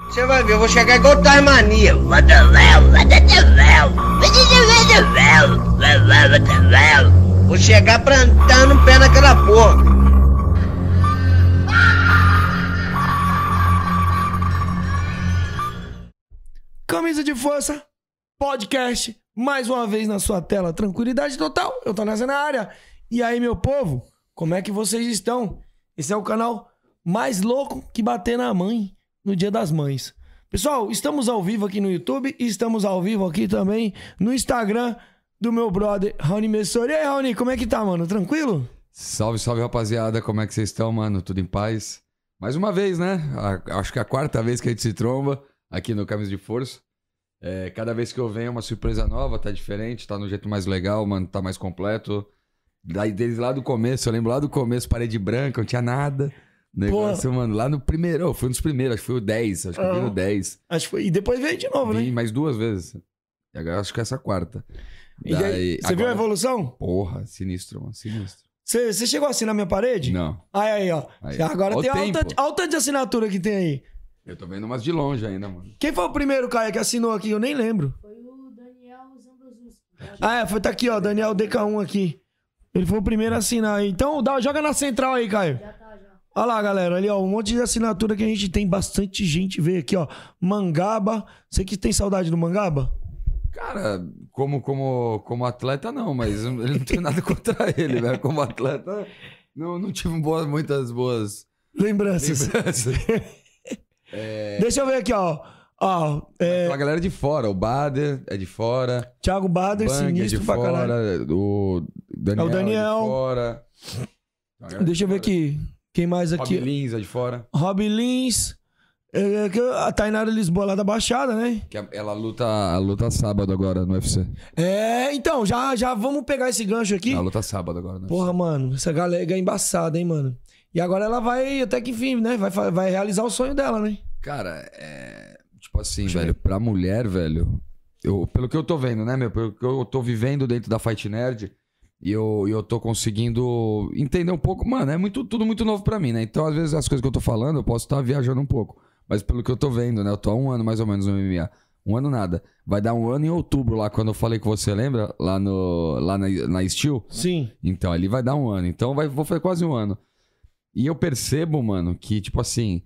Você vai ver, eu vou chegar igual Tasmania. Vou chegar plantando o pé naquela porra. Camisa de Força, podcast, mais uma vez na sua tela. Tranquilidade total, eu tô nessa na área. E aí, meu povo, como é que vocês estão? Esse é o canal mais louco que bater na mãe no Dia das Mães. Pessoal, estamos ao vivo aqui no YouTube e estamos ao vivo aqui também no Instagram do meu brother Raoni Messori. E aí, Raoni, como é que tá, mano? Tranquilo? Salve, salve, rapaziada. Como é que vocês estão, mano? Tudo em paz? Mais uma vez, né? A- acho que é a quarta vez que a gente se tromba aqui no Camisa de Força. É, cada vez que eu venho é uma surpresa nova, tá diferente, tá no jeito mais legal, mano, tá mais completo. Daí, desde lá do começo, eu lembro lá do começo, parede branca, não tinha nada. Negócio, mano, lá no primeiro, eu fui um dos primeiros, acho que foi o 10, acho que eu vi Ah. no 10. Acho que foi. E depois veio de novo, Vi né? mais duas vezes. E agora acho que é essa a quarta. E aí, Daí, você viu a agora- evolução? Porra, sinistro, mano, sinistro. Você você chegou assim na minha parede? Não, Aí, aí, ó. Aí. Agora Ó o tem tempo. alta, alta de assinatura que tem aí. eu tô vendo umas de longe ainda, mano. Quem foi o primeiro, Caio, que assinou aqui? Eu nem lembro. Foi o Daniel Zambrozuski. Ah, é, foi, tá aqui, ó, Daniel DK1 aqui. Ele foi o primeiro a assinar aí. Então, dá, joga na central aí, Caio. Já tá, já. Olha lá, galera, ali, ó, um monte de assinatura que a gente tem. Bastante gente veio aqui, ó. Mangaba. Você que tem saudade do Mangaba? Cara, como, como, como atleta, não, mas eu não tenho nada contra ele, velho. Como atleta, não, não tive boas, muitas boas Lembranças. lembranças. é. Deixa eu ver aqui, ó. Ó, é, A galera de fora, o Bader é de fora, Thiago o Bader, Bang é de sinistro pra caralho. fora, o Daniel É o Daniel. é de fora. A galera Deixa eu de ver fora. aqui. Quem mais Rob aqui? Lins é de fora, Rob Lins. É, que a Tainara Lisboa lá da Baixada, né? que é, ela luta, ela luta sábado agora no UFC. É, então, já, já vamos pegar esse gancho aqui. Ela luta sábado agora no Porra, mano, essa galega é embaçada, hein, mano. E agora ela vai, até que enfim, né? Vai, fa- vai realizar o sonho dela, né? Cara, é. Tipo assim, velho, pra mulher, velho. Eu, pelo que eu tô vendo, né, meu? Pelo que eu tô vivendo dentro da Fight Nerd. E eu, e eu tô conseguindo entender um pouco. Mano, é muito, tudo muito novo pra mim, né? Então, às vezes, as coisas que eu tô falando, eu posso estar viajando um pouco. Mas pelo que eu tô vendo, né? Eu tô há um ano mais ou menos no MMA. Um ano nada. Vai dar um ano em outubro lá, quando eu falei com você, lembra? Lá, no, lá na, na Steel. Sim. Então, ali vai dar um ano. Então, vai, vou fazer quase um ano. E eu percebo, mano, que, tipo assim,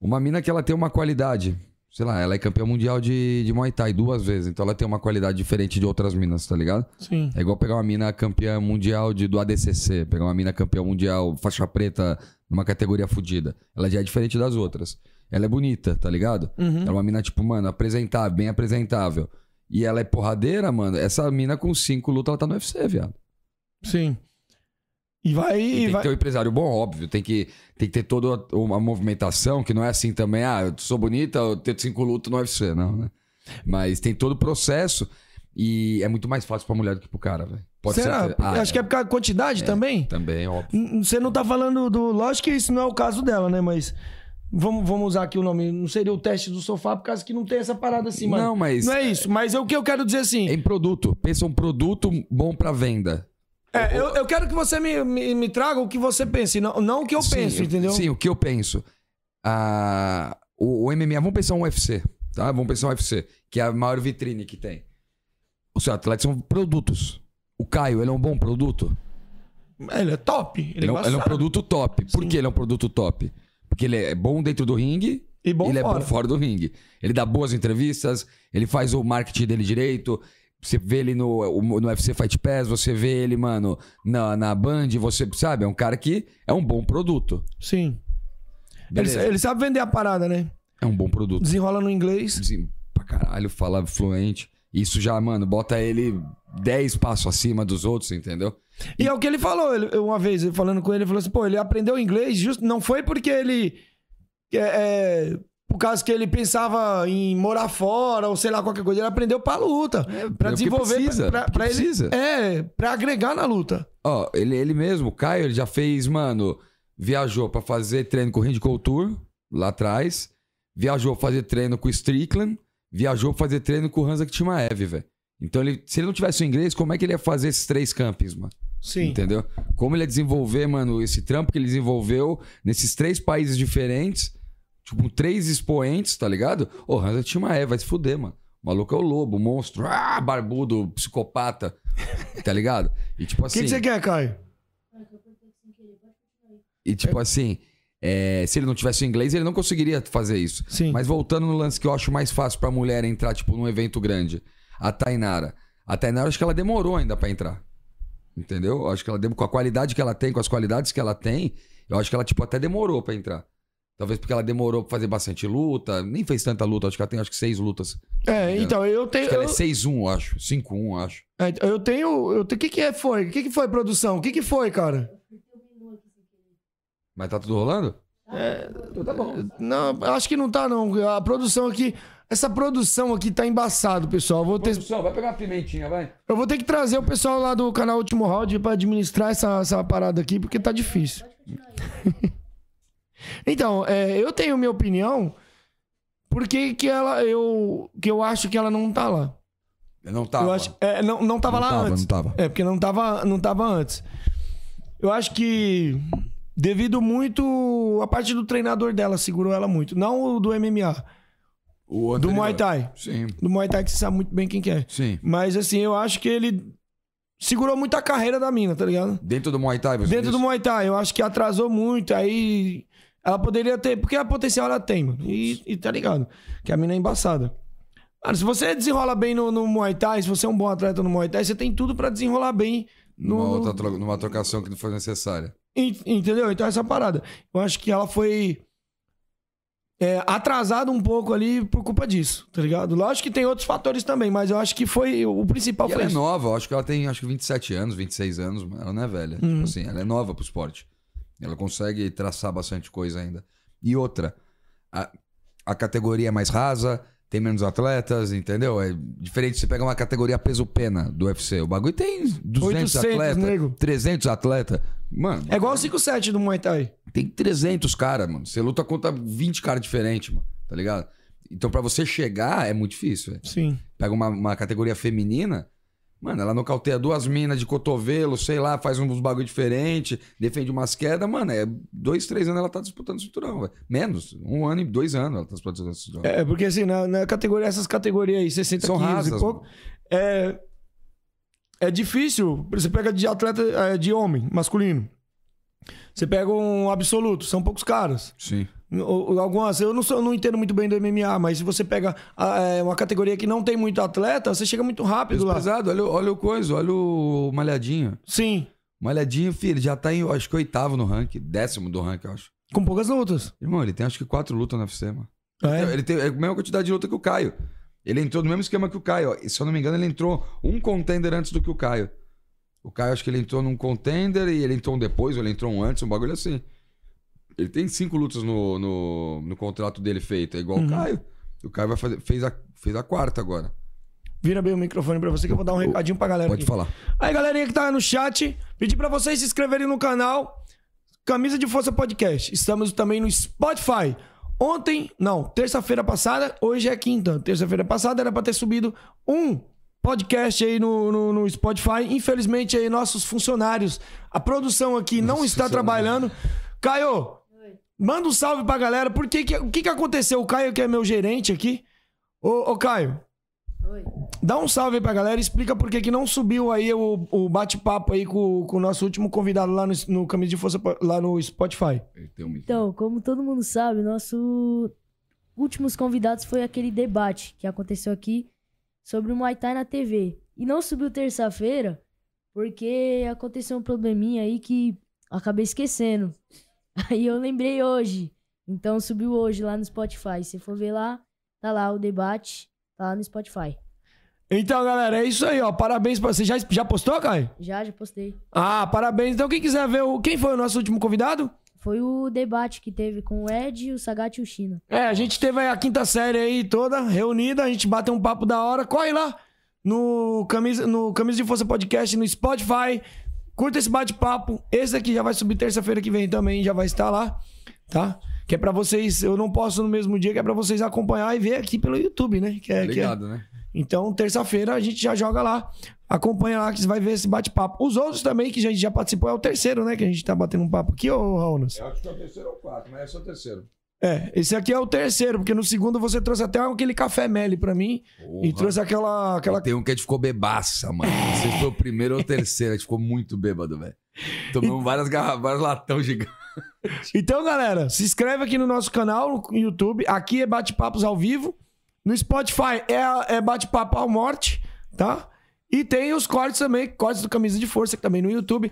uma mina que ela tem uma qualidade. Sei lá, ela é campeã mundial de, de Muay Thai duas vezes. Então, ela tem uma qualidade diferente de outras minas, tá ligado? Sim. É igual pegar uma mina campeã mundial de, do ADCC, pegar uma mina campeã mundial faixa preta numa categoria fodida. Ela já é diferente das outras. Ela é bonita, tá ligado? Uhum. Ela é uma mina, tipo, mano, apresentável, bem apresentável. E ela é porradeira, mano. Essa mina com cinco lutas, ela tá no UFC, viado. Sim. E vai. E E tem vai... que ter um empresário bom, óbvio. Tem que, tem que ter toda uma movimentação, que não é assim também, ah, eu sou bonita, eu tenho cinco lutos no UFC, não, né? Mas tem todo o processo e é muito mais fácil pra mulher do que pro cara, velho. Pode Será? ser. que- Ah, é, Acho que é por causa da quantidade também? Também, óbvio. N- Você não tá falando do. Lógico que isso não é o caso dela, né? Mas. Vamos, vamos usar aqui o nome. Não seria o teste do sofá, por causa que não tem essa parada assim, mano. Não, mas- Não é isso. Mas é o que eu quero dizer assim. Em produto. Pensa um produto bom pra venda. É, eu, eu quero que você me, me, me traga o que você pensa, e não, não o que eu Sim, penso, eu- entendeu? Sim, o que eu penso. Ah, o, o MMA, vamos pensar um UFC, tá? Vamos pensar um UFC, que é a maior vitrine que tem. Os seus atletas são produtos. O Caio, ele é um bom produto? Ele é top. Ele, Ele, é um- é ele é um embaçado. produto top. Por que ele é um produto top? Porque ele é bom dentro do ringue. E bom ele é fora. bom fora do ringue. Ele dá boas entrevistas, ele faz o marketing dele direito. Você vê ele no, o- no UFC Fight Pass, você vê ele, mano, na, na Band, você sabe, é um cara que é um bom produto. Sim. Ele, Beleza. ele sabe vender a parada, né? É um bom produto. Desenrola no inglês. Assim, Pra caralho, fala fluente. Isso já, mano, bota ele 10 passos acima dos outros, entendeu? E é o que ele falou. Ele, eu uma vez, eu falando com ele, ele falou assim: pô, ele aprendeu inglês justo. Não foi porque ele. É, é, por causa que ele pensava em morar fora ou sei lá, qualquer coisa. Ele aprendeu pra luta. pra porque desenvolver. é pra, precisa, pra, porque pra ele- precisa. É, pra agregar na luta. Ó, ele, ele mesmo, o Caio, ele já fez, mano, viajou pra fazer treino com o Randy Couture, lá atrás. Viajou pra fazer treino com o Strickland. Viajou pra fazer treino com o Hansa Timaev, velho. Então, ele, se ele não tivesse o inglês, como é que ele ia fazer esses três campings, mano? Sim. Entendeu? Como ele ia desenvolver, mano, esse trampo que ele desenvolveu nesses três países diferentes, tipo, três expoentes, tá ligado? Ô, Hansa Timaé, vai se fuder, mano. O maluco é o lobo, o monstro, ah, barbudo, psicopata, tá ligado? E tipo O assim. que, que você quer, Caio? Olha, que eu apertei sem querer. Pode continuar aí. E tipo assim, é, se ele não tivesse o inglês, ele não conseguiria fazer isso. Sim. Mas voltando no lance que eu acho mais fácil pra mulher entrar, tipo, num evento grande. A Tainara. A Tainara, acho que ela demorou ainda pra entrar. Entendeu? Eu Acho que ela demorou. Com a qualidade que ela tem, com as qualidades que ela tem, eu acho que ela, tipo, até demorou pra entrar. Talvez porque ela demorou pra fazer bastante luta. Nem fez tanta luta. Acho que ela tem, acho que seis lutas. É, então, eu tenho. Acho que ela é eu- 6-1, eu acho. 5-1, eu acho. É, Eu tenho. Eu tenho o que, que é, foi? O que, que foi, produção? O que, que foi, cara? Apertei o menu aqui sem querer. Mas tá tudo rolando? Então Tá bom. Não, acho que não tá, não. A produção aqui. Essa produção aqui tá embaçado, pessoal. Eu vou, ter, Produção, vai pegar uma pimentinha, vai. eu vou ter que trazer o pessoal lá do canal Último Round pra administrar essa, essa parada aqui, porque tá difícil. Pode continuar aí. Então, é, eu tenho minha opinião. Por que, que ela. Eu, que eu acho que ela não tá lá. Não tava. Eu acho, é, não, não tava Não lá tava, antes. não tava. É, porque não tava, não tava antes. Eu acho que devido muito a parte do treinador dela segurou ela muito, não o do MMA, O do anterior. Muay Thai, Sim, do Muay Thai que você sabe muito bem quem que é. sim. Mas assim, eu acho que ele segurou muito a carreira da mina, tá ligado? Dentro do Muay Thai, você Dentro do disse? Muay Thai, eu acho que atrasou muito, aí ela poderia ter, porque a potencial ela tem, mano. E, e tá ligado? Que a mina é embaçada. Mano, se você desenrola bem no, no Muay Thai, se você é um bom atleta no Muay Thai, você tem tudo pra desenrolar bem no, Numa, outra tro- numa trocação que não foi necessária. Ent- Entendeu? Então, essa parada. Eu acho que ela foi é, atrasada um pouco ali por culpa disso, tá ligado? Lógico que tem outros fatores também, mas eu acho que foi o principal. E Foi ela é isso. nova, eu acho que ela tem acho que 27 anos, 26 anos, mas ela não é velha. Uhum. Tipo assim, ela é nova pro esporte. Ela consegue traçar bastante coisa ainda. E outra, a, a categoria é mais rasa, tem menos atletas, entendeu? É diferente você pega uma categoria peso-pena do UFC. O bagulho tem 200 800, atletas, nego. 300 atletas. Mano, É igual o 5-7 do Muay Thai. Tem 300 caras, mano. Você luta contra 20 caras diferentes, mano. Tá ligado? Então, pra você chegar, é muito difícil, velho. Sim. Pega uma, uma categoria feminina, mano, ela nocauteia duas minas de cotovelo, sei lá, faz uns bagulho diferente, defende umas quedas, mano. É dois, três anos ela tá disputando o cinturão, velho. Menos. Um ano e dois anos ela tá disputando o cinturão. É, porque assim, na, na categoria, essas categorias aí, 60 São quilos rasas, e pouco, mano. é, é difícil. Você pega de atleta é, de homem, masculino. Você pega um absoluto, são poucos caras. Sim. Ou- ou Algumas, eu não, sou, não entendo muito bem do MMA, mas se você pega ah, é, uma categoria que não tem muito atleta, você chega muito rápido Peso lá. pesado, olha, o- olha o coisa, olha o malhadinho. Sim, Malhadinho, filho, já tá em, acho que oitavo no ranking, décimo do ranking, eu acho. com poucas lutas. Irmão, ele tem acho que quatro lutas no UFC, mano. É. Então, Ele tem a mesma quantidade de luta que o Caio. Ele entrou no mesmo esquema que o Caio. ó. E, Se eu não me engano, ele entrou um contender antes do que o Caio. O Caio, acho que ele entrou num contender e ele entrou um depois, ou ele entrou um antes, um bagulho assim. Ele tem cinco lutas no, no, no contrato dele feito. É igual Uhum. o Caio. O Caio vai fazer, fez, a, fez a quarta agora. Vira bem o microfone pra você que eu vou dar um recadinho pra galera. Pode aqui. falar. Aí, galerinha que tá no chat, pedi pra vocês se inscreverem no canal Camisa de Força Podcast. Estamos também no Spotify. Ontem, não, terça-feira passada, hoje é quinta. Terça-feira passada era pra ter subido um podcast aí no, no, no Spotify. Infelizmente, aí nossos funcionários, a produção aqui não está trabalhando. Caio, manda um salve pra galera. Por que que, o que que aconteceu? O Caio, que é meu gerente aqui. Ô, ô Caio, Oi. Dá um salve aí pra galera, explica por que que não subiu aí o, o bate-papo aí com, com o nosso último convidado lá no, no Caminho de Força, po- lá no Spotify. Ele tem um- Então, como todo mundo sabe, nosso últimos convidados foi aquele debate que aconteceu aqui sobre o Muay Thai na TV. E não subiu terça-feira porque aconteceu um probleminha aí que acabei esquecendo. Aí eu lembrei hoje. Então subiu hoje lá no Spotify. Se for ver lá, tá lá o debate, tá lá no Spotify. Então, galera, é isso aí, ó. Parabéns pra você. Já, já postou, Caio? Já, já postei. Ah, parabéns. Então, quem quiser ver o. Quem foi o nosso último convidado? Foi o debate que teve com o Ed, o Sagat e o China. É, a gente teve aí a quinta série aí toda reunida, a gente bateu um papo da hora. Corre lá no Camisa, no Camisa de Força Podcast, no Spotify. Curta esse bate-papo. Esse aqui já vai subir terça-feira que vem também, já vai estar lá, tá? Que é pra vocês, eu não posso no mesmo dia, que é pra vocês acompanhar e ver aqui pelo YouTube, né? Que é, que é- Ligado, né? Então, terça-feira a gente já joga lá. Acompanha lá que você vai ver esse bate-papo. Os outros também que a gente já participou é o terceiro, né? Que a gente tá batendo um papo aqui, ô Raunas. acho que é o terceiro ou quarto, mas é só o terceiro. É, esse aqui é o terceiro, porque no segundo você trouxe até aquele café mele pra mim e Porra. trouxe aquela. aquela... E Tem um que a gente ficou bebaça, mano. Não sei se foi o primeiro ou o terceiro. A gente ficou muito bêbado, velho. Tomamos várias garrafas, vários latão gigantes. Então, galera, se inscreve aqui no nosso canal, no YouTube. Aqui é Bate-Papos ao Vivo. No Spotify é, é Bate-Papo ao Morte, tá? E tem os cortes também, cortes do Camisa de Força, que também no YouTube.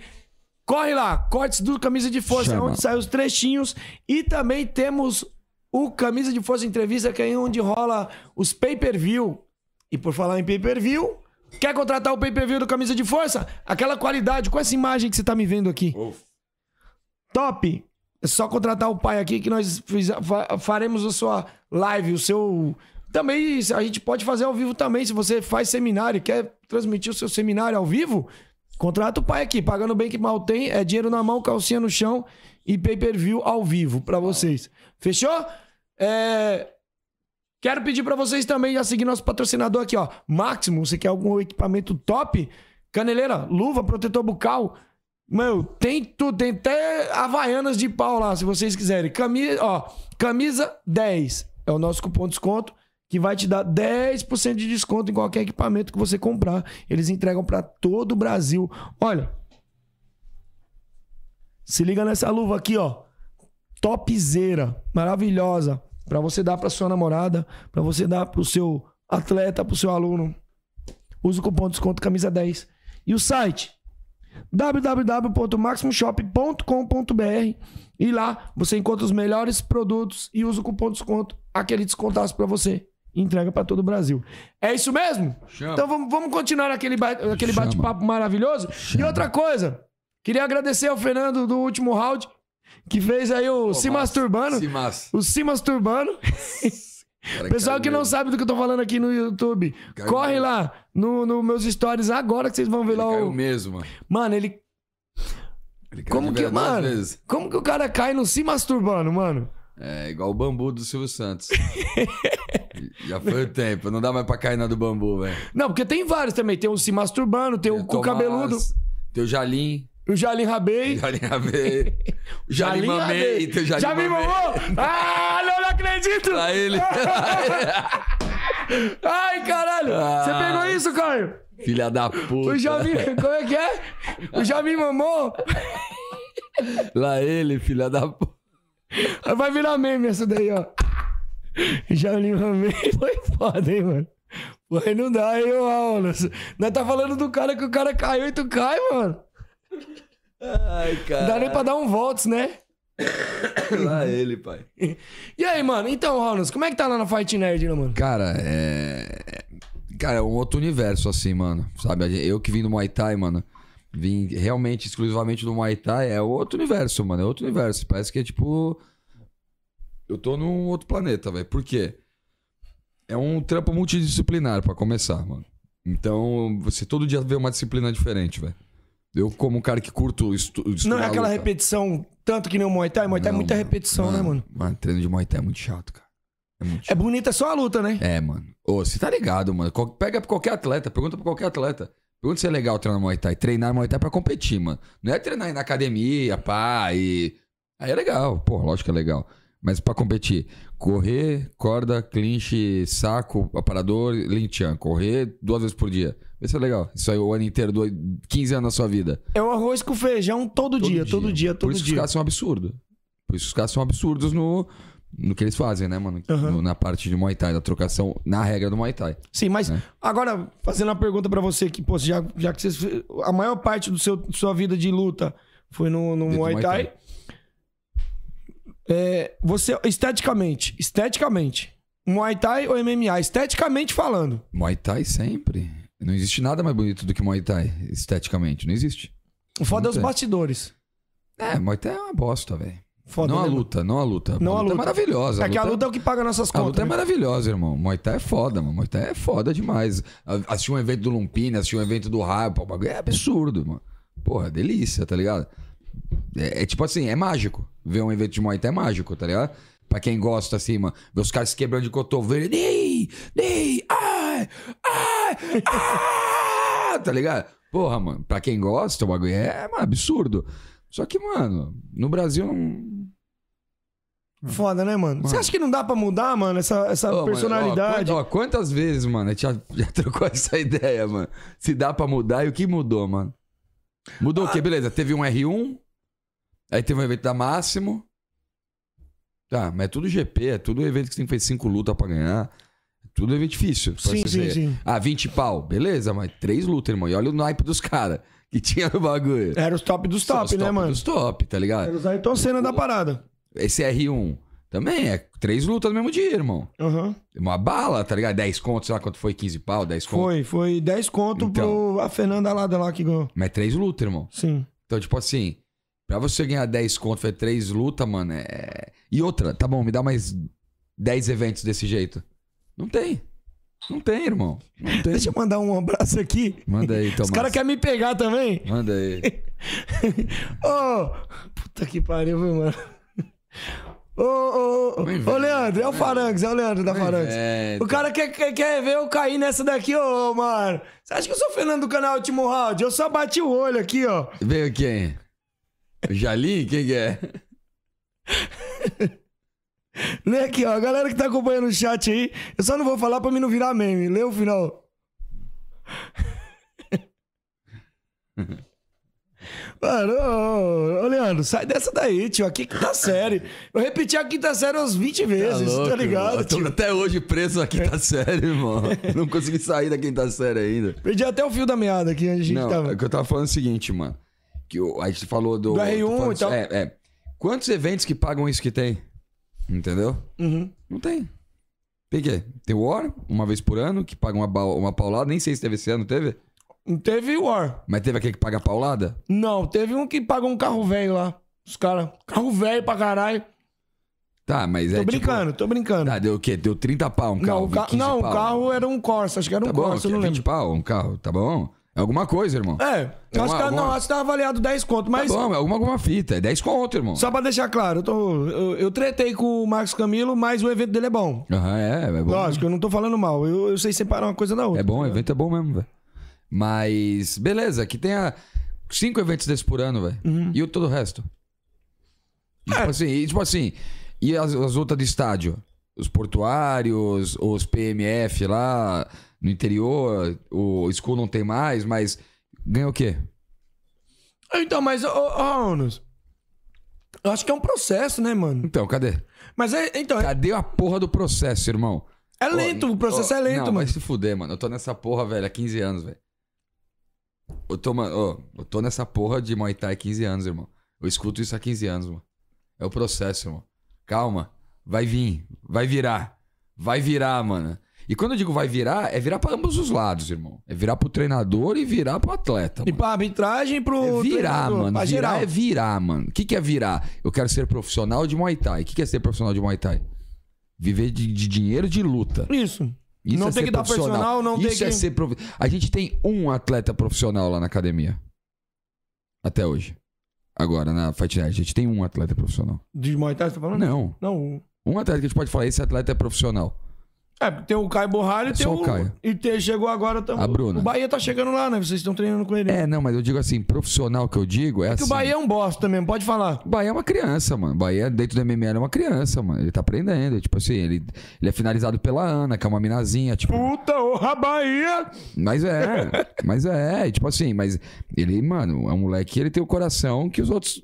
Corre lá, cortes do Camisa de Força, Chama. onde saem os trechinhos. E também temos o Camisa de Força Entrevista, que é onde rola os pay-per-view. E por falar em pay-per-view, quer contratar o pay-per-view do Camisa de Força? Aquela qualidade, com essa imagem que você tá me vendo aqui. Top! É só contratar o pai aqui que nós fiz- fa- faremos a sua live, o seu. Também a gente pode fazer ao vivo também. Se você faz seminário e quer transmitir o seu seminário ao vivo, contrata o pai aqui. Pagando bem que mal tem, é dinheiro na mão, calcinha no chão e pay per view ao vivo pra vocês. Fechou? É, Quero pedir pra vocês também já seguir nosso patrocinador aqui, ó. Máximo, você quer algum equipamento top? Caneleira, luva, protetor bucal. Meu, tem tudo, tem até Havaianas de pau lá, se vocês quiserem. Camisa, ó, camisa 10 é o nosso cupom de desconto que vai te dar 10% de desconto em qualquer equipamento que você comprar. Eles entregam pra todo o Brasil. Olha. Se liga nessa luva aqui, ó topzera, maravilhosa, pra você dar pra sua namorada, pra você dar pro seu atleta, pro seu aluno. Usa o cupom de desconto camisa 10. E o site www.maximumshop.com.br e lá você encontra os melhores produtos e usa o cupom de desconto, aquele descontaço pra você. Entrega pra todo o Brasil. É isso mesmo? Chama. Então vamos, vamos continuar aquele, ba- aquele Chama. bate-papo maravilhoso. E outra coisa, queria agradecer ao Fernando do último round, que fez aí o Se massa. Masturbando. Se É mas. O Se Masturbando. Cara, Pessoal cara, que não meu, sabe do que eu tô falando aqui no YouTube, Caiu corre mesmo. lá no, no meus stories agora que vocês vão ver Ele lá caiu o. É mesmo, mano. Mano, ele. Ele caiu Como de que. verdade duas Mano, vezes. como que o cara cai no Se Masturbando, mano? É igual o bambu do Silvio Santos. Já foi o tempo. Não dá mais pra cair na do bambu, velho. Não, porque tem vários também. Tem o Se Masturbando, tem o Cu Tomás, Cabeludo, Teu Jalim. o Jalim Rabei. Jalim Ave. Jalim Mamei. Teu Jalim Já me Mamei. mamou? Ah, não, não acredito! Pra ele. Ai, caralho! Você Ah. pegou isso, Caio? Filha da puta. O Jami, como é que é? O Jami mamou? Lá ele, filha da puta. Vai virar meme essa daí, ó. Jami mamei foi foda, hein, mano? Pô, aí não dá, hein, ô Aulas? Nós tá falando do cara que o cara caiu e tu cai, mano. Ai, Não cara. dá nem pra dar um volts, né? Lá ele, pai. E aí, mano? Então, Aulas, como é que tá lá na Fight Nerd, né, mano? Cara, é. Cara, é um outro universo, assim, mano. Sabe? A gen- Eu que vim do Muay Thai, mano. Vim realmente, exclusivamente do Muay Thai. É outro universo, mano. É outro universo. Parece que é tipo. Eu tô num outro planeta, velho. Por quê? É um trampo multidisciplinar, pra começar, mano. Então, você todo dia vê uma disciplina diferente, velho. Eu, como um cara que curto estu Não é estudar aquela luta- repetição tanto que nem o Muay Thai. Muay Thai é Não, muita mano. repetição, né, mano? Mano, treino de Muay Thai é muito chato, cara. É muito É bonita só a luta, né? é, mano. Ô, você tá ligado, mano. Qual- Pega pra qualquer atleta, pergunta pra qualquer atleta. Pergunta se é legal treinar Muay Thai. Treinar Muay Thai é pra competir, mano. Não é treinar aí na academia, pá, e... Aí é legal. Pô, lógico que é legal. Mas pra competir, correr, corda, clinch, saco, aparador, linchan. Correr duas vezes por dia. Vai ser legal. Isso aí o ano inteiro, do- 15 anos da sua vida. É o arroz com feijão todo, dia, todo dia, Por todo isso que os dia. caras são absurdos. Por isso que os caras são absurdos no, no que eles fazem, né, mano? Aham. No- na parte de Muay Thai, na trocação, na regra do Muay Thai. Sim, mas né? agora, fazendo uma pergunta pra você, que, pô, já, já que você, a maior parte do seu sua vida de luta foi no, no Dentro do Muay Muay Thai. Thai. É, você, esteticamente, esteticamente, Muay Thai ou MMA? Esteticamente falando. Muay Thai sempre. Não existe nada mais bonito do que Muay Thai, esteticamente. Não existe. O foda é os Muito. bastidores. É, Muay Thai é uma bosta, velho. Foda, Não a né, mano? luta, não a luta. Não a é luta. maravilhosa. É que a luta é o que paga nossas A luta contas. é né? maravilhosa, irmão. Muay Thai é foda, mano. Muay Thai é foda demais. A- Assistir um evento do Lumpini, assistir um evento do Raio, pô, o bagulho é absurdo, mano. Porra, é delícia, tá ligado? É, é tipo assim, é mágico. Ver um evento de Muay Thai é mágico, tá ligado? Pra quem gosta, assim, mano, ver os caras se quebrando de cotovelo. Nei, nei, ai, ai, ah, tá ligado? Porra, mano, pra quem gosta, o bagulho é mano, absurdo. Só que, mano, no Brasil não. Foda, né, mano? Você acha que não dá pra mudar, mano, essa, essa Ô, mano, ó, personalidade? quant- ó, quantas vezes, mano, a gente já, já trocou essa ideia, mano? Se dá pra mudar e o que mudou, mano? Mudou o Ah. quê? Beleza, teve um R1, aí teve um evento da Máximo. Tá, mas é tudo GP, é tudo evento que você tem que fazer cinco lutas pra ganhar. É Tudo evento difícil. pra sim, você sim, ver. sim. Ah, 20 pau, beleza, mas três lutas, irmão. E olha o naipe dos caras que tinha no bagulho. Era É, os top dos São top, os né, mano? Dos top, tá ligado? Era os Ayrton Senna da parada. Esse R1 também é três lutas no mesmo dia, irmão. Aham. Uma bala, tá ligado? 10 conto, sei lá quanto foi, 15 pau, 10 conto. Foi, foi 10 conto Então. pro a Fernanda Lada lá que ganhou. Mas é três lutas, irmão. Sim. Então, tipo assim, pra você ganhar 10 conto, foi três lutas, mano, é... E outra, tá bom, me dá mais 10 eventos desse jeito. Não tem. Não tem, irmão. Não tem. Deixa eu mandar um abraço aqui. Manda aí, Tomás. Os caras querem me pegar também. Manda aí. Ô! puta que pariu, viu, mano? Ô, ô, ô, Vem, ô, velho. ô, Leandro, é o Vem, Farangues, é o Leandro da Farangues. É, O cara quer, quer, quer ver eu cair nessa daqui, ô, mano. Você acha que eu sou o Fernando do canal Último Round? Eu só bati o olho aqui, ó. tá- Veio quem? O Jalim? Quem que é? Tá Lê aqui, ó. A galera que tá acompanhando o chat aí, eu só não vou falar pra mim não virar meme. Lê o final. Mano, ô, ô, ô, Leandro, sai dessa daí, tio. A quinta série. Eu repeti a quinta série umas 20 vezes, tá, louco, irmão. ligado? Eu tô Tio? É. até hoje preso na quinta série, irmão. Não consegui sair da quinta série ainda. Perdi até o fio da meada aqui onde a gente Não, tava. é que eu tava falando o seguinte, mano. Que o- a gente falou do. Do R1 tô falando- e tal. É, é. Quantos eventos que pagam isso que tem? Entendeu? Uhum. Não tem. Tem quê? Tem o War, uma vez por ano, que paga uma, ba- uma paulada. Nem sei se teve esse ano, teve? Não teve War. Mas teve aquele que paga a paulada? Não, teve um que pagou um carro velho lá. Os caras, carro velho pra caralho. Tá, mas é. Tô tipo- brincando, tô brincando. Tá, deu o quê? Deu 30 pau um carro? não, o ca- 15 não, o pau. carro era um Corsa, acho que era um Tá bom, Corsa, eu não 20 lembro. pau um carro, tá bom? É Alguma coisa, irmão. É, Então, acho que, alguma- não, acho que tava avaliado 10 conto, mas Tá bom, é alguma, alguma fita. É 10 conto, irmão. só pra deixar claro, eu, tô, eu, eu tretei com o Marcos Camilo, mas o evento dele é bom. Aham, é, é bom. Lógico, eu não tô falando mal, eu, eu sei separar uma coisa da outra. É bom, o evento é bom mesmo, velho. Mas, beleza, que tenha cinco eventos desses por ano, velho. E o todo o resto. E, Tipo assim, e, tipo assim, e as, as outras de estádio? Os portuários, os PMF lá no interior, o school não tem mais, mas ganha o quê? Então, mas, ô, ô, Aonus, eu acho que é um processo, né, mano? Então, cadê? Mas é, então, é, Cadê a porra do processo, irmão? é lento, Ó, o processo ó, é lento, não, mano. Vai se fuder, mano. Eu tô nessa porra, velho, há 15 anos, velho. Eu tô, mano, ó, eu tô nessa porra de Muay Thai há 15 anos, irmão. Eu escuto isso há 15 anos, mano. É o processo, irmão. Calma. Vai vir. Vai virar. Vai virar, mano. E quando eu digo vai virar, é virar pra ambos os lados, irmão. É virar pro treinador e virar pro atleta. E Mano. pra arbitragem, pro... É virar, treinador, mano. Pra geral. Virar é virar, mano. O que, que é virar? Eu quero ser profissional de Muay Thai. O que, que é ser profissional de Muay Thai? Viver de- de dinheiro de luta. Isso. Isso não é tem ser que dar personal, não Isso tem que... é ser prof... A gente tem um atleta profissional lá na academia. Até hoje. Agora, na Fight Night, a gente tem um atleta profissional. De Muay Thai, você tá falando? Não. Não, Um atleta que a gente pode falar, esse atleta é profissional. É, tem o Caio Borralho e É tem só o. o Caio. E tem, chegou agora também. A Bruna. O Bahia tá chegando lá, né? Vocês estão treinando com ele. É, não, mas eu digo assim, profissional que eu digo é, que assim... o Bahia é um bosta mesmo, pode falar. O Bahia é uma criança, mano. O Bahia, dentro do MMA, ele é uma criança, mano. Ele tá aprendendo. Tipo assim, ele, ele é finalizado pela Ana, que é uma minazinha. Tipo, Puta, orra Bahia! Mas é, mas é, tipo assim, mas ele, mano, é um moleque, ele tem o coração que os outros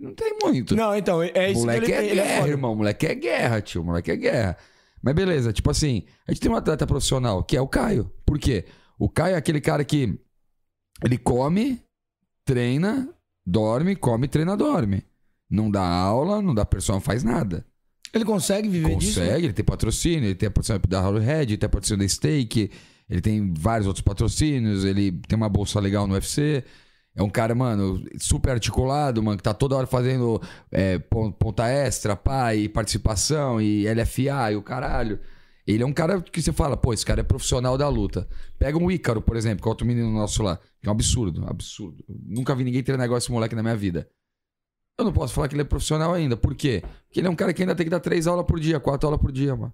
não tem muito. Não, então, é isso moleque que é ele, ele guerra, foda. irmão, moleque é guerra, tio, moleque é guerra. Mas beleza, tipo assim, a gente tem um atleta profissional, que é o Caio. Por quê? O Caio é aquele cara que ele come, treina, dorme, come, treina, dorme. Não dá aula, não dá personal, não faz nada. Ele consegue viver disso? né? Consegue, ele tem patrocínio, ele tem a patrocínio da Hollowhead, ele tem a patrocínio da Steak, ele tem vários outros patrocínios, ele tem uma bolsa legal no UFC. É um cara, mano, super articulado, mano, que tá toda hora fazendo é, pon- ponta extra, pá, e participação, e LFA, e o caralho. Ele é um cara que você fala, pô, esse cara é profissional da luta. Pega um Ícaro, por exemplo, que é outro menino nosso lá, que é um absurdo, absurdo. Nunca vi ninguém treinar igual esse moleque na minha vida. Eu não posso falar que ele é profissional ainda. Por quê? Porque ele é um cara que ainda tem que dar três aulas por dia, quatro aulas por dia, mano.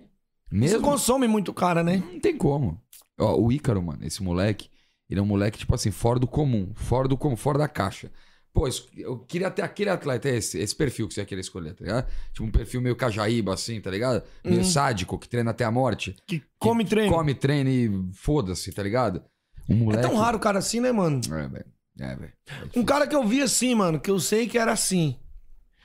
Isso é Mesmo consome muito o cara, né? não tem como. Ó, o Ícaro, mano, esse moleque, ele é um moleque, tipo assim, fora do comum. Fora do comum, fora da caixa. Pô, es- eu queria ter aquele atleta, esse, esse perfil que você ia querer escolher, tá ligado? Tipo um perfil meio cajaíba, assim, tá ligado? Meio Uhum. sádico, que treina até a morte. Que come e treina. Come, treina e foda-se, tá ligado? Um É moleque. tão raro o cara assim, né, mano? É, velho. É, velho. É Um difícil. cara que eu vi assim, mano, que eu sei que era assim.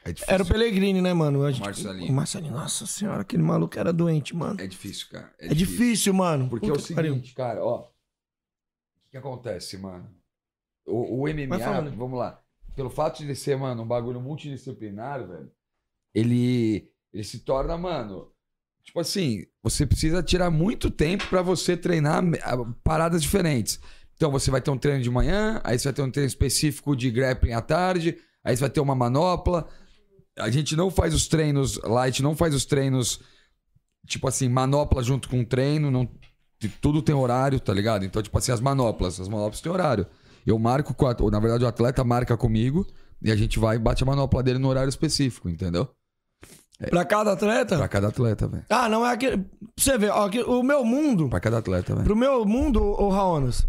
É difícil. Era o Pellegrini, né, mano? A gente- Marcelinho. O Marcelinho, nossa senhora, aquele maluco era doente, mano. É difícil, cara. É, difícil, mano. Porque é Puta o que pariu. seguinte, cara, ó. O que, que acontece, mano? O, o MMA, Vai falando. vamos lá. Pelo fato de ele ser, mano, um bagulho multidisciplinar, velho, ele, ele se torna, mano. Tipo assim, você precisa tirar muito tempo pra você treinar me- a- paradas diferentes. Então você vai ter um treino de manhã, aí você vai ter um treino específico de grappling à tarde, aí você vai ter uma manopla. A gente não faz os treinos light, não faz os treinos, tipo assim, manopla junto com treino, não, de- tudo tem horário, tá ligado? Então, tipo assim, as manoplas, as manoplas têm horário. Eu marco com, o at- ou na verdade o atleta marca comigo e a gente vai e bate a manopla dele no horário específico, entendeu? Pra cada atleta? Pra cada atleta, velho. Ah, não é aquele. Pra você ver, ó, que- o meu mundo. Pra cada atleta, velho. Pro meu mundo, ô ô, Raonas,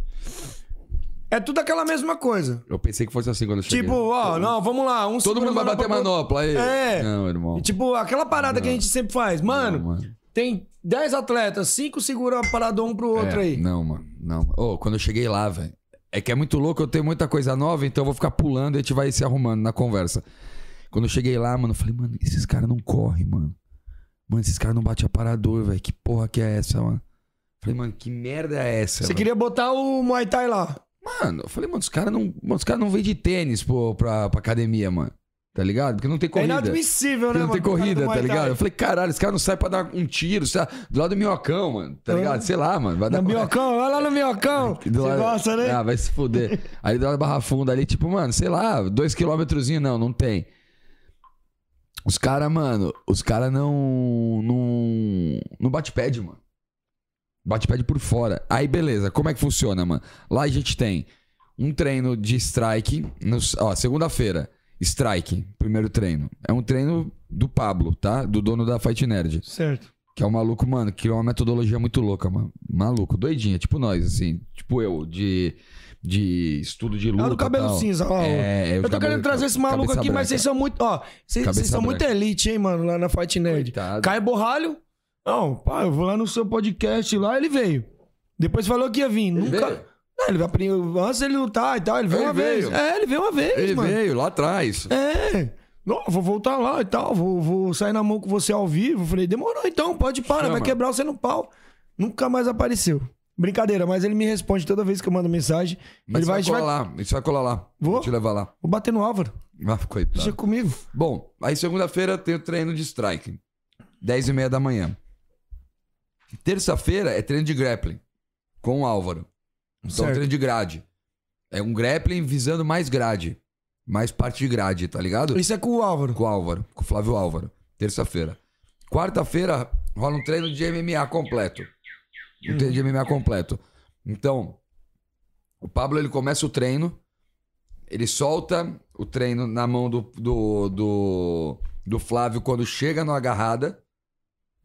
é tudo aquela mesma coisa. Eu pensei que fosse assim quando eu cheguei. Tipo, ó, não, vamos lá. Um Todo segura mundo vai bater pra- manopla aí. É. Não, irmão. Tipo, aquela parada que a gente sempre faz. Mano, Não, mano. tem 10 atletas, 5 segura a parada um pro outro É, aí. Não, mano. Não. Ô, quando eu cheguei lá, velho. É que é muito louco, eu tenho muita coisa nova, então eu vou ficar pulando e a gente vai se arrumando na conversa. Quando eu cheguei lá, mano, eu falei, mano, esses caras não correm, mano. Mano, esses caras não batem aparador, velho. Que porra que é essa, mano? Falei, mano, que merda é essa? Você velho?" queria botar o Muay Thai lá. Mano, eu falei, mano, os caras não, mano, os cara não vêm de tênis pô, pra, pra academia, mano. Tá ligado? Porque não tem É corrida. inadmissível, né, Porque não mano? tem pro cara do corrida, Muay tá Thai. ligado? Eu falei, caralho, esse cara não sai pra dar um tiro, sei lá, do lado do minhocão, mano, tá Ah. ligado? Sei lá, mano, vai dar No minhocão, vai lá no minhocão. Que Você do lado- gosta, né? Ah, vai se fuder. Aí do lado da Barra Funda ali, tipo, mano, sei lá, dois quilômetrozinho, não, não tem. Os caras, mano, os caras não, não. Não bate pad, mano. Bate pad por fora. Aí, beleza, como é que funciona, mano? Lá a gente tem um treino de strike, no, ó, segunda-feira. Strike, primeiro treino. É um treino do Pablo, tá? Do dono da Fight Nerd. Certo. Que é um maluco, mano, que criou uma metodologia muito louca, mano. Maluco, doidinha, tipo nós, assim. Tipo eu, de, de estudo de É luta. o do cabelo tal. cinza, ó. É, Eu tô querendo trazer esse maluco aqui, mas vocês são muito. Ó, vocês Cabeça vocês são muito branca. elite, hein, mano, lá na Fight Nerd. Coitado. Caio Borralho. Não, pá, eu vou lá no seu podcast lá, ele veio. Depois falou que ia vir. Nunca. veio? Não, ele vai pri- antes ele lutar e tal. Ele veio Ele uma veio. vez. É, ele veio uma vez, Ele mano. veio lá atrás. É. Não, vou voltar lá e tal. Vou, vou sair na mão com você ao vivo. Eu Falei, demorou então, pode parar, vai Chama. quebrar você no pau. Nunca mais apareceu. Brincadeira, mas ele me responde toda vez que eu mando mensagem. Mas ele vai, isso vai vai, colar lá. Isso vai colar lá. Vou? te levar lá. Vou bater no Álvaro. Ah, coitado. Deixa comigo. Bom, aí segunda-feira tem o treino de strike. 10 e meia da manhã. Terça-feira é treino de grappling. Com o Álvaro. Então Certo. treino de grade. É um grappling visando mais grade. Mais parte de grade, tá ligado? Isso é com o Álvaro. Com o Álvaro, com o Flávio Álvaro. Terça-feira. Quarta-feira rola um treino de MMA completo. Um treino de MMA completo. Então, o Pablo ele começa o treino, ele solta o treino na mão do, do, do, do Flávio quando chega na agarrada.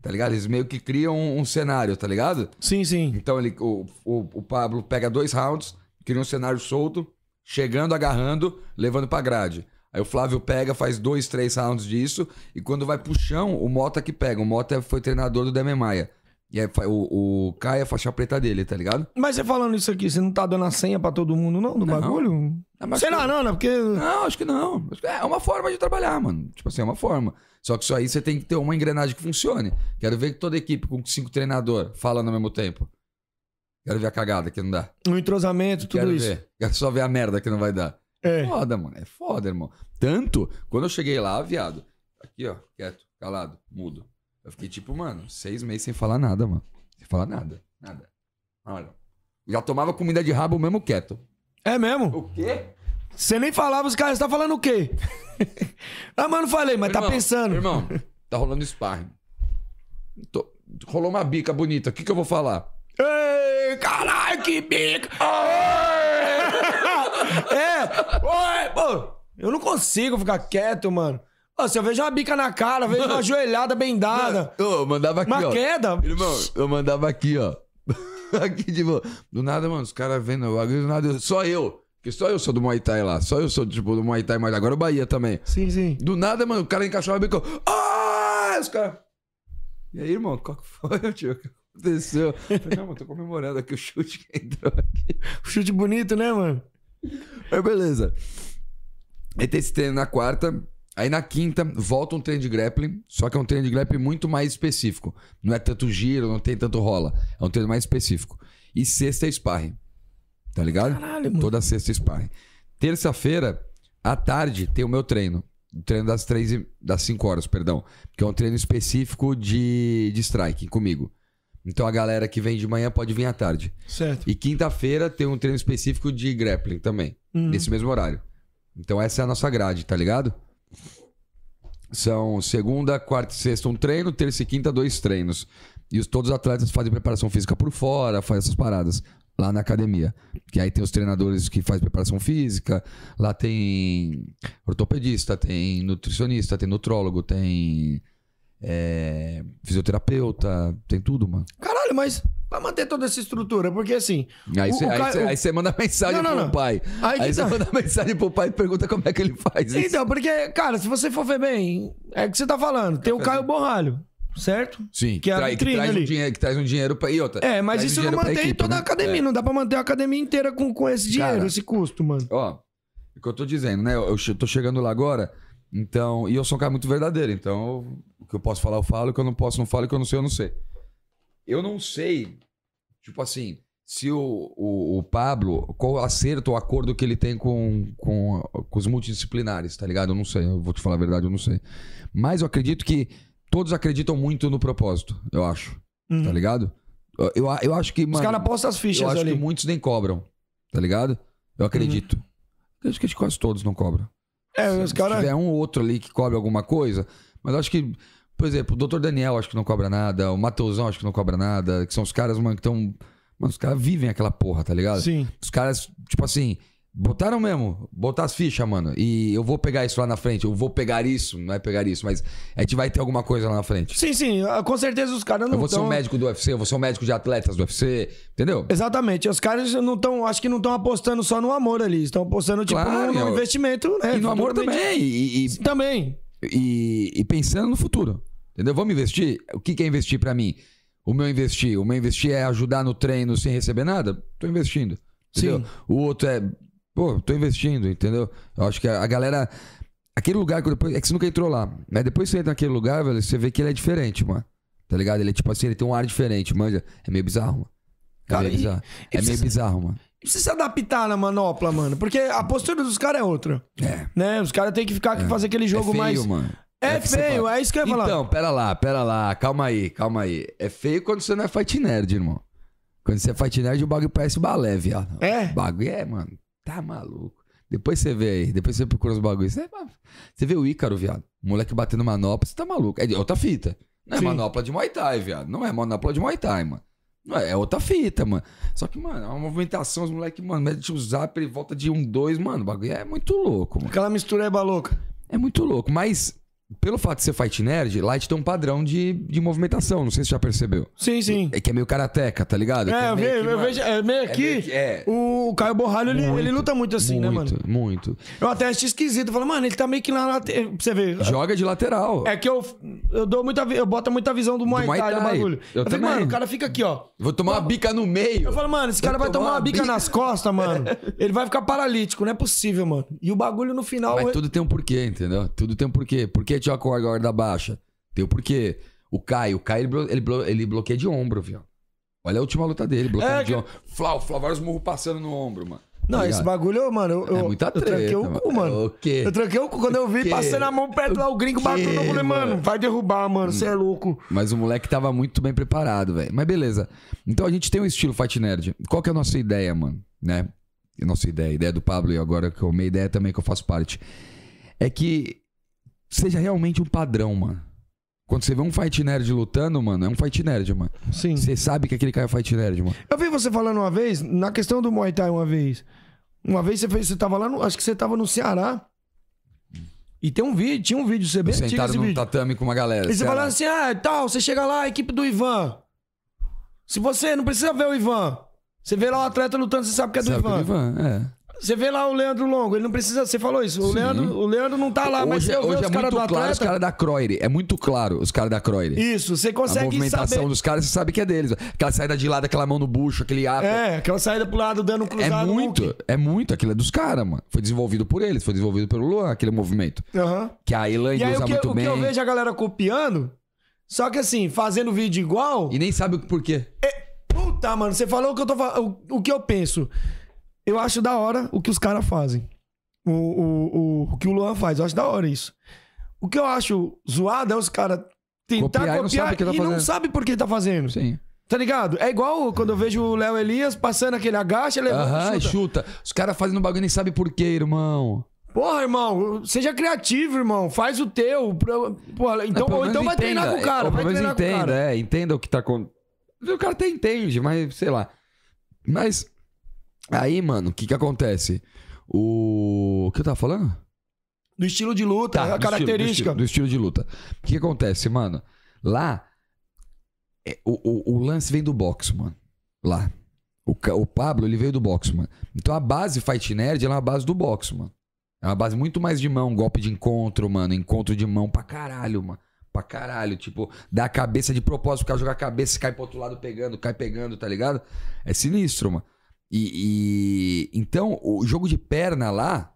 Tá ligado? Eles meio que criam um- um cenário, tá ligado? Sim, sim. Então ele, o, o, o Pablo pega dois rounds, cria um cenário solto, chegando, agarrando, levando pra grade. Aí o Flávio pega, faz dois, três rounds disso, e quando vai pro chão, o Mota que pega. O Mota foi treinador do Demi Maia. E aí fa- o, o Caio é faixa preta dele, tá ligado? Mas você falando isso aqui, você não tá dando a senha pra todo mundo, não? Do bagulho? Ah, mas Sei lá, que- não, né? Porque. Não, acho que não. Acho que É uma forma de trabalhar, mano. Tipo assim, é uma forma. Só que isso aí você tem que ter uma engrenagem que funcione. Quero ver que toda equipe com cinco treinador falando ao mesmo tempo. Quero ver a cagada que não dá. No entrosamento, tudo Quero isso. ver. Quero só ver a merda que não vai dar. É. Foda, mano. É foda, irmão. Tanto, quando eu cheguei lá, viado, aqui, ó, quieto, calado, mudo. Eu fiquei tipo, mano, seis meses sem falar nada, mano. Sem falar nada. Nada. Olha. Já tomava comida de rabo mesmo quieto. É mesmo? O quê? Você nem falava, os caras tá falando o quê? ah, mas não falei, mas tá Irmão, pensando. Irmão, tá rolando sparring. Tô- rolou uma bica bonita. O que, que eu vou falar? Ei, caralho, que bica! é! Oi, pô! Eu não consigo ficar quieto, mano. Ó, se eu vejo uma bica na cara, eu vejo uma joelhada bem dada, Eu, eu mandava aqui, uma ó. queda. Irmão, eu mandava aqui, ó. Aqui, tipo, do nada, mano, os caras vendo o bagulho, do nada, eu- só eu. Porque só eu sou do Muay Thai lá. Só eu sou, tipo, do Muay Thai, mas agora o Bahia também. Sim, sim. Do nada, mano, o cara encaixava o bico. Ah! Os caras. E aí, irmão, qual que foi, tio? O que aconteceu? Eu falei, não, mano, tô comemorando aqui o chute que entrou aqui. Chute bonito, né, mano? Aí, beleza. Aí tem esse treino na quarta. Aí na quinta, volta um treino de grappling. Só que é um treino de grappling muito mais específico. Não é tanto giro, não tem tanto rola. É um treino mais específico. E sexta é sparring. Tá ligado? Caralho, mano. Toda sexta é sparring. Terça-feira, à tarde, tem o meu treino. O treino das três e... das 5 horas, perdão. Que é um treino específico de, de strike comigo. Então a galera que vem de manhã pode vir à tarde. Certo. E quinta-feira tem um treino específico de grappling também. Nesse mesmo horário. Então essa é a nossa grade, tá ligado? São segunda, quarta e sexta um treino, terça e quinta dois treinos. E os, todos os atletas fazem preparação física por fora, fazem essas paradas lá na academia. Que aí tem os treinadores que fazem preparação física, lá tem ortopedista, tem nutricionista, tem nutrólogo, tem é, fisioterapeuta, tem tudo, mano. Caralho, mas pra manter toda essa estrutura, porque assim. Aí o- o cara- o- você manda mensagem Não, não, pro não. pai. Aí que Aí você tá. manda mensagem pro pai e pergunta como é que ele faz isso. Então, porque, cara, se você for ver bem, é o que você tá falando. Tem o Caio Borralho, certo? Sim, Que é a trai- vitrine traz um ali. dinheiro, que traz um dinheiro pra. E outra, É, mas traz um isso não dinheiro pra mantém equipe, toda a né? academia. Não dá pra manter a academia inteira com, com esse dinheiro, Cara. esse custo, mano. É. Ó, o que eu tô dizendo, né? Eu, eu che- tô chegando lá agora, então. E eu sou um cara muito verdadeiro, então. O que eu posso falar, eu falo. O que eu não posso, não falo. O que eu não sei, eu não sei. Eu não sei, tipo assim, se o, o, o Pablo, qual o acerto, o acordo que ele tem com, com, com os multidisciplinares, tá ligado? Eu não sei, eu vou te falar a verdade, eu não sei. Mas eu acredito que todos acreditam muito no propósito, eu acho, Uhum. tá ligado? Eu- Eu, eu acho que, mano. Os caras postam as Eu fichas acho ali. Uhum. que muitos nem cobram, tá ligado? Eu acredito. Eu acho que quase todos não cobram. É, Se- os se caras. tiver um ou outro ali que cobre alguma coisa, mas eu acho que, por exemplo, o Dr. Daniel acho que não cobra nada, o Mateusão acho que não cobra nada, que são os caras, mano, que estão... Mano, os caras vivem aquela porra, tá ligado? Sim. Os caras, tipo assim, botaram mesmo, botar as fichas, mano, e eu vou pegar isso lá na frente, eu vou pegar isso, não é pegar isso, mas a gente vai ter alguma coisa lá na frente. Sim, sim. ah, Com certeza os caras não Eu vou ser estão. um médico do UFC, eu vou ser um médico de atletas do UFC, entendeu? Exatamente. Os caras não estão. Acho que não estão apostando só no amor ali. Estão apostando, tipo, no, Claro, no meu. investimento, né? e no amor futuramente. também, e- e- Sim, Também. e, e pensando no futuro. Entendeu? Vamos investir? O que, que é investir pra mim? O meu investir? O meu investir é ajudar no treino sem receber nada? Tô investindo. Entendeu? Sim. O outro é, pô, tô investindo, entendeu? Eu acho que a, a galera. Aquele lugar que depois. É que você nunca entrou lá. Mas depois que você entra naquele lugar, velho, você vê que ele é diferente, mano. Tá ligado? Ele é tipo assim, ele tem um ar diferente, manja. É meio bizarro, mano. É Cara, meio e- bizarro. e é meio você- bizarro, mano. E precisa se adaptar na manopla, mano. Porque a postura dos caras é outra. É. Né? Os caras têm que ficar, que fazer aquele É jogo feio, mais. mano. É, o que você feio, fala. é isso que eu ia falar. Então, pera lá, pera lá, calma aí, calma aí. É feio quando você não é fight nerd, irmão. Quando você é fight nerd, o bagulho parece balé, viado. É? O bagulho é, mano, tá maluco. Depois você vê aí, depois você procura os bagulhos. Você, você vê o Ícaro, viado. O moleque batendo manopla, você tá maluco. É de outra fita. Não é Sim. manopla de Muay Thai, viado. Não é manopla de Muay Thai, mano. Não é, é outra fita, mano. Só que, mano, é uma movimentação, os moleques, mano, mete o zap, ele volta de um, dois, mano. O bagulho é muito louco, mano. Aquela mistura é louca. É muito louco, mas pelo fato de ser fight nerd, Light tem um padrão de, de movimentação, não sei se você já percebeu. Sim, sim. É que é meio karateca, tá ligado? Que É, eu, meio vejo, que, eu mano, vejo. É meio é aqui. meio que- é. O Caio Borralho, ele, Muito, ele luta muito assim, né, mano? Muito, muito. Eu até achei esquisito. Falei, mano, ele tá meio que na lateral. Pra você ver. Joga de lateral. É que eu, eu dou muita. vi- Eu boto muita visão do Muay Muay Thai no Thai. bagulho. Eu falei, também. mano, o cara fica aqui, ó. Vou tomar uma bica no meio. Eu falo, mano, esse cara vai tomar, uma bica nas costas, mano. Ele vai ficar paralítico, não é possível, mano. E o bagulho no final. é- Mas eu- tudo tem um porquê, entendeu? Tudo tem um porquê. Por que Tio Acorda a guarda baixa? Tem um porquê. O Caio, o Caio ele, blo- ele, blo- ele bloqueia de ombro, viu? Olha a última luta dele, bloqueio É, de que- ombro. Flau, Flau, vários murros passando no ombro, mano. Não, Tá esse ligado? bagulho, eu, mano, eu, É eu- muita eu tranquei treta, o cu, mano. É mano. o quê? Eu tranquei o cu quando eu vi, quê? passando a mão perto lá, o gringo O batendo. Eu quê, falei, mano, mano? vai derrubar, mano, você é louco. Mas o moleque tava muito bem preparado, velho. Mas beleza. Então a gente tem um estilo Fight Nerd. Qual que é a nossa ideia, mano? Né? E Nossa ideia, a ideia do Pablo e agora que eu, minha ideia também que eu faço parte. É que seja realmente um padrão, mano. Quando você vê um Fight Nerd lutando, mano, é um Fight Nerd, mano. Sim. Você sabe que aquele cara é Fight Nerd, mano. Eu vi você falando uma vez, na questão do Muay Thai uma vez. Uma vez você fez, você tava lá, no, acho que você tava no Ceará. E tem um vídeo, tinha um vídeo, você é bem antigo Sentado esse num vídeo. tatame com uma E galera. você sei lá. falando assim, ah, tal, você chega lá, a equipe do Ivan. Se você não precisa ver o Ivan, você vê lá o atleta lutando, você sabe que é do Sabe que é Ivan. do Ivan, é. Você vê lá o Leandro Longo, ele não precisa. Você falou isso. O, Sim. Leandro, o Leandro não tá lá, mas hoje você vê hoje os é caras do muito claro atleta. os caras da Croire. É muito claro os caras da Croire. Isso, você A consegue movimentação saber. dos caras, você sabe que é deles. Aquela saída de lado, aquela mão no bucho, aquele ato. É, aquela saída pro lado dando um É cruzado. um muito, é muito aquilo, é dos caras, mano. Foi desenvolvido por eles, foi desenvolvido pelo Luan, aquele movimento. kick. Aham. Que a E Elaine aí usa o que, muito o que bem. eu vejo a galera copiando, só que assim, fazendo vídeo igual. E nem sabe o porquê. Puta, mano, você falou o que eu tô fa- o, o que eu penso. Eu acho da hora o que os caras fazem. O, o, o, o que o Luan faz, eu acho da hora isso. O que eu acho zoado é os caras tentar Copiar e não sabe copiar, o que tá e não fazendo. sabe por que tá fazendo. Sim. Tá ligado? É igual quando eu vejo o Léo Elias passando aquele agacha, levanta Aham, e chuta. chuta. Os caras fazendo bagulho e nem sabe por quê, irmão. Porra, irmão, seja criativo, irmão. Faz o teu. pra- Porra, então, É, Pelo ou menos então vai treinar com o é, cara. ou Vai pelo treinar menos entenda, com o cara. é, entenda o que tá acontecendo. O cara até entende, mas sei lá. Mas aí, mano, o que que acontece? O, o que eu tava falando? Do estilo de luta, é Tá, a do estilo, característica. Do estilo, do estilo de luta. O que que acontece, mano? Lá, é, o, o- o lance vem do boxe, mano. Lá. O, ca- o Pablo, ele veio do boxe, mano. Então a base Fight Nerd, ela é uma base do boxe, mano. É uma base muito mais de mão, golpe de encontro, mano. Encontro de mão pra caralho, mano. Pra caralho. Tipo, dá a cabeça de propósito, o cara joga a cabeça, cai pro outro lado pegando, cai pegando, tá ligado? É sinistro, mano. E, e- então, o jogo de perna lá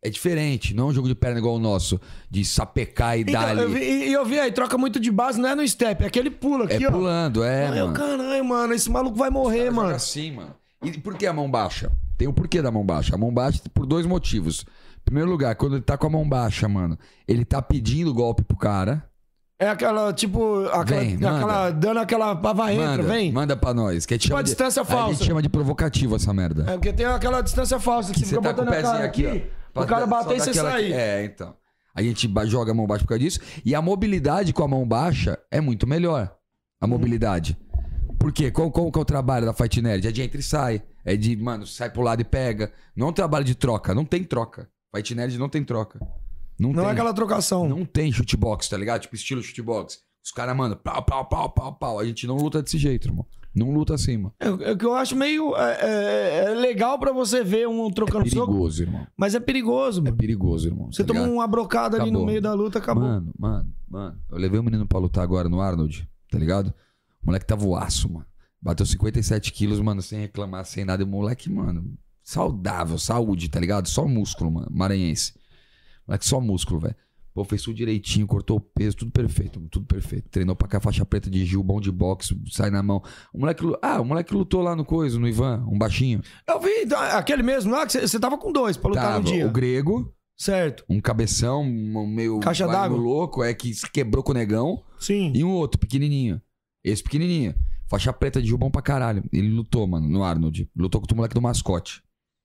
é diferente. Não é um jogo de perna igual o nosso, de sapecar e dar Então, eu ali. vi- e e eu vi aí, troca muito de base, não é no step, é aquele pulo É aqui, ó. pulando, é, Aí eu, mano. caralho, mano, esse maluco vai Os morrer, caras jogam mano. assim, mano. E por que a mão baixa? Tem o porquê da mão baixa. A mão baixa por dois motivos. Em primeiro lugar, quando ele tá com a mão baixa, mano, ele tá pedindo golpe pro cara. É aquela, tipo, aquela, Vem, aquela- manda. dando aquela pava entra, manda, vem. manda pra nós. Que a gente Tipo chama a de- distância a falsa. gente chama de provocativo essa merda. É porque tem aquela distância falsa que, que você fica tá com o botando a pezinho cara aqui, aqui, ó. o cara Pra- bater e só você daquela que- sair. É, então. A gente ba- joga a mão baixa por causa disso. E a mobilidade com a mão baixa é muito melhor. Uhum. A mobilidade. Por quê? Qual, qual que é o trabalho da Fight Nerd? É de entra e sai. É de, mano, sai pro lado e pega. Não é um trabalho de troca. Não tem troca. Fight Nerd não tem troca. Não, Não tem. é aquela trocação. Não tem chute box, tá ligado? Tipo estilo chute box. Os caras, mano, pau, pau, pau, pau, pau. A gente não luta desse jeito, irmão. Não luta assim, mano. É, o que eu acho meio é, é- é legal pra você ver um trocando soco, É Perigoso, irmão. mas é perigoso, mano. Perigoso, irmão. Você tá toma ligado? uma brocada ali no Acabou. meio da luta, acabou. Mano, mano, mano. Eu levei um menino pra lutar agora no Arnold, tá ligado? O moleque tava oaço, mano. Bateu 57 quilos, mano, sem reclamar, sem nada. E o moleque, mano, saudável, saúde, tá ligado? Só músculo, mano, maranhense. Moleque, só músculo, velho. Pô, fez tudo direitinho, cortou o peso, tudo perfeito, mano, tudo perfeito. Treinou pra cá, faixa preta de Gil, bom de boxe, sai na mão. O moleque, lu- ah, o moleque lutou lá no coisa, no Ivan, um baixinho. Eu vi então, aquele mesmo lá que você- você tava com dois pra lutar Tava no dia. o grego, Certo. um cabeção, um meio Caixa vai no d'água. louco, é que se quebrou com o negão. Sim. E um outro, pequenininho. Esse pequenininho. Faixa preta de Gilbão pra caralho. Ele lutou, mano, no Arnold. Lutou com o moleque do mascote.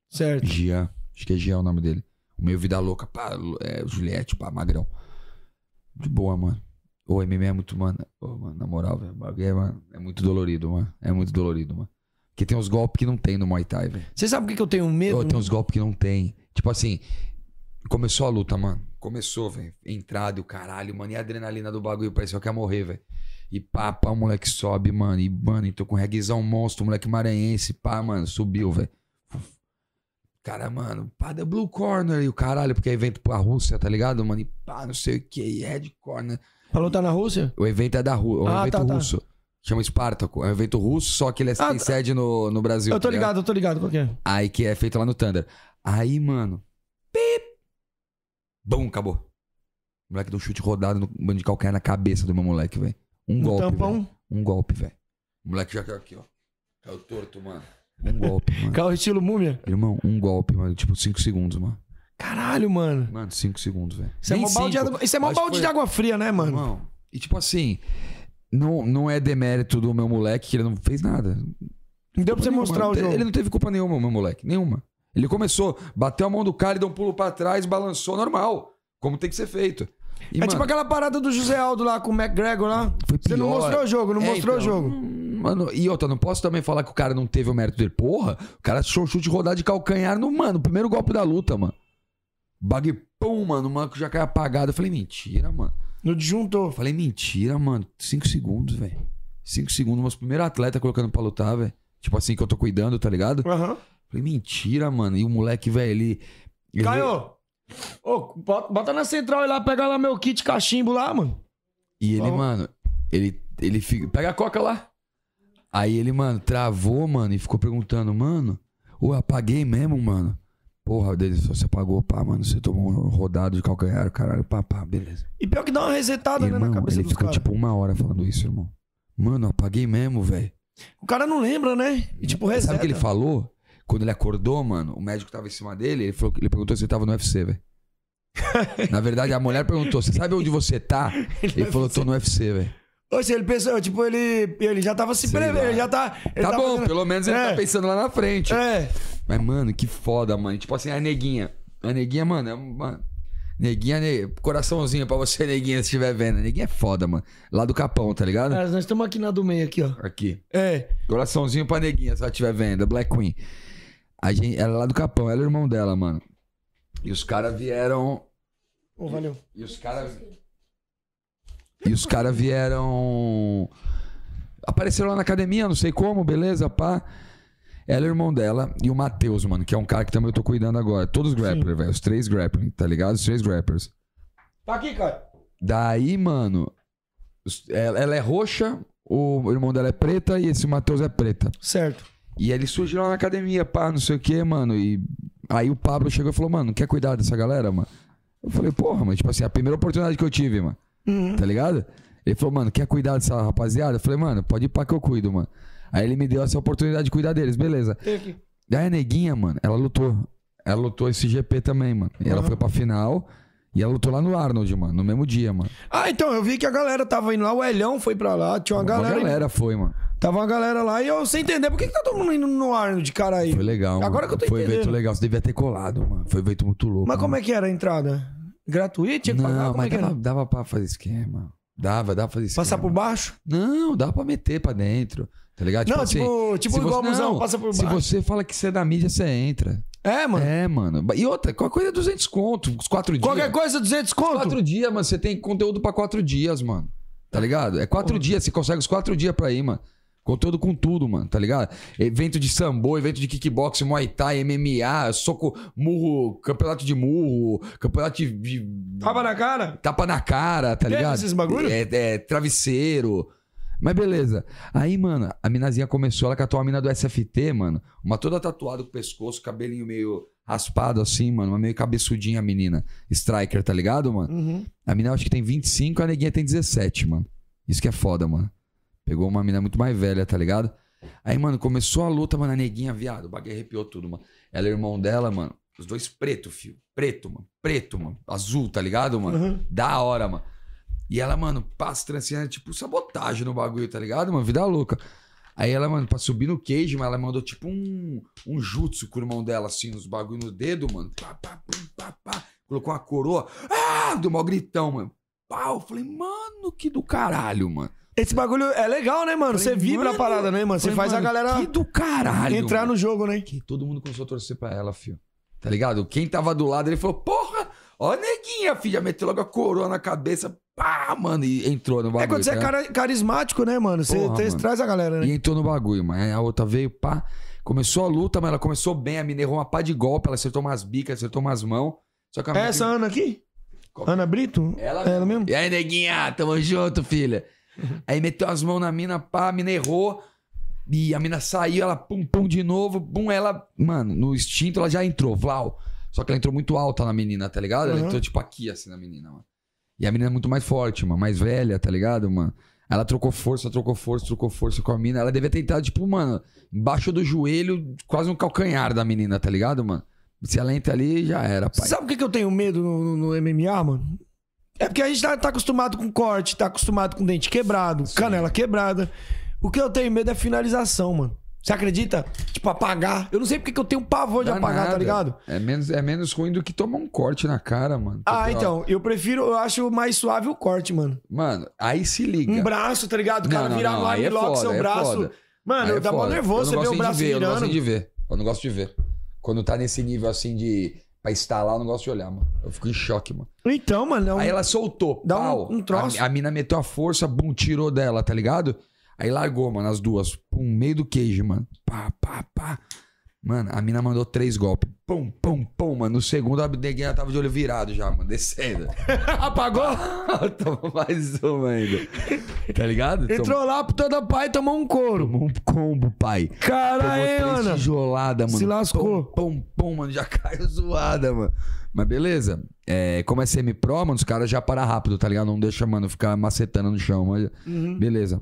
Certo. Jean. Acho que é Jean o nome dele. O meio vida louca, pá. Lu- É, Juliette, pá, magrão. De boa, mano. O MMA é muito, mano. Ô, mano, na moral, velho. o bagulho É, mano, é muito dolorido, mano. É muito dolorido, mano. Porque tem uns golpes que não tem no Muay Thai, velho. Você sabe por que que eu tenho um medo? né? Ô, Tem uns golpes que não tem. Tipo assim, começou a luta, mano. Começou, velho. Entrada e o caralho, mano. E a adrenalina do bagulho, parecia que ia morrer, velho. E pá, pá, o moleque sobe, mano. E, mano, e tô com um reguizão monstro, moleque maranhense, pá, mano, subiu, velho. Cara, mano, pá, da Blue Corner e o caralho, porque é evento pra Rússia, tá ligado, mano? E pá, não sei o que, e Red Corner. Pra lutar na Rússia? O evento é da Rússia, é um Ah, evento tá, tá. russo. Chama Espartaco, é um evento russo, só que ele é, Ah, tem tá. sede no, no Brasil. Eu tô tá ligado? ligado, eu tô ligado. Por quê? Aí que é feito lá no Thunder. Aí, mano. Pip! Bum, acabou. O moleque deu um chute rodado no bando de calcanhar na cabeça do meu moleque, velho. Um No golpe. tampão. velho. Um golpe, velho. O moleque já caiu aqui, ó. Caiu torto, mano. Um golpe, mano. Carro é estilo múmia? Irmão, um golpe, mano. Tipo, 5 segundos, mano. Caralho, mano. Mano, 5 segundos, velho. Isso Nem é mó balde, de cinco. água- isso é mó Acho que balde foi- de água fria, né, mano? Irmão, e tipo assim, não, não é demérito do meu moleque que ele não fez nada. Não deu pra você Nenhuma. mostrar o Ele- jogo. Ele não teve culpa nenhuma, meu moleque. Nenhuma. Ele começou, bateu a mão do cara, ele deu um pulo pra trás, balançou normal. Como tem que ser feito. E, é mano, tipo aquela parada do José Aldo lá com o McGregor lá. foi Você não pior. mostrou o jogo, não É, mostrou o então, jogo. Mano, e outra, não posso também falar que o cara não teve o mérito dele. Porra, o cara achou um chute rodar de calcanhar no, mano, primeiro golpe da luta, mano. Bague, pum, mano, o manco já caiu apagado. Eu falei, mentira, mano. No disjuntor. Eu falei, mentira, mano. Cinco segundos, velho. Cinco segundos, meus primeiros atletas colocando pra lutar, velho. Tipo assim, que eu tô cuidando, tá ligado? Aham. Falei, mentira, mano. E o moleque, velho, ele. ele- Caio! Ô, bota, bota na central e lá, pega lá meu kit cachimbo lá, mano. E ele, Vamos. mano, ele, ele fica. Pega a coca lá. Aí ele, mano, travou, mano, e ficou perguntando, mano, ô, apaguei mesmo, mano. Porra, Denis, você apagou, pá, mano, você tomou um rodado de calcanhar, caralho, pá, pá, beleza. E pior que dá uma resetada, né, na Irmão, cabeça ele dos ficou caras. tipo uma hora falando isso, irmão. Mano, apaguei mesmo, velho. O cara não lembra, né? E tipo, reseta. Sabe o que ele falou? Quando ele acordou, mano, o médico tava em cima dele, ele, falou, que- ele perguntou se ele tava no UFC, velho. Na verdade, a mulher perguntou, você sabe onde você tá? Ele falou, tô no UFC, velho. Ou seja, ele pensou, tipo, ele, ele já tava se Sei prevendo, lá. ele já tá. Ele Tá tá bom, fazendo- pelo menos ele É. tá pensando lá na frente. É. Mas, mano, que foda, mano. Tipo assim, a neguinha. A neguinha, mano, é uma. Neguinha, ne- coraçãozinho pra você, neguinha, se estiver vendo. A neguinha é foda, mano. Lá do Capão, tá ligado? É, Nós estamos aqui na do meio, aqui, ó. Aqui. É. Coraçãozinho pra neguinha, se ela estiver vendo. Black Queen. A gente, ela é lá do Capão, ela é o irmão dela, mano. E os caras vieram. Ô, valeu. E os caras. E os caras vieram. Apareceram lá na academia, não sei como, beleza, pá. Ela é o irmão dela e o Matheus, mano, que é um cara que também eu tô cuidando agora. Todos grapplers, velho. Os três grappling, tá ligado? Os três grapplers. Tá aqui, cara. Daí, mano, os- ela ela é roxa, o irmão dela é preta e esse Matheus é preta. Certo. E aí eles surgiram lá na academia, pá, não sei o que, mano. E aí o Pablo chegou e falou, mano, quer cuidar dessa galera, mano? Eu falei, porra, mas tipo assim, a primeira oportunidade que eu tive, mano. Uhum. Tá ligado? Ele falou, mano, quer cuidar dessa rapaziada? Eu falei, mano, pode ir pra que eu cuido, mano. Aí ele me deu essa oportunidade de cuidar deles, beleza. Tem aqui. Daí a neguinha, mano, ela lutou. Ela lutou esse GP também, mano. E Uhum. ela foi pra final. E ela lutou lá no Arnold, mano, no mesmo dia, mano. Ah, então, eu vi que a galera tava indo lá, o Elhão foi pra lá, tinha uma A galera. galera foi, mano. Tava uma galera lá e eu sem entender por que, que tá todo mundo indo no Arnold, cara aí. Foi legal, mano. Agora que eu tô Foi um evento entendendo. legal. Você devia ter colado, mano. Foi um evento muito louco. Mas mano. como é que era a entrada? Gratuito? Tinha que pagar? Não, Como é mas né? que dava, era? dava pra fazer esquema. Dava, dava pra fazer esquema. Passar por baixo? Não, dava pra meter pra dentro. Tá ligado? não, tipo, tipo se igual o você- busão, não, passa por Se baixo. você fala que você é da mídia, você entra. É, mano. É, mano. E outra, qualquer coisa é 200 conto, os quatro dias. Qualquer coisa, é 200 conto. Quatro dias, mano. Você tem conteúdo pra quatro dias, mano. Tá ligado? É quatro dias, você consegue os quatro dias pra ir, mano. Conteúdo com tudo, mano, tá ligado? Evento de sambo, evento de kickboxing, muay thai, MMA, soco, murro, campeonato de murro, campeonato de- de Tava na cara? tapa na cara, tá Teve ligado? esses bagulho? É, é, travesseiro. Mas beleza. Aí, mano, a minazinha começou, ela catou a mina do SFT, mano. Uma toda tatuada com o pescoço, cabelinho meio raspado assim, mano. Uma meio cabeçudinha a menina. Striker, tá ligado, mano? Uhum. A mina eu acho que tem 25, a neguinha tem 17, mano. Isso que é foda, mano. Pegou uma mina muito mais velha, tá ligado? Aí, mano, começou a luta, mano, a neguinha, viado. O bagulho arrepiou tudo, mano. Ela e o irmão dela, mano. Os dois preto, fio. Preto, mano. Preto, mano. Azul, tá ligado, mano? Uhum. Da hora, mano. E ela, mano, passa trancinha, tipo, sabotagem no bagulho, tá ligado, mano? Vida louca. Aí ela, mano, pra subir no cage, mano, ela mandou tipo um, um jutsu com o irmão dela, assim, nos bagulho no dedo, mano. Pá, pá, pum, pá, pá. Colocou uma coroa. Ah! Deu mó gritão, mano. Pau. Falei, mano, que do caralho, mano. Esse bagulho é legal, né, mano? Você Falei, vibra mano, a parada, né, mano? Você Falei, faz a mano, galera Que do caralho. entrar mano. no jogo, né? Que todo mundo começou a torcer pra ela, filho. Tá ligado? Quem tava do lado, ele falou, porra, ó a neguinha, filha, meteu logo a coroa na cabeça, pá, mano, e entrou no bagulho. É quando você tá é ligado? cara- carismático, né, mano? Você Porra, você mano. traz a galera, né? E entrou no bagulho, mano. Aí a outra veio, pá. Começou a luta, mas ela começou bem. A mina errou uma pá de golpe, ela acertou umas bicas, acertou umas mãos. Só que a É essa Ana aqui? Qual que Ana Brito? Ela, É ela mesmo? E aí, neguinha, tamo junto, filha. Aí meteu as mãos na mina, pá, a mina errou. E a mina saiu, ela pum, pum de novo, pum, ela, mano, no instinto ela já entrou, Vlau. Só que ela entrou muito alta na menina, tá ligado? Ela Uhum. entrou tipo aqui, assim, na menina, mano. E a menina é muito mais forte, mano, mais velha, tá ligado, mano? Ela trocou força, trocou força, trocou força com a mina. Ela devia ter entrado, tipo, mano, embaixo do joelho, quase um calcanhar da menina, tá ligado, mano? Se ela entra ali, já era, pai. Sabe o que, que eu tenho medo no, no- no MMA, mano? É porque a gente tá, tá acostumado com corte, tá acostumado com dente quebrado, canela quebrada. O que eu tenho medo é finalização, mano. Você acredita? Tipo, apagar. Eu não sei porque que eu tenho pavor de Dá apagar, tá nada. ligado? É menos, é menos ruim do que tomar um corte na cara, mano. Ah, Porque, ó, então. Eu prefiro, eu acho mais suave o corte, mano. Mano, aí se liga. Um braço, tá ligado? O Não, cara não, virar não, no aí é armlock, foda, seu aí é braço. foda. Mano, Aí é dá mó foda. nervoso um você Eu ver não gosto o nem de braço ver, Eu não gosto nem virando. de ver. Eu não gosto de ver. Quando tá nesse nível assim de. Pra instalar, eu não gosto de olhar, mano. Eu fico em choque, mano. Então, mano, é um- Aí ela soltou. Dá um- pau. um troço. A, a mina meteu a força, bum, tirou dela, tá ligado? Aí largou, mano, as duas. Pum, meio do queijo, mano. Pá, pá, pá. Mano, a mina mandou três golpes. Pum, pum, pum, mano. No segundo, a neguinha tava de olho virado já, mano. Descendo. Apagou? Tomou mais uma ainda. Tá ligado? Entrou lá pro toda pai e tomou um couro. Tomou um combo, pai. Tomou Caralho, três Ana. tijolada, mano. Se lascou. Pum, pum, pum, mano. Já caiu zoada, mano. Mas beleza. É, como é semi-pro, mano, os caras já param rápido, tá ligado? Não deixa, mano, ficar macetando no chão. Mas... Uhum. Beleza.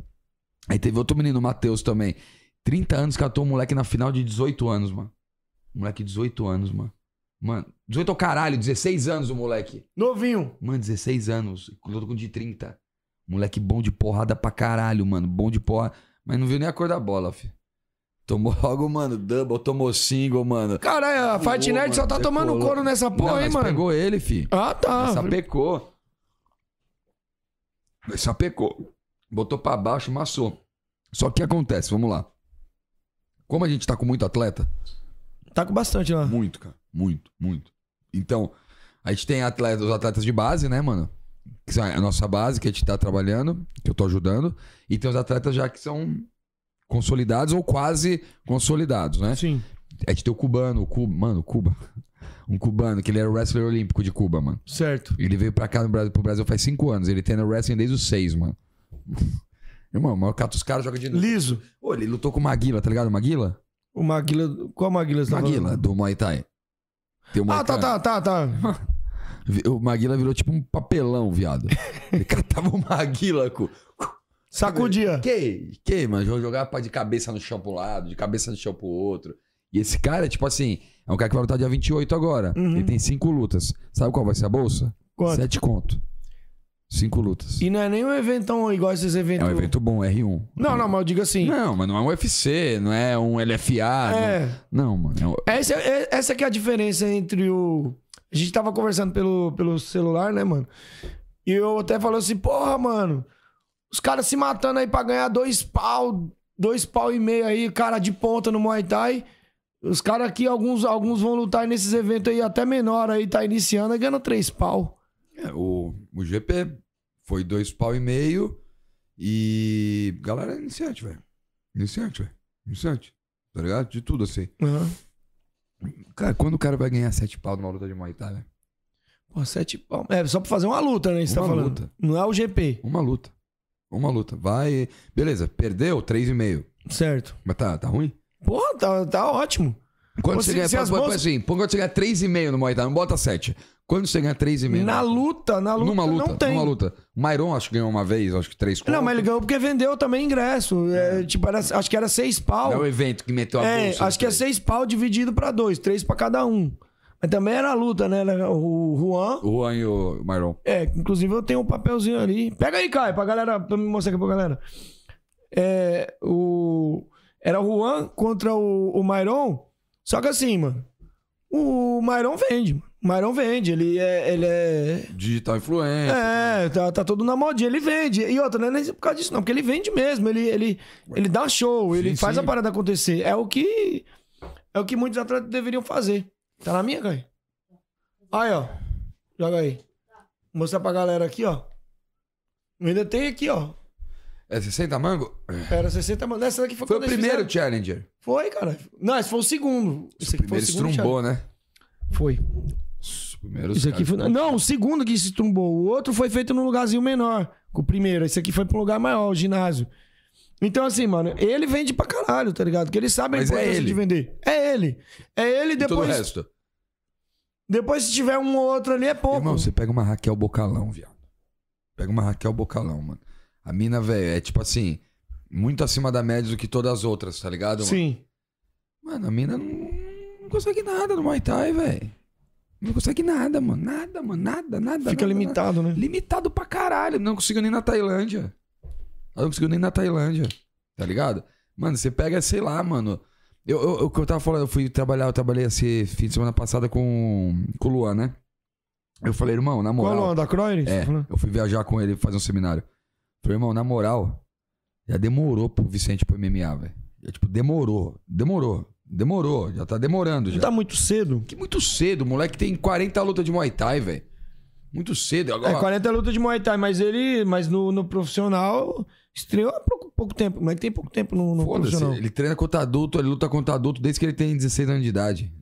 Aí teve outro menino, o Matheus também. 30 anos, catou um moleque na final de 18 anos, mano. Moleque de 18 anos, mano. Mano, 18 ao caralho, 16 anos o moleque. Novinho. Mano, 16 anos. Lutou com de 30. Moleque bom de porrada pra caralho, mano. Bom de porra. Mas não viu nem a cor da bola, fi. Tomou logo, mano, double, tomou single, mano. Caralho, a Fight Pulou, Nerd só mano, tá tomando decolou. couro nessa Não, porra, hein, nós mano? pegou ele, fi. Ah, Nós tá. sapecou. Nós sapecou. Botou pra baixo, maçou. Só que o que acontece, vamos lá. Como a gente tá com muito atleta, Tá com bastante lá. muito, cara. Muito, muito. Então, a gente tem atleta- os atletas de base, né, mano? Que são a nossa base, que a gente tá trabalhando, que eu tô ajudando. E tem os atletas já que são consolidados ou quase consolidados, né? Sim. A gente tem o cubano, o Cuba, mano, o Cuba. Um cubano, que ele era wrestler olímpico de Cuba, mano. Certo. Ele veio pra cá no Brasil, pro Brasil faz cinco anos. Ele treina wrestling desde os seis, mano. Irmão, mas cata os caras, joga de novo. Liso. Ô, ele lutou com o Maguila, tá ligado? O Maguila? O Maguila. Qual Maguila você tá Maguila, falando? do Muay Thai. Tem o Muay Ah, tá, Thai. tá, tá, tá. Vi- O Maguila virou tipo um papelão, viado. Ele catava o Maguila, cu. Sacudia. Que? Que, mano? Jo- Jogava pra- de cabeça no chão pro lado, de cabeça no chão pro outro. E esse cara, tipo assim, é um cara que vai lutar dia 28 agora. Uhum. Ele tem cinco lutas. Sabe qual vai ser a bolsa? Quanto? Sete conto. Cinco lutas. E não é nem um eventão igual esses É eventos. um evento bom, R1. Não, não, mas eu digo assim. Não, mas não é um UFC, não é um LFA. é. Não, não, mano. É um- Essa, é- essa que é a diferença entre o. A gente tava conversando pelo, pelo celular, né, mano? E eu até falei assim, porra, mano, os caras se matando aí pra ganhar dois pau, dois pau e meio aí, cara de ponta no Muay Thai. Os caras aqui, alguns, alguns vão lutar nesses eventos aí, até menor aí, tá iniciando, aí ganhando três pau. É, o, o GP foi dois pau e meio e. Galera, é iniciante, velho. Iniciante, velho. Iniciante. Tá ligado? De tudo assim. Cara, quando o cara vai ganhar sete pau numa luta de Muay Thai, velho? Pô, sete pau. É, só pra fazer uma luta, né? Você tá Uma falando. luta. Não é o GP, Uma luta. Uma luta. Vai. Beleza, perdeu três e meio. certo? Mas tá, tá ruim? Porra, tá, tá ótimo. Quando Pô, você se- ganha. se as põe- põe bolsas- assim, põe quando você ganha três e meio no Muay Thai, não bota sete. Quando você ganha três e meio. Na luta, na luta, numa luta, não tem. numa luta. O Mairon acho que ganhou uma vez, acho que três Não, mas ele conto. ganhou porque vendeu também ingresso. É, tipo, era- acho que era seis pau. É o evento que meteu a é, bolsa. acho que é seis pau dividido pra dois, três pra cada um. Mas também era a luta, né? Era O Juan. O Juan e o Mairon. É, inclusive eu tenho um papelzinho ali. Pega aí, Caio, pra galera, pra me mostrar aqui pra galera. É, o... Era o Juan contra o, o Mairon. Só que assim, mano, o Mairon vende. mano. O Mairon vende, ele é- Ele é Digital influencer. é, tá, tá tudo na modinha. Ele vende. E outra, não é nem por causa disso, não, porque ele vende mesmo. Ele, ele, ele dá show, ele Sim, faz sim. a parada acontecer. É o que. É o que muitos atletas deveriam fazer. Tá na minha, Caio? Aí, ó. Joga aí. Vou mostrar pra galera aqui, ó. Eu ainda tem aqui, ó. É 60 mango? Era 60 mano. Essa daqui foi, Foi o quando eles primeiro fizeram. challenger. Foi, cara. Não, esse foi o segundo. Esse O aqui foi o primeiro segundo. estrumbou, né? Thiago. Foi. Os primeiros Isso aqui foi... caras- Não, o segundo que se trombou. O outro foi feito num lugarzinho menor. O primeiro. Esse aqui foi pra um lugar maior, o ginásio. Então, assim, mano, ele vende pra caralho, tá ligado? Porque ele sabe a Mas é importância ele. de vender. É ele. É ele E todo o depois. resto. Depois, se tiver um ou outro ali, é pouco. Irmão, você pega uma Raquel Bocalão, viado. Pega uma Raquel Bocalão, mano. A mina, velho, é tipo assim, muito acima da média do que todas as outras, tá ligado? mano? Sim. Mano, a mina não, não consegue nada no Muay Thai, velho. Não consegue nada, mano. Nada, mano. Nada, nada. Fica nada, limitado, né? nada. Limitado pra caralho. Não conseguiu nem na Tailândia. Ela não conseguiu nem na Tailândia. Tá ligado? Mano, você pega, sei lá, mano. Eu, eu, eu, que eu tava falando, eu fui trabalhar, eu trabalhei esse fim de semana passada com, com o Luan, né? Eu falei, irmão, na Qual o moral. nome da tá Croyne? É, eu fui viajar com ele fazer um seminário. Falei, irmão, na moral, já demorou pro Vicente pro MMA, velho. Já, tipo, demorou, demorou, demorou, já tá demorando já. Tá muito cedo. Que muito cedo, o moleque tem 40 lutas de Muay Thai, velho. Muito cedo, agora... É 40 luta de Muay Thai, mas ele. Mas no, no profissional Estreou há pouco, pouco tempo, mas tem pouco tempo no, no Foda-se, profissional. ele treina contra adulto, ele luta contra adulto desde que ele tem 16 anos de idade.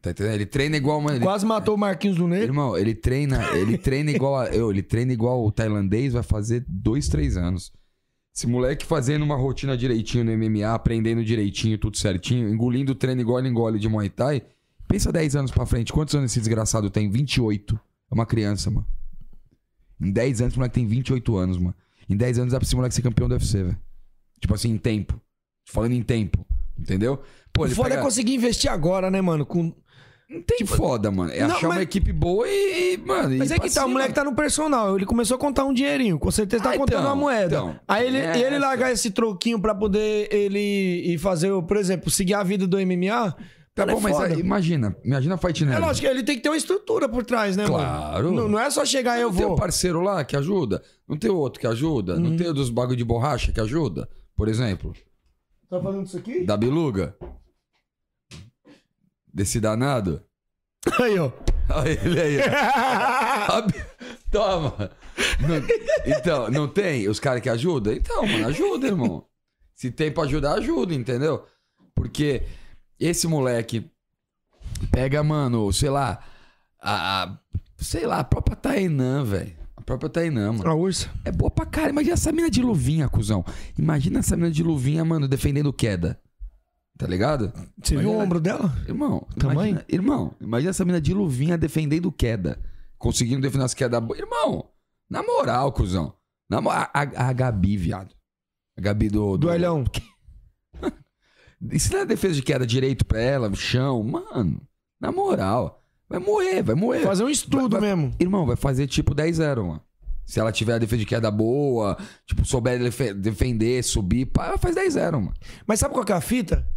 Tá entendendo? Ele treina igual, mano. Ele, Quase matou o Marquinhos do Ney. irmão, ele treina, ele treina igual. a- eu, ele treina igual o tailandês, vai fazer dois, três anos. Esse moleque fazendo uma rotina direitinho no MMA, aprendendo direitinho, tudo certinho, engolindo o treino igual ele engole de Muay Thai. Pensa 10 anos pra frente, quantos anos esse desgraçado tem? 28. É uma criança, mano. Em 10 anos, o moleque tem 28 anos, mano. Em 10 anos dá pra esse moleque ser campeão do UFC, velho. Tipo assim, em tempo. Falando em tempo. Entendeu? Pô, O ele foda pega- é conseguir investir agora, né, mano? Com... Não tem foda, mano. É Não, achar uma mas- equipe boa e, e, mano. Mas e é que pra tá, o cima. moleque tá no personal. Ele começou a contar um dinheirinho. Com certeza tá Ah, contando então, uma moeda. então. Aí ele, É e ele essa. largar esse troquinho pra poder ele ir fazer, o- por exemplo, seguir a vida do MMA. Tá cara, bom, é mas foda. aí, imagina. Imagina a Fight É Nerd. lógico, ele tem que ter uma estrutura por trás, né, Claro. mano? Não, não é só chegar e eu Não tem o vou. Uhum. parceiro lá que ajuda? Não tem o outro que ajuda? Não tem o dos bagulho de borracha que ajuda? Por exemplo, Tá falando isso aqui? da Beluga? Desse danado? Aí, ó. Olha ele aí. ó. Sabe? Toma. Não- então, não tem os caras que ajudam? Então, mano, ajuda, irmão. Se tem pra ajudar, ajuda, entendeu? Porque esse moleque pega, mano, sei lá, a, a- sei lá, a própria Tainã, velho. A própria Tainã, mano. A ursa. É boa pra cara. Imagina essa mina de luvinha, cuzão. Imagina essa mina de luvinha, mano, defendendo queda. Tá ligado? Você viu o Olha- ombro dela? Irmão, Tamanho? imagina, irmão, imagina essa mina de luvinha defendendo queda. Conseguindo defender as quedas boas. Irmão, na moral, cuzão. Na mo- a, a, a Gabi, viado. A Gabi do. Do Elhão. Ensina a defesa de queda direito pra ela, no chão. Mano, na moral. Vai morrer, vai morrer. Fazer um estudo mesmo. Irmão, vai fazer tipo 10-0, mano. Se ela tiver a defesa de queda boa, tipo, souber defe- defender, subir, pá, ela faz 10-0, mano. Mas sabe qual que é a fita?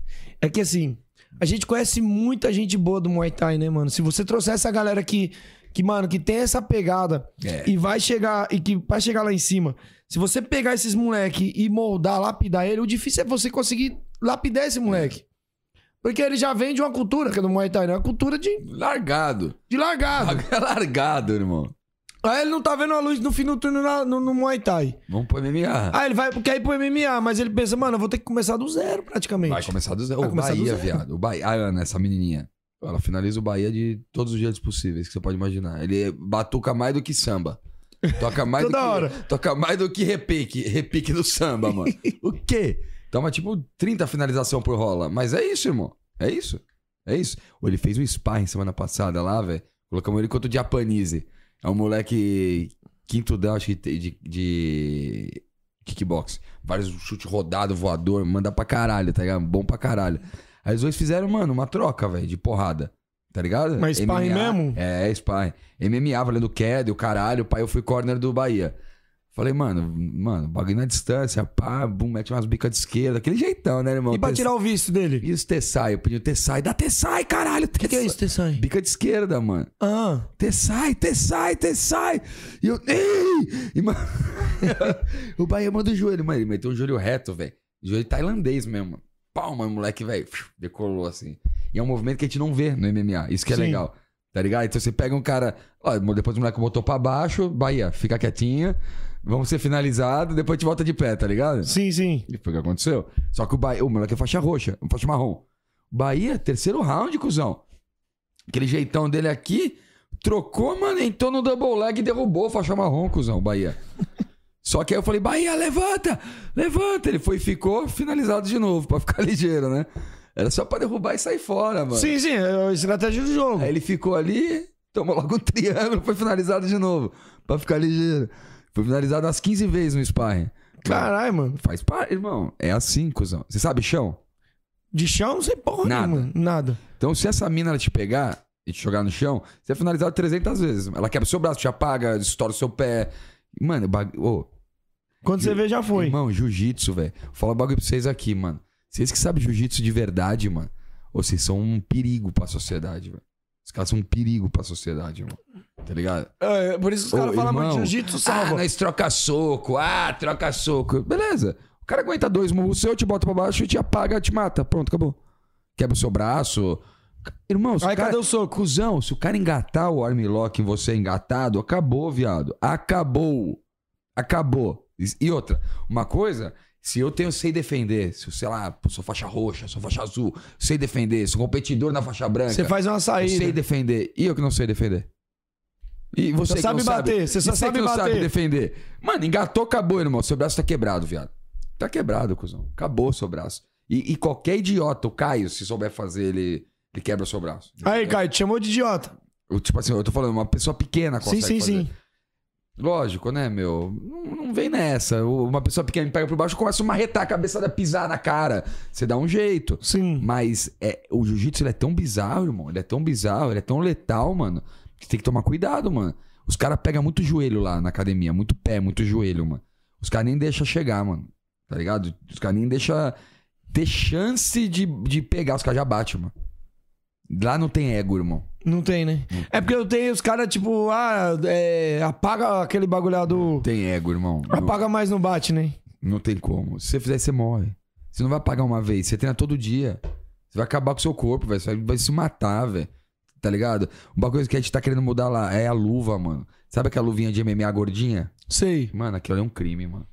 É que assim, a gente conhece muita gente boa do Muay Thai, né, mano? Se você trouxer essa galera que, que mano, que tem essa pegada É. e vai chegar e que vai chegar lá em cima. Se você pegar esses moleque e moldar, lapidar ele, o difícil é você conseguir lapidar esse moleque. Porque ele já vem de uma cultura, que é do Muay Thai, né? Uma cultura de, Largado. de largado. É largado, irmão. Aí ele não tá vendo a luz no fim do túnel na- no, no Muay Thai. Vamos pro MMA. Aí ele vai, quer ir pro MMA, mas ele pensa, mano, eu vou ter que começar do zero praticamente. Vai começar do zero. Vai o começar do Bahia, zero. viado. O Bahia. A Ana, essa menininha. Ela finaliza o Bahia de todos os jeitos possíveis que você pode imaginar. Ele batuca mais do que samba. Toca mais Toda do que, hora. Toca mais do que repique. Repique do samba, mano. o quê? Toma tipo 30 finalização por rola. Mas é isso, irmão. É isso. É isso. Ô, Ele fez um sparring semana passada lá, velho. Colocamos ele contra o Japanese. É um moleque quinto down, acho que de, de kickbox. Vários chute rodado, voador, manda pra caralho, tá ligado? Bom pra caralho. Aí os dois fizeram, mano, uma troca, velho, de porrada. Tá ligado? Mas sparring mesmo? É, sparring. MMA, valendo queda e o caralho. Pai, eu fui corner do Bahia. Falei, mano, mano, bagulho na distância, pá, bum, mete umas bicas de esquerda, aquele jeitão, né, irmão? E pra tirar o vício dele? E os Tessai? Eu pedi o Tessai. Dá Tessai, caralho. O que, que é isso, Tessai? Bica de esquerda, mano. Ah, Tessai, Tessai, Tessai. E eu... Ei! E, mano, o Bahia manda o joelho, mano. Ele meteu o joelho reto, velho. Joelho tailandês mesmo. mano. Pau, mano, moleque, velho. fiu, Decolou assim. E é um movimento que a gente não vê no MMA. Isso que é Sim. legal. Tá ligado? Então você pega um cara... Ó, depois o moleque botou pra baixo. Bahia, fica quietinha. Vamos ser finalizados. Depois a gente volta de pé, tá ligado? sim, sim. E foi o que aconteceu. Só que o Bahia. O moleque é faixa roxa, faixa marrom. Bahia, terceiro round, cuzão. Aquele jeitão dele aqui, trocou, mano, entrou no double leg e derrubou o faixa marrom, cuzão, o Bahia. Só que aí eu falei, Bahia, levanta! Levanta! Ele foi e ficou finalizado de novo, pra ficar ligeiro, né? Era só pra derrubar e sair fora, mano. Sim, sim, é a estratégia do jogo. Aí ele ficou ali, tomou logo um triângulo, foi finalizado de novo, pra ficar ligeiro. Foi finalizado umas 15 vezes no sparring. Caralho, mano. Faz parte, irmão. É assim, cuzão. Você sabe chão? De chão não sei porra Nada. nenhuma. Nada. Então, se essa mina ela te pegar e te jogar no chão, você é finalizado 300 vezes. Ela quebra o seu braço, te apaga, estoura o seu pé. Mano, bag... ô, Quando você vê, já foi. irmão, jiu-jitsu, velho. Vou falar um bagulho pra vocês aqui, mano. Vocês que sabem jiu-jitsu de verdade, mano, ô, vocês são um perigo pra sociedade, velho. Os caras são um perigo pra sociedade, irmão. Tá ligado? É, por isso que os caras Ô, falam muito irmão, jiu-jitsu Ah, salva. nós troca soco. Ah, troca soco. Beleza. O cara aguenta dois murros seu, te bota pra baixo e te apaga, te mata. Pronto, acabou. Quebra o seu braço. Irmão, se Aí o cara... cadê o soco? Cusão, se o cara é engatar o armlock em você engatado, acabou, viado. Acabou. Acabou. E- E outra, uma coisa, se eu tenho sei defender, se eu, sei lá, pô, sou faixa roxa, sou faixa azul, sei defender, sou competidor na faixa branca, Você né? faz uma eu sei saída. defender. E eu que não sei defender. E você Só que sabe não bater, você E só que sabe não bater. sabe defender. Mano, engatou, acabou, irmão. Seu braço tá quebrado, viado. Tá quebrado, cuzão. Acabou seu braço. E, e qualquer idiota, o Caio, se souber fazer, ele, ele quebra seu braço. Aí, Caio, te chamou de idiota. Eu, tipo assim, eu tô falando, uma pessoa pequena consegue Sim, sim, fazer. sim. Lógico, né, meu? Não, não vem nessa. O- Uma pessoa pequena me pega por baixo, começa a marretar a cabeçada, pisar na cara. Você dá um jeito. Sim. Mas é, o jiu-jitsu ele é tão bizarro, irmão. Ele é tão bizarro, ele é tão letal, mano. Que tem que tomar cuidado, mano. Os caras pegam muito joelho lá na academia, muito pé, muito joelho, mano. Os caras nem deixam chegar, mano. Tá ligado? Os caras nem deixam ter chance de, de pegar. Os caras já batem, mano. Lá não tem ego, irmão. Não tem, né? É porque eu tenho os caras, tipo, ah, é, apaga aquele bagulho lá do. Tem ego, irmão. Não- Apaga mais não bate, né? Não tem como. Se você fizer, você morre. Você não vai pagar uma vez. Você treina todo dia. Você vai acabar com o seu corpo, velho. Você vai, vai se matar, velho. Tá ligado? Uma coisa que a gente tá querendo mudar lá é a luva, mano. Sabe aquela luvinha de MMA gordinha? Sei. Mano, aquilo é um crime, mano.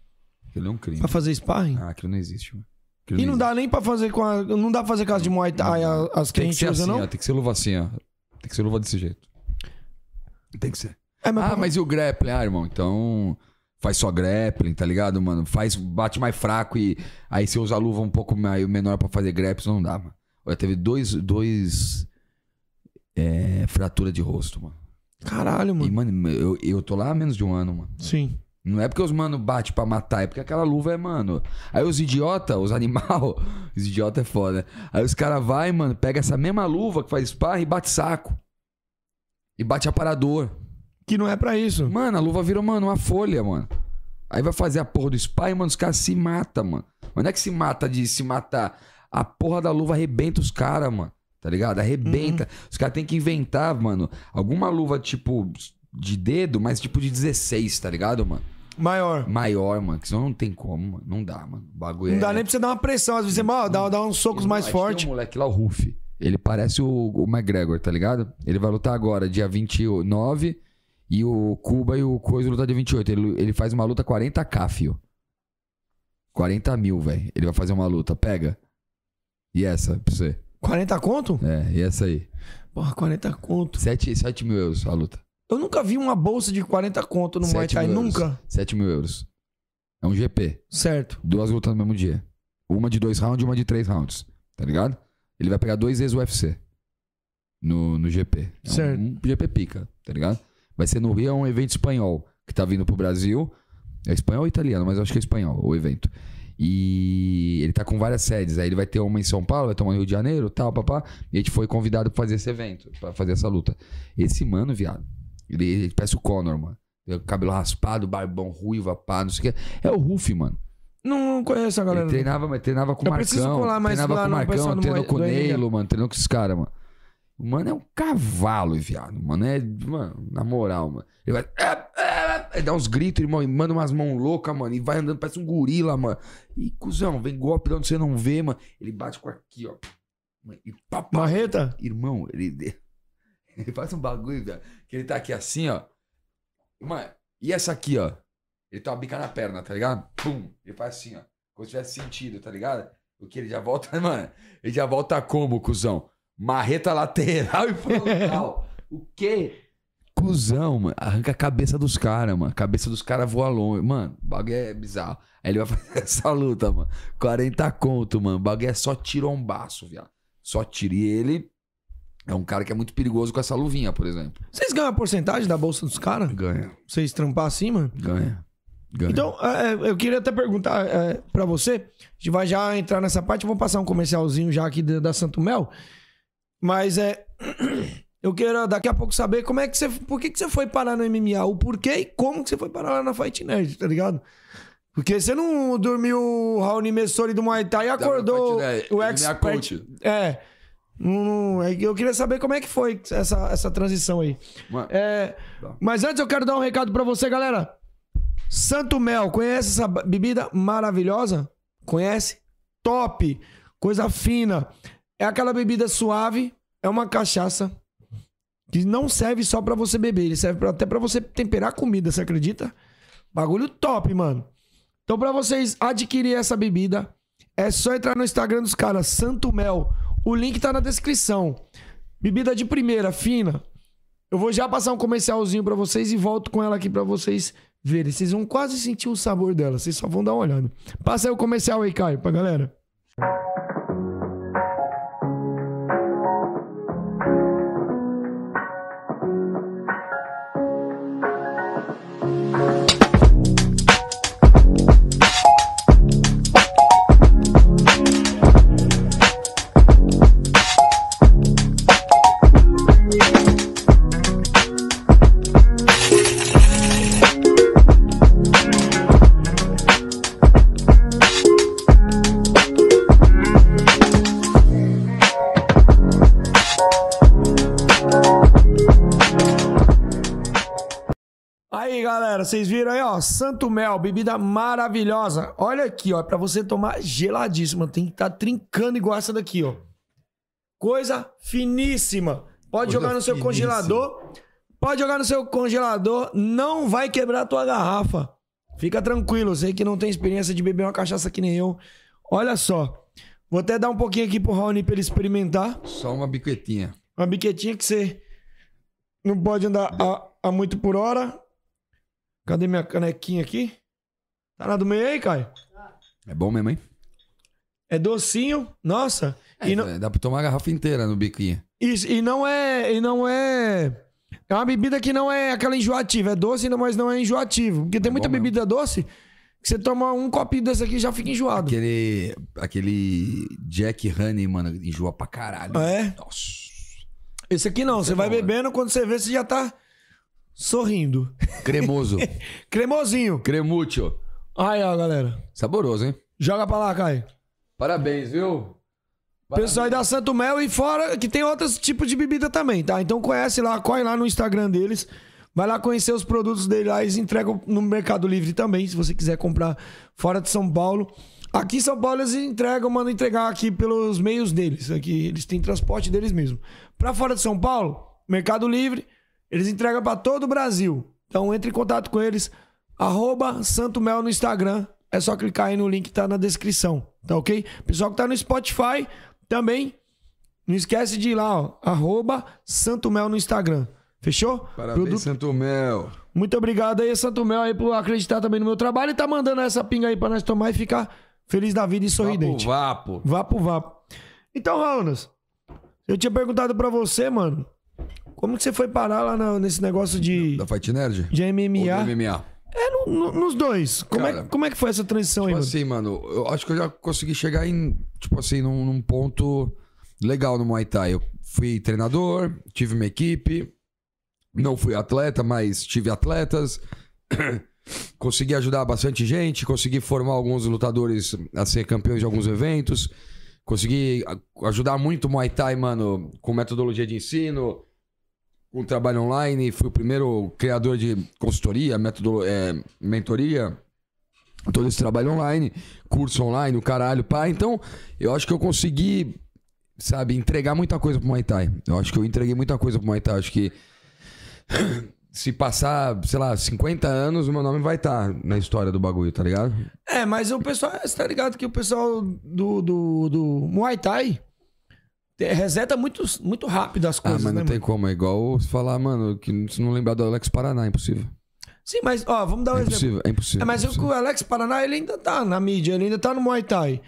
Aquilo é um crime. Pra fazer sparring? Ah, aquilo não existe, mano. Aquilo E não existe. dá nem pra fazer com a. Não dá pra fazer com as de Muay Thai, a- as que a Tem que gente ser usa, assim, não? ó. Tem que ser luva assim, ó. Tem que ser luva desse jeito. Tem que ser. É, mas, Ah, pra- mas e o grappling? Ah, irmão, então faz só grappling, tá ligado, mano? Faz, bate mais fraco e aí você usa a luva um pouco mai- menor pra fazer grappling, não dá, mano. Olha, teve dois, dois é, fratura de rosto, mano. Caralho, E, mano. mano, eu, eu tô lá há menos de um ano, mano. Sim. Não é porque os mano bate pra matar, é porque aquela luva é, mano. Aí os idiota, os animal, os idiota é foda. Aí os cara vai, mano, pega essa mesma luva que faz sparring e bate saco. E bate aparador. Que não é pra isso. Mano, a luva virou, mano, uma folha, mano. Aí vai fazer a porra do spa e, mano, os caras se matam, mano. Mas não é que se mata de se matar. A porra da luva arrebenta os caras, mano. Tá ligado? Arrebenta. Uhum. Os caras têm que inventar, mano, alguma luva, tipo, de dedo, mas tipo de 16, tá ligado, mano? Maior. Maior, mano. Que senão não tem como, mano. Não dá, mano. O bagulho Não é- dá nem pra você dar uma pressão. Às vezes você mal, dá, dá uns socos Irmão, mais aí tem fortes. Um moleque lá, o Ruff. Ele parece o, o McGregor, tá ligado? Ele vai lutar agora, dia 29. E o Cuba e o Coisa lutar dia 28. Ele, ele faz uma luta 40k, fio. 40 mil, velho. Ele vai fazer uma luta. Pega. E essa, pra você. 40 conto? É, e essa aí. Porra, 40 conto. 7, mil euros a luta. Eu nunca vi uma bolsa de 40 conto no Muay Sete Thai. mil euros. Nunca. 7 mil euros. É um GP. Certo. Duas lutas no mesmo dia. Uma de dois rounds e uma de três rounds. Tá ligado? Ele vai pegar dois ex-UFC no, no GP. É um- Certo. Um, GP pica, tá ligado? Vai ser no Rio, é um evento espanhol que tá vindo pro Brasil. É espanhol ou italiano, mas eu acho que é espanhol o evento. E ele tá com várias sedes. Aí ele vai ter uma em São Paulo, vai ter uma no Rio de Janeiro, tal, papá. E a gente foi convidado pra fazer esse evento, pra fazer essa luta. Esse mano, viado, ele, ele parece o Conor, mano. Cabelo raspado, barbão ruiva, pá, não sei o que. É o Ruff, mano. Não, não conheço a galera. Ele treinava, mas treinava com o Eu preciso Marcão. colar mais treinava lá com o no pessoal Marcão, do treinou Mo- com o do Enga. Neilo, mano, treinou com esses caras, mano. O mano é um cavalo, viado. O Mano, é. Mano, na moral, mano. Ele vai. "Ah, ah", Ele dá uns gritos, irmão, e manda umas mãos loucas, mano. E vai andando, parece um gorila, mano. E, cuzão, vem golpe de onde você não vê, mano. Ele bate com aqui, ó. Mano, E pá, pá. Marreta? Irmão, ele. Ele faz um bagulho, velho. Que ele tá aqui assim, ó. Mano, e essa aqui, ó? Ele tá uma bica na perna, tá ligado? Pum! Ele faz assim, ó. Como se tivesse sentido, tá ligado? O que ele já volta, mano. Ele já volta como, cuzão? Marreta lateral e frontal. o quê? Cusão, mano. Arranca a cabeça dos caras, mano. A cabeça dos caras voa longe. Mano, o bagulho é bizarro. Aí ele vai fazer essa luta, mano. 40 conto, mano. O bagulho é só tirombaço, viado. Só tiro. E ele é um cara que é muito perigoso com essa luvinha, por exemplo. Vocês ganham a porcentagem da bolsa dos caras? Ganha. Vocês trampar assim, mano? Ganha. Ganha. Então, é, é, eu queria até perguntar é, pra você. A gente vai já entrar nessa parte. Vamos passar um comercialzinho já aqui da, da Santo Mel. Mas é. Eu quero daqui a pouco saber como é que você. Por que, que você foi parar no MMA? O porquê e como que você foi parar lá na Fight Nerd, tá ligado? Porque você não dormiu o Raul Messori do Muay Thai e acordou Fight Nerd, o MMA expert. coach. É. Hum, é que eu queria saber como é que foi essa, essa transição aí. Mano, É, mas antes eu quero dar um recado pra você, galera. Santo Mel, conhece essa ba- bebida maravilhosa? Conhece? Top! Coisa fina. É aquela bebida suave, é uma cachaça que não serve só pra você beber, ele serve pra- até pra você temperar a comida, você acredita? Bagulho top, mano. Então, pra vocês adquirir essa bebida, é só entrar no Instagram dos caras, Santo Mel. O link tá na descrição. Bebida de primeira, fina. Eu vou já passar um comercialzinho pra vocês e volto com ela aqui pra vocês verem. Vocês vão quase sentir o sabor dela, vocês só vão dar uma olhada. Passa aí o comercial aí, Caio, pra galera. Aí, galera, vocês viram aí, ó, Santo Mel, bebida maravilhosa. Olha aqui, ó, é pra você tomar geladíssima, tem que estar tá trincando igual essa daqui, ó. Coisa finíssima. Pode Coisa jogar no seu finíssima. congelador. Pode jogar no seu congelador, não vai quebrar a tua garrafa. Fica tranquilo, eu sei que não tem experiência de beber uma cachaça que nem eu. Olha só, vou até dar um pouquinho aqui pro Raoni pra ele experimentar. Só uma biquetinha. Uma biquetinha que você não pode andar a, a muito por hora. Cadê minha canequinha aqui? Tá na do meio aí, Caio? É bom mesmo, hein? É docinho, nossa. e, não, É, Dá pra tomar a garrafa inteira no biquinho. isso, e não é. E não é. É uma bebida que não é aquela enjoativa. É doce, ainda, mas não é enjoativo. Porque tem É muita bom mesmo. bebida doce que você toma um copinho dessa aqui e já fica enjoado. Aquele, aquele Jack Honey, mano, enjoa pra caralho. Ah, é? Nossa. Esse aqui não, você vai bom, né? bebendo, quando você vê, você já tá sorrindo. Cremoso. Cremosinho. Cremútil. Aí, ó, galera. Saboroso, hein? Joga pra lá, Caio. Parabéns, viu? Pessoal aí da Santo Mel e fora que tem outros tipos de bebida também, tá? Então conhece lá, corre lá no Instagram deles. Vai lá conhecer os produtos dele lá, eles entregam no Mercado Livre também, se você quiser comprar fora de São Paulo. Aqui em São Paulo eles entregam, mandam entregar aqui pelos meios deles. Aqui eles têm transporte deles mesmo. Pra fora de São Paulo, Mercado Livre, eles entregam pra todo o Brasil. Então entre em contato com eles, arroba Santo Mel no Instagram. É só clicar aí no link que tá na descrição, tá ok? Pessoal que tá no Spotify, também não esquece de ir lá, ó, arroba Santo Mel no Instagram. Fechou? Parabéns, Produto- Santo Mel. Muito obrigado aí, Santo Mel, aí, por acreditar também no meu trabalho e tá mandando essa pinga aí pra nós tomar e ficar feliz da vida e sorridente. Vapo, vapo. Vapo, vapo. Então, Raunas, eu tinha perguntado pra você, mano, como que você foi parar lá na- nesse negócio de, Da Fight Nerd? de MMA? Ou do MMA. É, no- no- nos dois. Como, é, Cara, como é que foi essa transição aí, Tipo mano? assim, mano, eu acho que eu já consegui chegar em, tipo assim, num, num ponto legal no Muay Thai. Eu fui treinador, tive uma equipe, não fui atleta, mas tive atletas, consegui ajudar bastante gente, consegui formar alguns lutadores a ser campeões de alguns eventos, consegui a- ajudar muito o Muay Thai, mano, com metodologia de ensino, com trabalho online, fui o primeiro criador de consultoria, metodo, é, mentoria, todo esse trabalho online, curso online, o caralho, pá. Então, eu acho que eu consegui, sabe, entregar muita coisa pro Muay Thai. Eu acho que eu entreguei muita coisa pro Muay Thai. Acho que se passar, sei lá, 50 anos, o meu nome vai estar na história do bagulho, tá ligado? É, mas o pessoal, você tá ligado que o pessoal do, do, do Muay Thai te- reseta muito, muito rápido as Ah, coisas, mas né, não tem mano? como. É igual falar, mano, que se não lembrar do Alex Paraná, é impossível. Sim, mas, ó, vamos dar um É exemplo. impossível, é impossível. É, mas é impossível. o Alex Paraná, ele ainda tá na mídia, ele ainda tá no Muay Thai.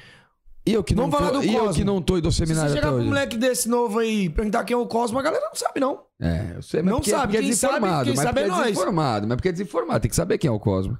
E eu que não Vamos falar tô, do e eu Cosmo. que não tô e do Se seminário você até chegar pra um hoje. moleque desse novo aí e perguntar quem é o Cosmo, a galera não sabe, não. É, eu sei, mas Não porque, sabe, porque é quem sabe- desinformado, quem mas sabe porque é é, nós. desinformado, mas porque é desinformado, tem que saber quem é o Cosmo.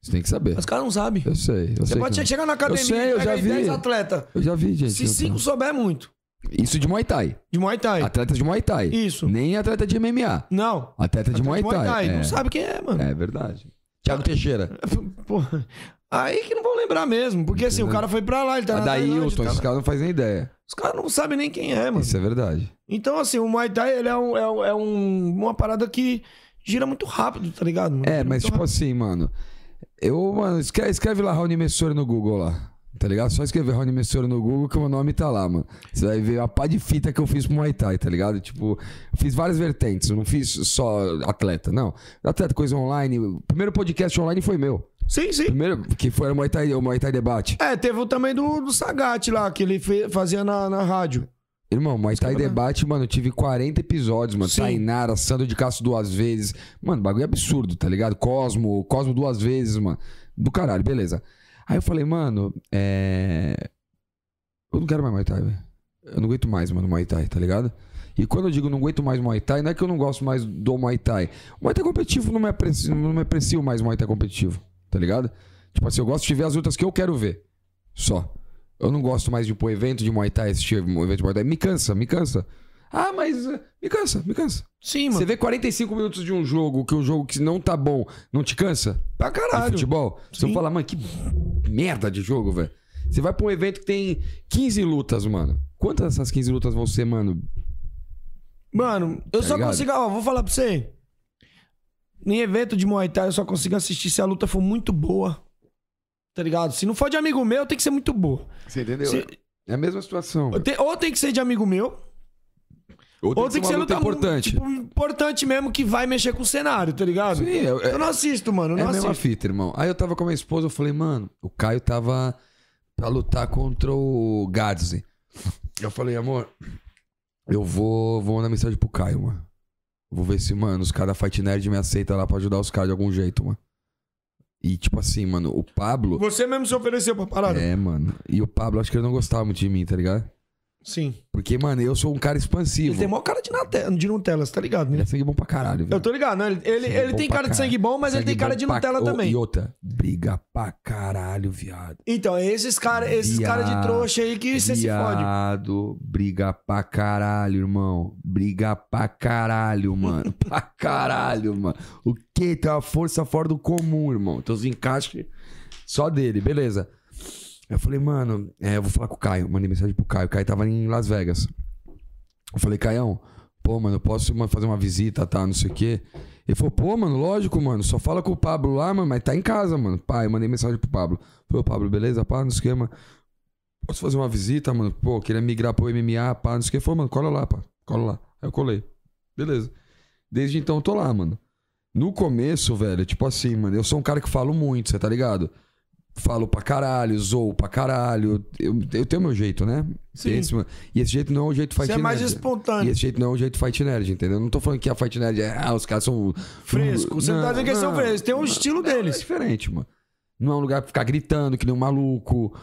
Você tem que saber. Os caras não sabem. Eu sei, eu Você sei. pode que- chegar na academia Eu sei, eu e pegar já aí vi. 10 atletas. Eu já vi, gente. Se eu- cinco souber, é muito. Isso de Muay Thai. De Muay Thai. Atleta de Muay Thai. Isso. Nem atleta de MMA. Não. Atleta de Muay De Thai. Não É. sabe quem é, mano. É verdade. Thiago Teixeira. Porra. Aí que não vão lembrar mesmo. Porque assim, Uhum. o cara foi pra lá, ele tá na Adailton, Tailândia, tá esses na- caras não fazem nem ideia. Os caras não sabem nem quem é, mano. Isso é verdade. Então, assim, o Muay Thai, ele é, um, é, um- é um- uma parada que gira muito rápido, tá ligado? mano? É, Gira mas muito tipo assim, mano. Eu, mano, escre- escreve, lá Raoni Messori no Google lá. Tá ligado? Só escrever Raoni Messori no Google que o meu nome tá lá, mano. Você vai ver a pá de fita que eu fiz pro Muay Thai, tá ligado? Tipo, eu fiz várias vertentes, eu não fiz só atleta, não. Atleta, coisa online. O primeiro podcast online foi meu. rápido. Sim, sim. Primeiro, que foi o Muay Thai, o Muay Thai Debate. É, teve o também do, do Sagat lá, que ele fe- fazia na, na rádio. Irmão, Muay Thai Debate, mano, eu tive 40 episódios, mano. Sim. Tainara, Sandro de Castro duas vezes. Mano, bagulho absurdo, tá ligado? Cosmo, Cosmo duas vezes, mano. Do caralho, beleza. Aí eu falei, mano, é. Eu não quero mais Muay Thai, velho. Eu não aguento mais, mano, Muay Thai, tá ligado? E quando eu digo não aguento mais Muay Thai, não é que eu não gosto mais do Muay Thai. O Muay Thai competitivo não me aprecio, não me aprecio mais Muay Thai competitivo, tá ligado? Tipo assim, eu gosto de ver as lutas que eu quero ver. Só. Eu não gosto mais de ir pro evento de Muay Thai, assistir um evento de Muay Thai. Me cansa, me cansa. Ah, mas eh, me cansa, me cansa. Sim, Você mano. vê 45 minutos de um jogo, que é um jogo que não tá bom, não te cansa? Pra de caralho. futebol. Você Sim. fala, mano, que merda de jogo, velho. Você vai pra um evento que tem 15 lutas, mano. Quantas dessas 15 lutas vão ser, mano? Mano, eu Tá só ligado? consigo. Ó, vou falar pra você. Em evento de Muay Thai, eu só consigo assistir se a luta for muito boa. Tá ligado? Se não for de amigo meu, tem que ser muito boa. Você entendeu? Se- É a mesma situação. Ou tem- ou tem que ser de amigo meu, Ou tem que ser uma luta importante. tipo, importante mesmo que vai mexer com o cenário, tá ligado? Sim, é- é- eu não assisto, mano. Eu É a não mesma assisto. fita, irmão. Aí eu tava com a minha esposa, eu falei, mano, o Caio tava pra lutar contra o Gadzi. Eu falei, amor, eu vou, vou mandar mensagem pro Caio, mano. Vou ver se, mano, os caras da Fight Nerd me aceitam lá pra ajudar os caras de algum jeito, mano. E tipo assim, mano, o Pablo. Você mesmo se ofereceu pra parada? É, mano. E o Pablo, acho que ele não gostava muito de mim, tá ligado? Sim. Porque, mano, eu sou um cara expansivo. Ele tem maior cara de, Nate- de Nutella, você tá ligado, Ele né? é sangue bom pra caralho, velho. Eu tô ligado, né? Ele, ele, Sangue ele bom tem cara de pra caralho. sangue bom, mas ele Sangue tem cara bom de pra- Nutella Ô, também. E outra, briga pra caralho, viado. Então, é esses caras esses cara de Viado. trouxa aí que você se fode. Viado, briga pra caralho, irmão. Briga pra caralho, mano. pra caralho, mano. O que? Tem uma força fora do comum, irmão. Teus encaixes só dele, beleza. Eu falei, mano, é, eu vou falar com o Caio. Mandei mensagem pro Caio. O Caio tava em Las Vegas. Eu falei, Caião, pô, mano, eu posso mano, fazer uma visita, tá? Não sei o quê. Ele falou, pô, mano, lógico, mano. Só fala com o Pablo lá, mano, mas tá em casa, mano. Pai, mandei mensagem pro Pablo. Falei, ô, Pablo, beleza? Pá, não sei o quê, mano. Posso fazer uma visita, mano? Pô, queria migrar pro MMA, pá, não sei o que. Ele Falou, mano, cola lá, pá, cola lá. Aí eu colei. Beleza. Desde então eu tô lá, mano. No começo, velho, tipo assim, mano, eu sou um cara que falo muito, você tá ligado? Falo pra caralho, zoo pra caralho. Eu, eu tenho meu jeito, né? Sim. Tem Esse, mano. E esse jeito não é o jeito fight Você é mais nerd. E espontâneo. esse jeito não é o jeito fight nerd, entendeu? Eu Não tô falando que a fight nerd é. Ah, os caras são. Fresco. Você não tá dizendo que eles são frescos. Tem um estilo É deles. diferente, mano. Não é um lugar pra ficar gritando que nem um maluco,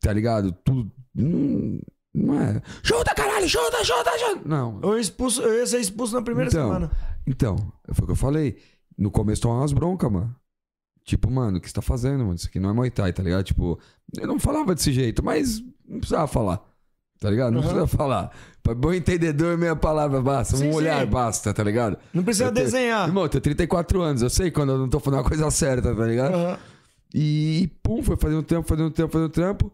tá ligado? Tudo. Não, não é. Chuta, caralho, chuta, chuta, chuta. Não. Eu, expulso, eu ia ser expulso na primeira Então. semana. Então, foi o que eu falei. No começo tomava umas broncas, mano. Tipo, mano, o que você tá fazendo, mano? Isso aqui não é Muay Thai, tá ligado? Tipo, eu não falava desse jeito, mas não precisava falar. Tá ligado? Não Aham. precisava falar. Pra bom entendedor, meia palavra basta. Sim, um sim. Ah. olhar basta, tá ligado? Não precisa Eu tenho- desenhar. Irmão, eu tenho 34 anos, eu sei quando eu não tô falando uma coisa certa, tá ligado? Aham. E pum, foi fazendo trampo, fazendo trampo, fazendo trampo.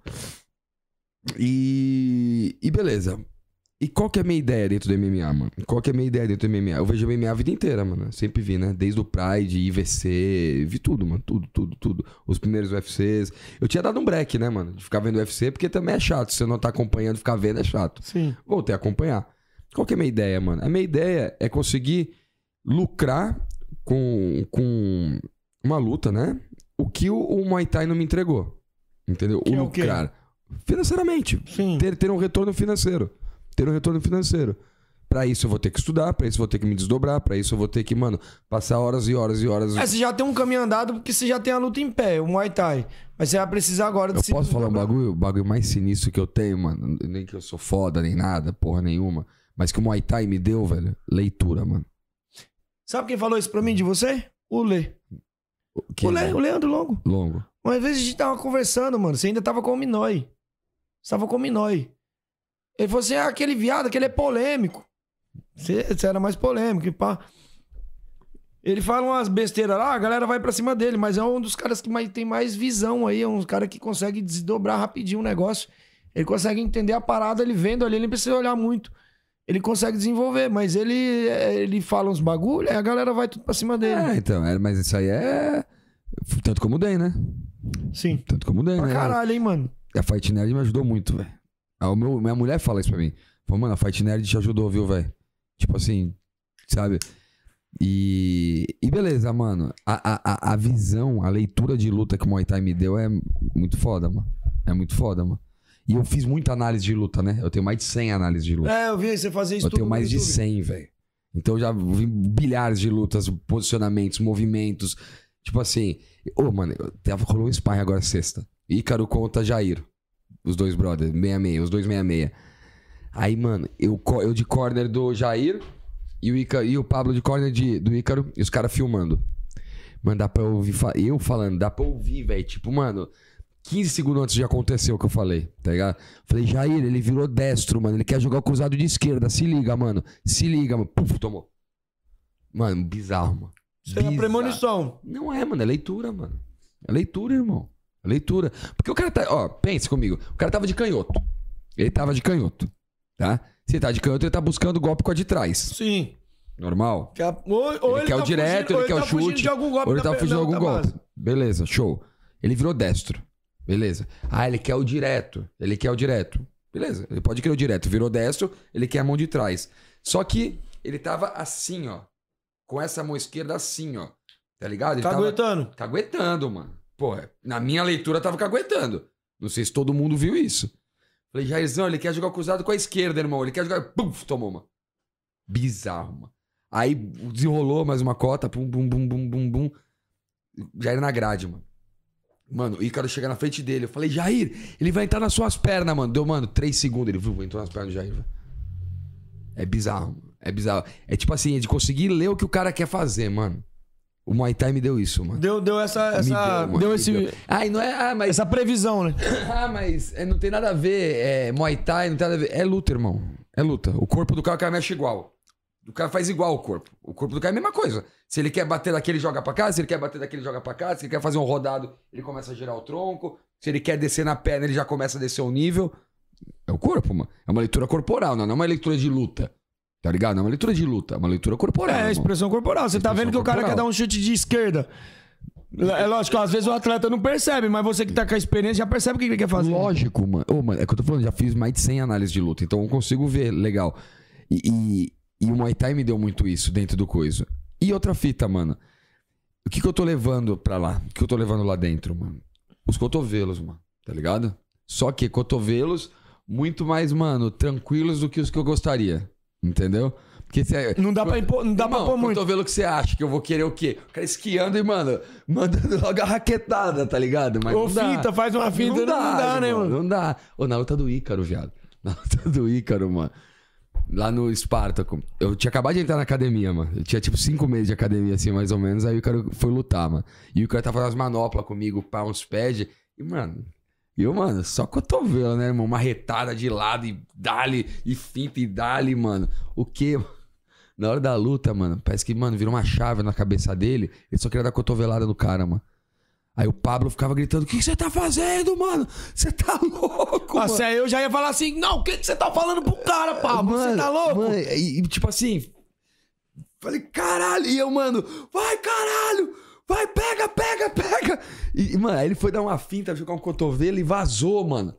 E, e beleza. E qual que é a minha ideia dentro do MMA, mano? Qual que é a minha ideia dentro do MMA? Eu vejo MMA a vida inteira, mano. Eu Sempre vi, né? Desde o Pride, IVC, vi tudo, mano. Tudo, tudo, tudo. Os primeiros UFCs. Eu tinha dado um break, né, mano? De ficar vendo UFC, porque também é chato. Se você não tá acompanhando, ficar vendo é chato Sim. voltei a acompanhar. Qual que é a minha ideia, mano? A minha ideia é conseguir lucrar com, com uma luta, né? O que o, o Muay Thai não me entregou. Entendeu? Que o é o quê? lucrar. Financeiramente. Sim. Ter, ter um retorno financeiro. Ter um retorno financeiro. Pra isso eu vou ter que estudar, pra isso eu vou ter que me desdobrar, pra isso eu vou ter que, mano, passar horas e horas e horas. É, você já tem um caminho andado porque você já tem a luta em pé, o Muay Thai. Mas você vai precisar agora de Eu se- posso falar um bagulho? O bagulho mais sinistro que eu tenho, mano. Nem que eu sou foda, nem nada, porra nenhuma. Mas que o Muay Thai me deu, velho. Leitura, mano. Sabe quem falou isso pra mim de você? O Lê. Que o, Lê o Leandro Longo. longo. Uma vez a gente tava conversando, mano. Você ainda tava com o Minói. Você tava com o Minói. Ele falou assim: ah, aquele viado, aquele é polêmico. Você, você era mais polêmico e pá. Ele fala umas besteiras lá, a galera vai pra cima dele, mas é um dos caras que mais, tem mais visão aí, é um cara que consegue desdobrar rapidinho o negócio. Ele consegue entender a parada, ele vendo ali, ele não precisa olhar muito. Ele consegue desenvolver, mas ele, é, ele fala uns bagulho, aí a galera vai tudo pra cima dele. É, então, é, mas isso aí é. Tanto como dei, né? Sim. Tanto como dei, Pra né? caralho, hein, mano. A Fight Nerd me ajudou muito, velho. A meu- Minha mulher fala isso pra mim. Falou, mano, a Fight Nerd te ajudou, viu, velho? Tipo assim, sabe? E, e beleza, mano. A, a- a, a visão, a leitura de luta que o Muay Thai me deu é muito foda, mano. É muito foda, mano. E eu fiz muita análise de luta, né? Eu tenho mais de 100 análises de luta. É, eu vi você fazer isso eu tudo tenho no mais de YouTube. 100, velho. Então eu já vi bilhares de lutas, posicionamentos, movimentos. Tipo assim, ô, mano, eu- tava- rolou um sparring agora sexta. Ícaro contra Jair. Os dois brothers, 66, os dois 66. Aí, mano, eu, co- eu de corner do Jair e o, Ica, e o Pablo de corner de, do Ícaro e os caras filmando. Mano, dá pra ouvir. fa- Eu falando, dá pra ouvir, velho. Tipo, mano, 15 segundos antes de acontecer o que eu falei, tá ligado? Falei, Jair, ele virou destro, mano. Ele quer jogar o cruzado de esquerda. Se liga, mano. Se liga, mano. Puf, tomou. Mano, bizarro, mano. Isso era Bizarro. premonição. Não é, mano. É leitura, mano. É leitura, irmão. É leitura. Porque o cara tá. Ó, pensa comigo. O cara tava de canhoto. Ele tava de canhoto. Tá? Se ele tá de canhoto, ele tá buscando golpe com a de trás. Sim. Normal. Que é a- Ou, ou Ele quer o direto, ele ou quer o tá fugindo chute, de algum golpe Ou ele da tá pe- fugindo da de algum outra golpe. base. Beleza, show. Ele virou destro. Beleza. Ah, ele quer o direto. Ele quer o direto. Beleza, ele pode querer o direto. Virou destro, ele quer a mão de trás. Só que ele tava assim, ó. Com essa mão esquerda assim, ó. Tá ligado? Ele Tá tava aguentando. caguetando, mano. Porra, na minha leitura tava caguetando. Não sei se todo mundo viu isso. Falei, Jairzão, ele quer jogar o cruzado com a esquerda, irmão. Ele quer jogar. Puf, tomou uma. Bizarro, mano. Aí desenrolou mais uma cota, pum, bum, bum, bum, bum, bum. Jair na grade, mano. Mano, o Ícaro chega na frente dele. Eu falei, Jair, ele vai entrar nas suas pernas, mano. Deu, mano, três segundos. Ele vum, entrou nas pernas do Jair, velho. É bizarro, mano. É bizarro. É tipo assim, é de conseguir ler o que o cara quer fazer, mano. O Muay Thai me deu isso, mano. Deu, deu essa. Me essa mano, deu, me esse, ah, deu. Ai, não é. Ah, mas. essa previsão, né? Ah, mas é, não tem nada a ver. É Muay Thai, não tem nada a ver. É luta, irmão. É luta. O corpo do cara, o cara mexe igual. O cara faz igual o corpo. O corpo do cara é a mesma coisa. Se ele quer bater daqui, ele joga pra cá. Se ele quer bater daqui, ele joga pra cá. Se ele quer fazer um rodado, ele começa a girar o tronco. Se ele quer descer na perna, ele já começa a descer o nível. É o corpo, mano. É uma leitura corporal, não é uma leitura de luta. Tá ligado? Não é uma leitura de luta, é uma leitura corporal. É, irmão. expressão corporal. Você tá Expressão vendo que o cara corporal. quer dar um chute de esquerda. É lógico, às vezes o atleta não percebe, mas você que tá com a experiência já percebe o que ele quer fazer. Lógico, mano. Ô, mano, é que eu tô falando, já fiz mais de 100 análises de luta, então eu consigo ver, legal. E, e- e o Muay Thai me deu muito isso dentro do coiso. E outra fita, mano. O que que eu tô levando pra lá? O que eu tô levando lá dentro, mano? Os cotovelos, mano. Tá ligado? Só que cotovelos muito mais, mano, tranquilos do que os que eu gostaria. Entendeu? Porque se, é- Não dá pra, impor, não dá pra Irmão, pôr muito. cotovelo que você acha que eu vou querer o quê? O cara esquiando e, mano, mandando logo a raquetada, tá ligado? Mas Ou não dá. fita, faz uma fita. Não dá, né, irmão, mano? Não dá. Ô, na luta do Ícaro, viado. Na luta do Ícaro, mano. Lá no Espartaco. Eu tinha acabado de entrar na academia, mano. Eu tinha tipo cinco meses de academia, assim, mais ou menos. Aí o Ícaro foi lutar, mano. E o cara tava fazendo as manoplas comigo, pá, uns pads. E, mano. E eu, mano, só cotovelo, né, irmão? Uma retada de lado e dali, e finta e dali, mano. O quê? Na hora da luta, mano, parece que, mano, virou uma chave na cabeça dele. Ele só queria dar cotovelada no cara, mano. Aí o Pablo ficava gritando: O que que você tá fazendo, mano? Você tá louco, Ah, mano? se aí eu já ia falar assim, não, o que que você tá falando pro cara, Pablo? Você Mano, tá louco? mano, e, e, tipo assim. Falei, caralho. E eu, mano, vai, caralho! Vai, pega, pega, pega! E, e, mano, aí ele foi dar uma finta, jogar um cotovelo e vazou, mano.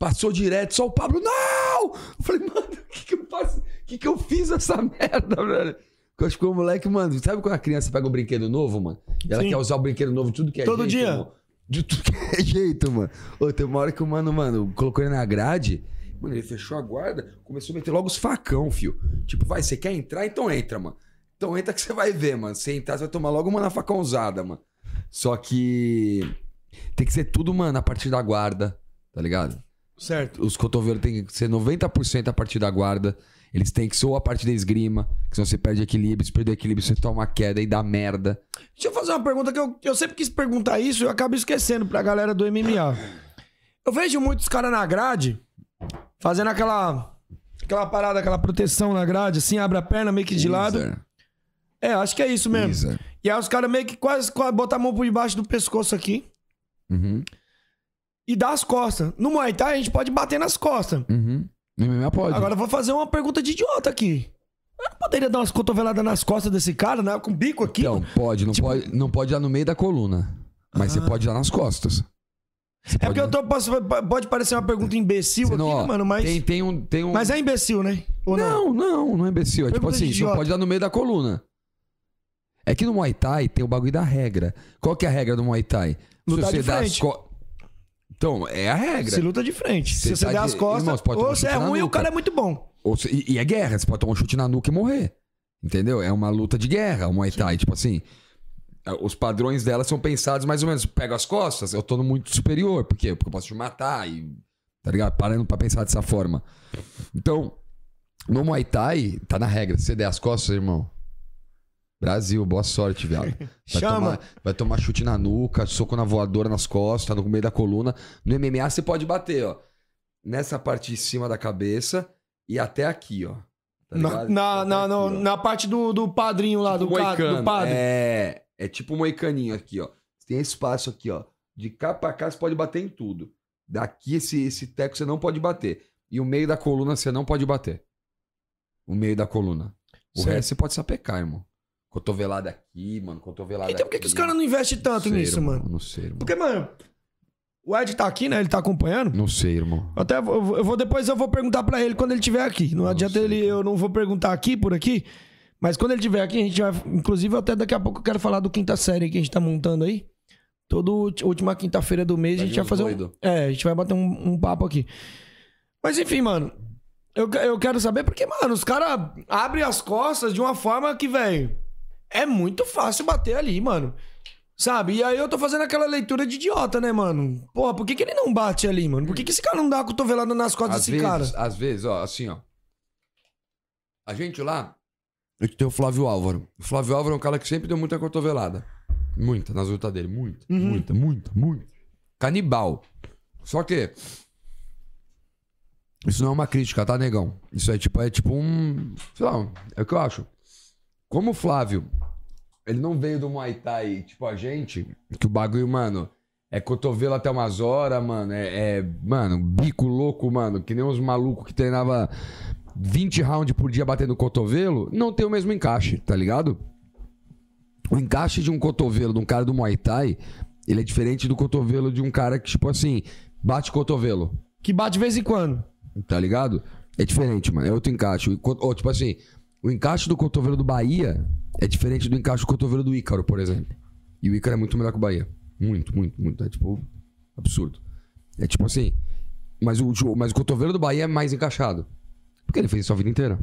Passou direto, só o Pablo, não! Eu falei, mano, o que que eu faço? O que que eu fiz essa merda, velho? Porque eu acho que o moleque, mano, sabe quando a criança pega um brinquedo novo, mano? E ela Sim. quer usar o brinquedo novo de tudo que é Todo jeito, dia. irmão? De tudo que é jeito, mano. Ô, tem uma hora que o mano, mano, colocou ele na grade. Mano, ele fechou a guarda, começou a meter logo os facão, fio. Tipo, vai, você quer entrar? Então entra, mano. Então entra que você vai ver, mano. Se entrar, você vai tomar logo uma na facãozada, mano. Só que. Tem que ser tudo, mano, a partir da guarda, tá ligado? Certo. Os cotovelos têm que ser 90% a partir da guarda. Eles têm que ser ou a partir da esgrima, que senão você perde equilíbrio. Se perder equilíbrio, você toma uma queda e dá merda. Deixa eu fazer uma pergunta que eu, eu sempre quis perguntar isso e eu acabo esquecendo pra galera do MMA. Eu vejo muitos caras na grade fazendo aquela aquela parada, aquela proteção na grade, assim, abre a perna meio que de lado. Weezer, É, acho que é isso mesmo. Weezer. E aí os caras meio que quase, quase botam a mão por debaixo do pescoço aqui Uhum. e dá as costas. No Muay Thai a gente pode bater nas costas. Uhum. No MMA pode. Agora eu vou fazer uma pergunta de idiota aqui. Eu não poderia dar umas cotoveladas nas costas desse cara, né? Com o bico aqui. Então, pode não, tipo- pode. não pode dar no meio da coluna. Mas você pode dar nas costas. Você Ah. é pode porque eu dar- tô, posso- pode parecer uma pergunta imbecil Você não, aqui, ó, mano, mas. Tem, tem um. Tem um... Mas é imbecil, né? Ou não? Não, não, não é imbecil. É tipo Pergunta de assim, você não idiota. pode dar no meio da coluna. É que no Muay Thai tem o bagulho da regra. Qual que é a regra do Muay Thai? Lutar de dá as frente. co- Então, é a regra. Se luta de frente. Você Se você tá der de- as costas, irmão, você pode ou tomar você é chute na ruim ou o nuca. cara é muito bom. Ou se- e, e é guerra, você pode tomar um chute na nuca e morrer. Entendeu? É uma luta de guerra, o Muay Thai. Tipo assim, é, os padrões dela são pensados mais ou menos. Pego as costas, eu tô no muito superior. Por quê? Porque eu posso te matar e. Tá ligado? Parando pra pensar dessa forma. Então, no Muay Thai, tá na regra. Se você der as costas, irmão. Brasil, boa sorte, viado. Vai, Chama. Tomar, tá vai tomar chute na nuca, soco na voadora nas costas, no meio da coluna. No MMA você pode bater, ó. Nessa parte de cima da cabeça e até aqui, ó. Tá na, ligado? na, Até na, aqui, no- ó. Tipo na parte do, do padrinho lá, do, ca- Moicano, do padre. É, é tipo um moicaninho aqui, ó. Você tem espaço aqui, ó. De cá pra cá você pode bater em tudo. Daqui esse, esse teco você não pode bater. E o meio da coluna você não pode bater. O meio da coluna. O Certo. resto você pode sapecar, irmão. Cotovelada aqui, mano. Cotovelada Então por que, aqui. que os caras não investem tanto Não sei, nisso, irmão. mano? Não sei, irmão. Porque, mano, o Ed tá aqui, né? Ele tá acompanhando. Não sei, irmão. Eu Até vou- eu vou, eu vou- depois eu vou perguntar pra ele quando ele tiver aqui. Não Não adianta Ah, sei, ele, cara. eu não vou perguntar aqui por aqui, mas quando ele tiver aqui a gente vai, inclusive até daqui a pouco eu quero falar do quinta série que a gente tá montando aí. Toda ulti- última quinta-feira do mês a Vai gente vir vai uns fazer um, doido. é, a gente vai bater um, um papo aqui. Mas enfim, mano, eu, que- eu quero saber porque, mano, os caras abrem as costas de uma forma que, velho, é muito fácil bater ali, mano. Sabe? E aí eu tô fazendo aquela leitura de idiota, né, mano? Porra, por que, que ele não bate ali, mano? Por que, que esse cara não dá a cotovelada nas costas Às desse vezes, cara? às vezes, ó, assim, ó. A gente lá, eu tenho o Flávio Álvaro. O Flávio Álvaro é um cara que sempre deu muita cotovelada. Muita, nas lutas dele. Muita, Uhum. muita, muita, muita. Canibal. Só que. Isso não é uma crítica, tá, negão? Isso é tipo, é tipo um. Sei lá, é o que eu acho. Como o Flávio, ele não veio do Muay Thai, tipo a gente, que o bagulho, mano, é cotovelo até umas horas, mano. É, é, mano, bico louco, mano. Que nem uns malucos que treinava 20 rounds por dia batendo cotovelo. Não tem o mesmo encaixe, tá ligado? O encaixe de um cotovelo de um cara do Muay Thai, ele é diferente do cotovelo de um cara que, tipo assim, bate cotovelo Que bate de vez em quando. tá ligado? É diferente, mano. É outro encaixe. O co- Ou, tipo assim, o encaixe do cotovelo do Bahia é diferente do encaixe do cotovelo do Ícaro, por exemplo. E o Ícaro é muito melhor que o Bahia. Muito, muito, muito. É tipo, absurdo. É tipo assim. Mas o, jo- mas o cotovelo do Bahia é mais encaixado. Porque ele fez isso a vida inteira.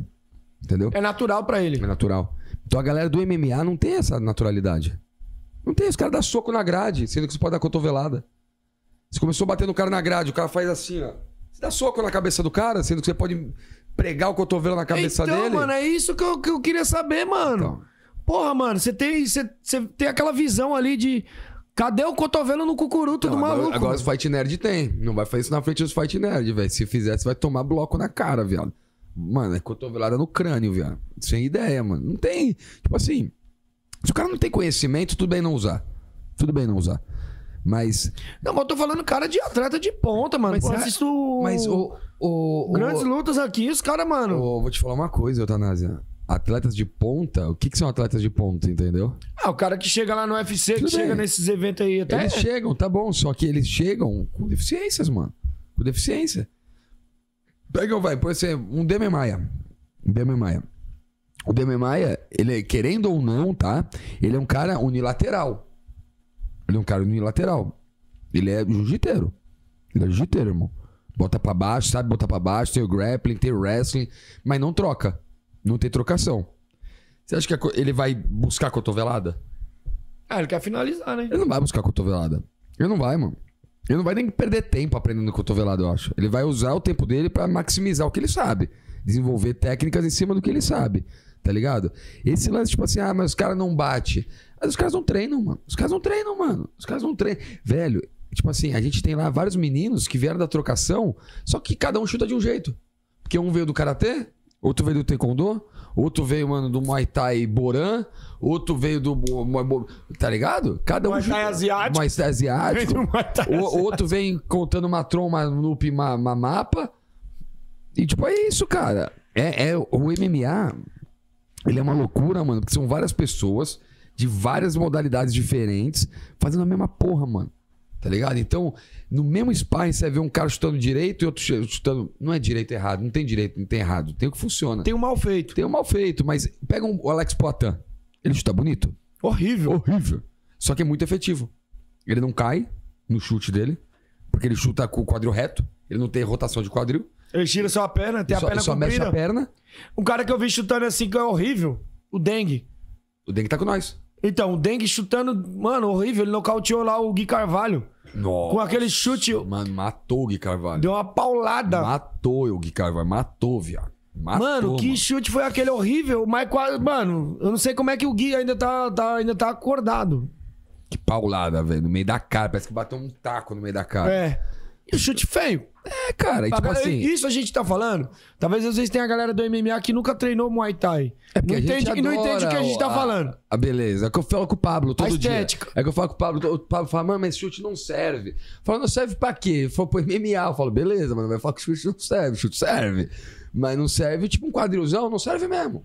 Entendeu? É natural pra ele. É natural. Então a galera do MMA não tem essa naturalidade. Não tem. Os caras dão soco na grade, sendo que você pode dar cotovelada. Você começou batendo o cara na grade, o cara faz assim, ó. Você dá soco na cabeça do cara, sendo que você pode pregar o cotovelo na cabeça então, dele. mano, é isso que eu, que eu queria saber, mano. Então. Porra, mano, você tem, você, você tem aquela visão ali de. Cadê o cotovelo no cucuruto Não, do agora- maluco? Agora, os mano? Fight Nerd tem. Não vai fazer isso na frente dos Fight Nerd, velho. Se fizer, você vai tomar bloco na cara, viado. Mano, é cotovelada no crânio, viado. Sem ideia, mano. Não tem. Tipo assim. Se o cara não tem conhecimento, tudo bem não usar. Tudo bem não usar. Mas Não, mas eu tô falando cara de atleta de ponta, mano. Mas Pô, é- assisto Mas o. o, o- grandes lutas aqui, os caras, mano. o- vou te falar uma coisa, Eutanásia. Atletas de ponta, o que, que são atletas de ponta, entendeu? Ah, o cara que chega lá no UFC, que Tudo chega bem. nesses eventos aí é até. Eles chegam, tá bom, só que eles chegam com deficiências, mano. Com deficiência. Pega, vai, por exemplo, um Demian Maia. Um Demian Maia. O Demian Maia, ele é, querendo ou não, tá? Ele é um cara unilateral. Ele é um cara unilateral. Ele é jiu-jiteiro. Ele é jiu-jiteiro, irmão. Bota pra baixo, sabe botar pra baixo, tem o grappling, tem o wrestling, mas não troca. Não tem trocação. Você acha que a co- ele vai buscar cotovelada? Ah, ele quer finalizar, né? Ele não vai buscar cotovelada. Ele não vai, mano. Ele não vai nem perder tempo aprendendo cotovelada, eu acho. Ele vai usar o tempo dele pra maximizar o que ele sabe. Desenvolver técnicas em cima do que ele sabe. Tá ligado? Esse lance, tipo assim, ah, mas os caras não batem. Mas os caras não treinam, mano. Os caras não treinam, mano. Os caras não treinam. Velho, tipo assim, a gente tem lá vários meninos que vieram da trocação, só que cada um chuta de um jeito. Porque um veio do karatê, outro veio do taekwondo, outro veio, mano, do muay thai boran, outro veio do. bo- bo- bo- Tá ligado? Cada um. Muay Thai chuta- asiático. Muay Thai asiático. O, outro vem contando uma tron, uma loop, uma, uma mapa. E tipo, é isso, cara. É, é- o MMA, ele é uma loucura, mano, porque são várias pessoas de várias modalidades diferentes fazendo a mesma porra, mano. Tá ligado? Então, no mesmo sparring, você vê um cara chutando direito e outro chu- chutando. Não é direito e errado, não tem direito, não tem errado. Tem o que funciona. Tem um mal feito. Tem o mal feito, mas pega um, o Alex Poitin. Ele chuta bonito? Horrível. Horrível. Só que é muito efetivo. Ele não cai no chute dele, porque ele chuta com o quadril reto, ele não tem rotação de quadril, Ele tira só a perna, tem ele só, a perna ele só mexe comprida. a perna, Um cara que eu vi chutando assim que é horrível, o Dengue. o Dengue tá com nós. Então, o Dengue chutando, mano, horrível. Ele nocauteou lá o Gui Carvalho. Nossa, Com aquele chute, Mano, matou o Gui Carvalho. deu uma paulada. Matou o Gui Carvalho, matou, viado. Matou, Mano, que mano. chute foi aquele horrível, mas quase. Mano, eu não sei como é que o Gui ainda tá, tá- ainda tá acordado. Que paulada, velho. No meio da cara. Parece que bateu um taco no meio da cara. É. E o chute feio. É, cara. E, tipo Agora, assim. Isso a gente tá falando. Talvez às vezes tenha a galera do MMA que nunca treinou Muay Thai. É porque não, a gente entende, e não adora entende o que a gente tá falando. A beleza. É que eu falo com o Pablo todo A dia. estética. É que eu falo com o Pablo. O Pablo fala, mano, mas esse chute não serve. Fala, não serve pra quê? Fala, pô, MMA. Eu falo, beleza, mano. Vai falar que o chute não serve. Chute serve. Mas não serve, tipo, um quadrilzão. Não serve mesmo.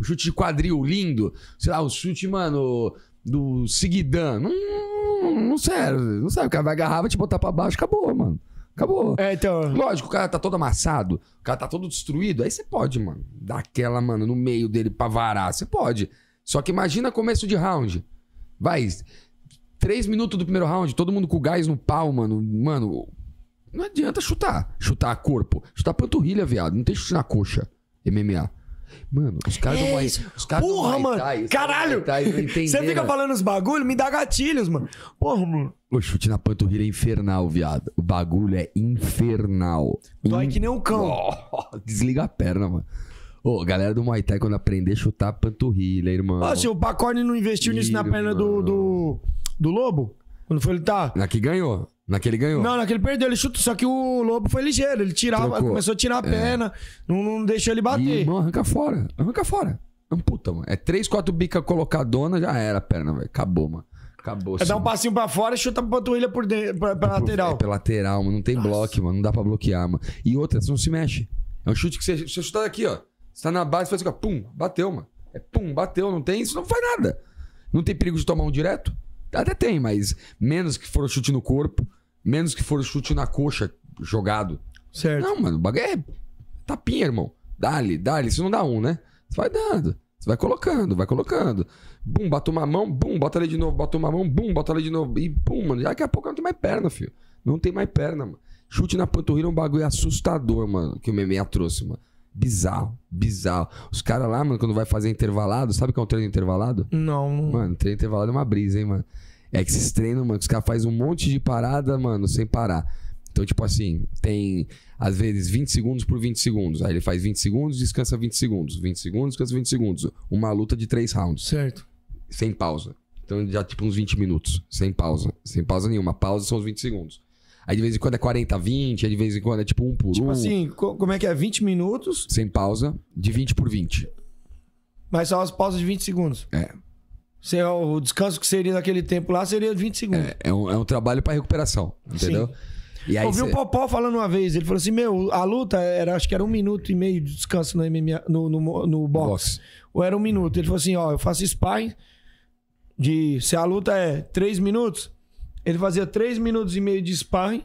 Um chute de quadril lindo. Sei lá, o chute, mano, do Seguidan. Não, não serve. Não serve. O cara vai agarrar, vai te botar pra baixo. Acabou, mano. Acabou. É, então. Lógico, o cara tá todo amassado, o cara tá todo destruído, aí você pode, mano. Dar aquela, mano, no meio dele pra varar, você pode. Só que imagina começo de round. Vai, três minutos do primeiro round, todo mundo com gás no pau, mano. Mano, não adianta chutar. Chutar corpo. Chutar panturrilha, viado. Não tem chute na coxa. MMA. Mano, os caras É do Muay isso. Os caras do Porra, Muay mano. Thai, os caras do Caralho. Muay Thai não Você fica entenderam. falando os bagulho, me dá gatilhos, mano. Porra, mano. O chute na panturrilha é infernal, viado. O bagulho é infernal. Dói que nem um cão. Ó, desliga a perna, mano. Ô, galera do Muay Thai, quando aprender a chutar panturrilha, irmão. Ó, se assim, o Pacone não investiu nisso na Filho, perna do, mano. do, do Lobo, quando foi lutar. Na que ganhou. Naquele ganhou. Não, naquele perdeu, ele chutou, só que o Lobo foi ligeiro, ele tirava, Trocou. É. começou a tirar a perna, não, não deixou ele Ih, bater. irmão, arranca fora. Arranca fora. Amputa, mano. É três, quatro bica colocadona, já era a perna, velho. Acabou, mano. Acabou. É sim. dar um passinho pra fora e chuta a panturrilha por dentro, pra, pra lateral. É pra lateral, mano. Não tem bloco, mano. Não dá pra bloquear, mano. E outra, você não se mexe. É um chute que você, você chutar daqui, ó. Você tá na base, faz assim, ó. Pum, bateu, mano. É pum, bateu. Não tem, isso não faz nada. Não tem perigo de tomar um direto? Até tem, mas menos que for o chute no corpo, menos que for o chute na coxa jogado. Certo. Não, mano, o bagulho é tapinha, irmão. Dá-lhe, dá-lhe. Você não dá um, né? Você vai dando. Você vai colocando, vai colocando. Bum, bota uma mão, bum, bota ali de novo, bota uma mão, bum, bota ali de novo. E bum, mano. Daqui a pouco não tem mais perna, filho. Não tem mais perna, mano. Chute na panturrilha é um bagulho assustador, mano, que o MMA trouxe, mano. Bizarro, bizarro. Os caras lá, mano, quando vai fazer intervalado, sabe o que é um treino intervalado? Não, não. Mano, treino intervalado é uma brisa, hein, mano. É que esses treinos, mano, que os caras fazem um monte de parada, mano, sem parar. Então, tipo assim, tem às vezes 20 segundos por 20 segundos. Aí ele faz 20 segundos, descansa 20 segundos. 20 segundos, descansa 20 segundos. Uma luta de três rounds, Certo. sem pausa. Então, já tipo uns 20 minutos, sem pausa. Sem pausa nenhuma. Pausa são os 20 segundos. Aí de vez em quando é 40, 20, aí de vez em quando é tipo um por Tipo um. assim, co- como é que é? 20 minutos, Sem pausa, de 20 por 20. mas só as pausas de 20 segundos. É. Se, o descanso que seria naquele tempo lá seria 20 segundos. É, é um, é um trabalho pra recuperação, entendeu? E aí Eu vi cê- o Popó falando uma vez, ele falou assim: Meu, a luta era, acho que era um minuto e meio de descanso no, MMA, no, no, no boxe. Boxe. Ou era um minuto. Ele falou assim: Ó, eu faço sparring. De, se a luta é três minutos, ele fazia três minutos e meio de sparring,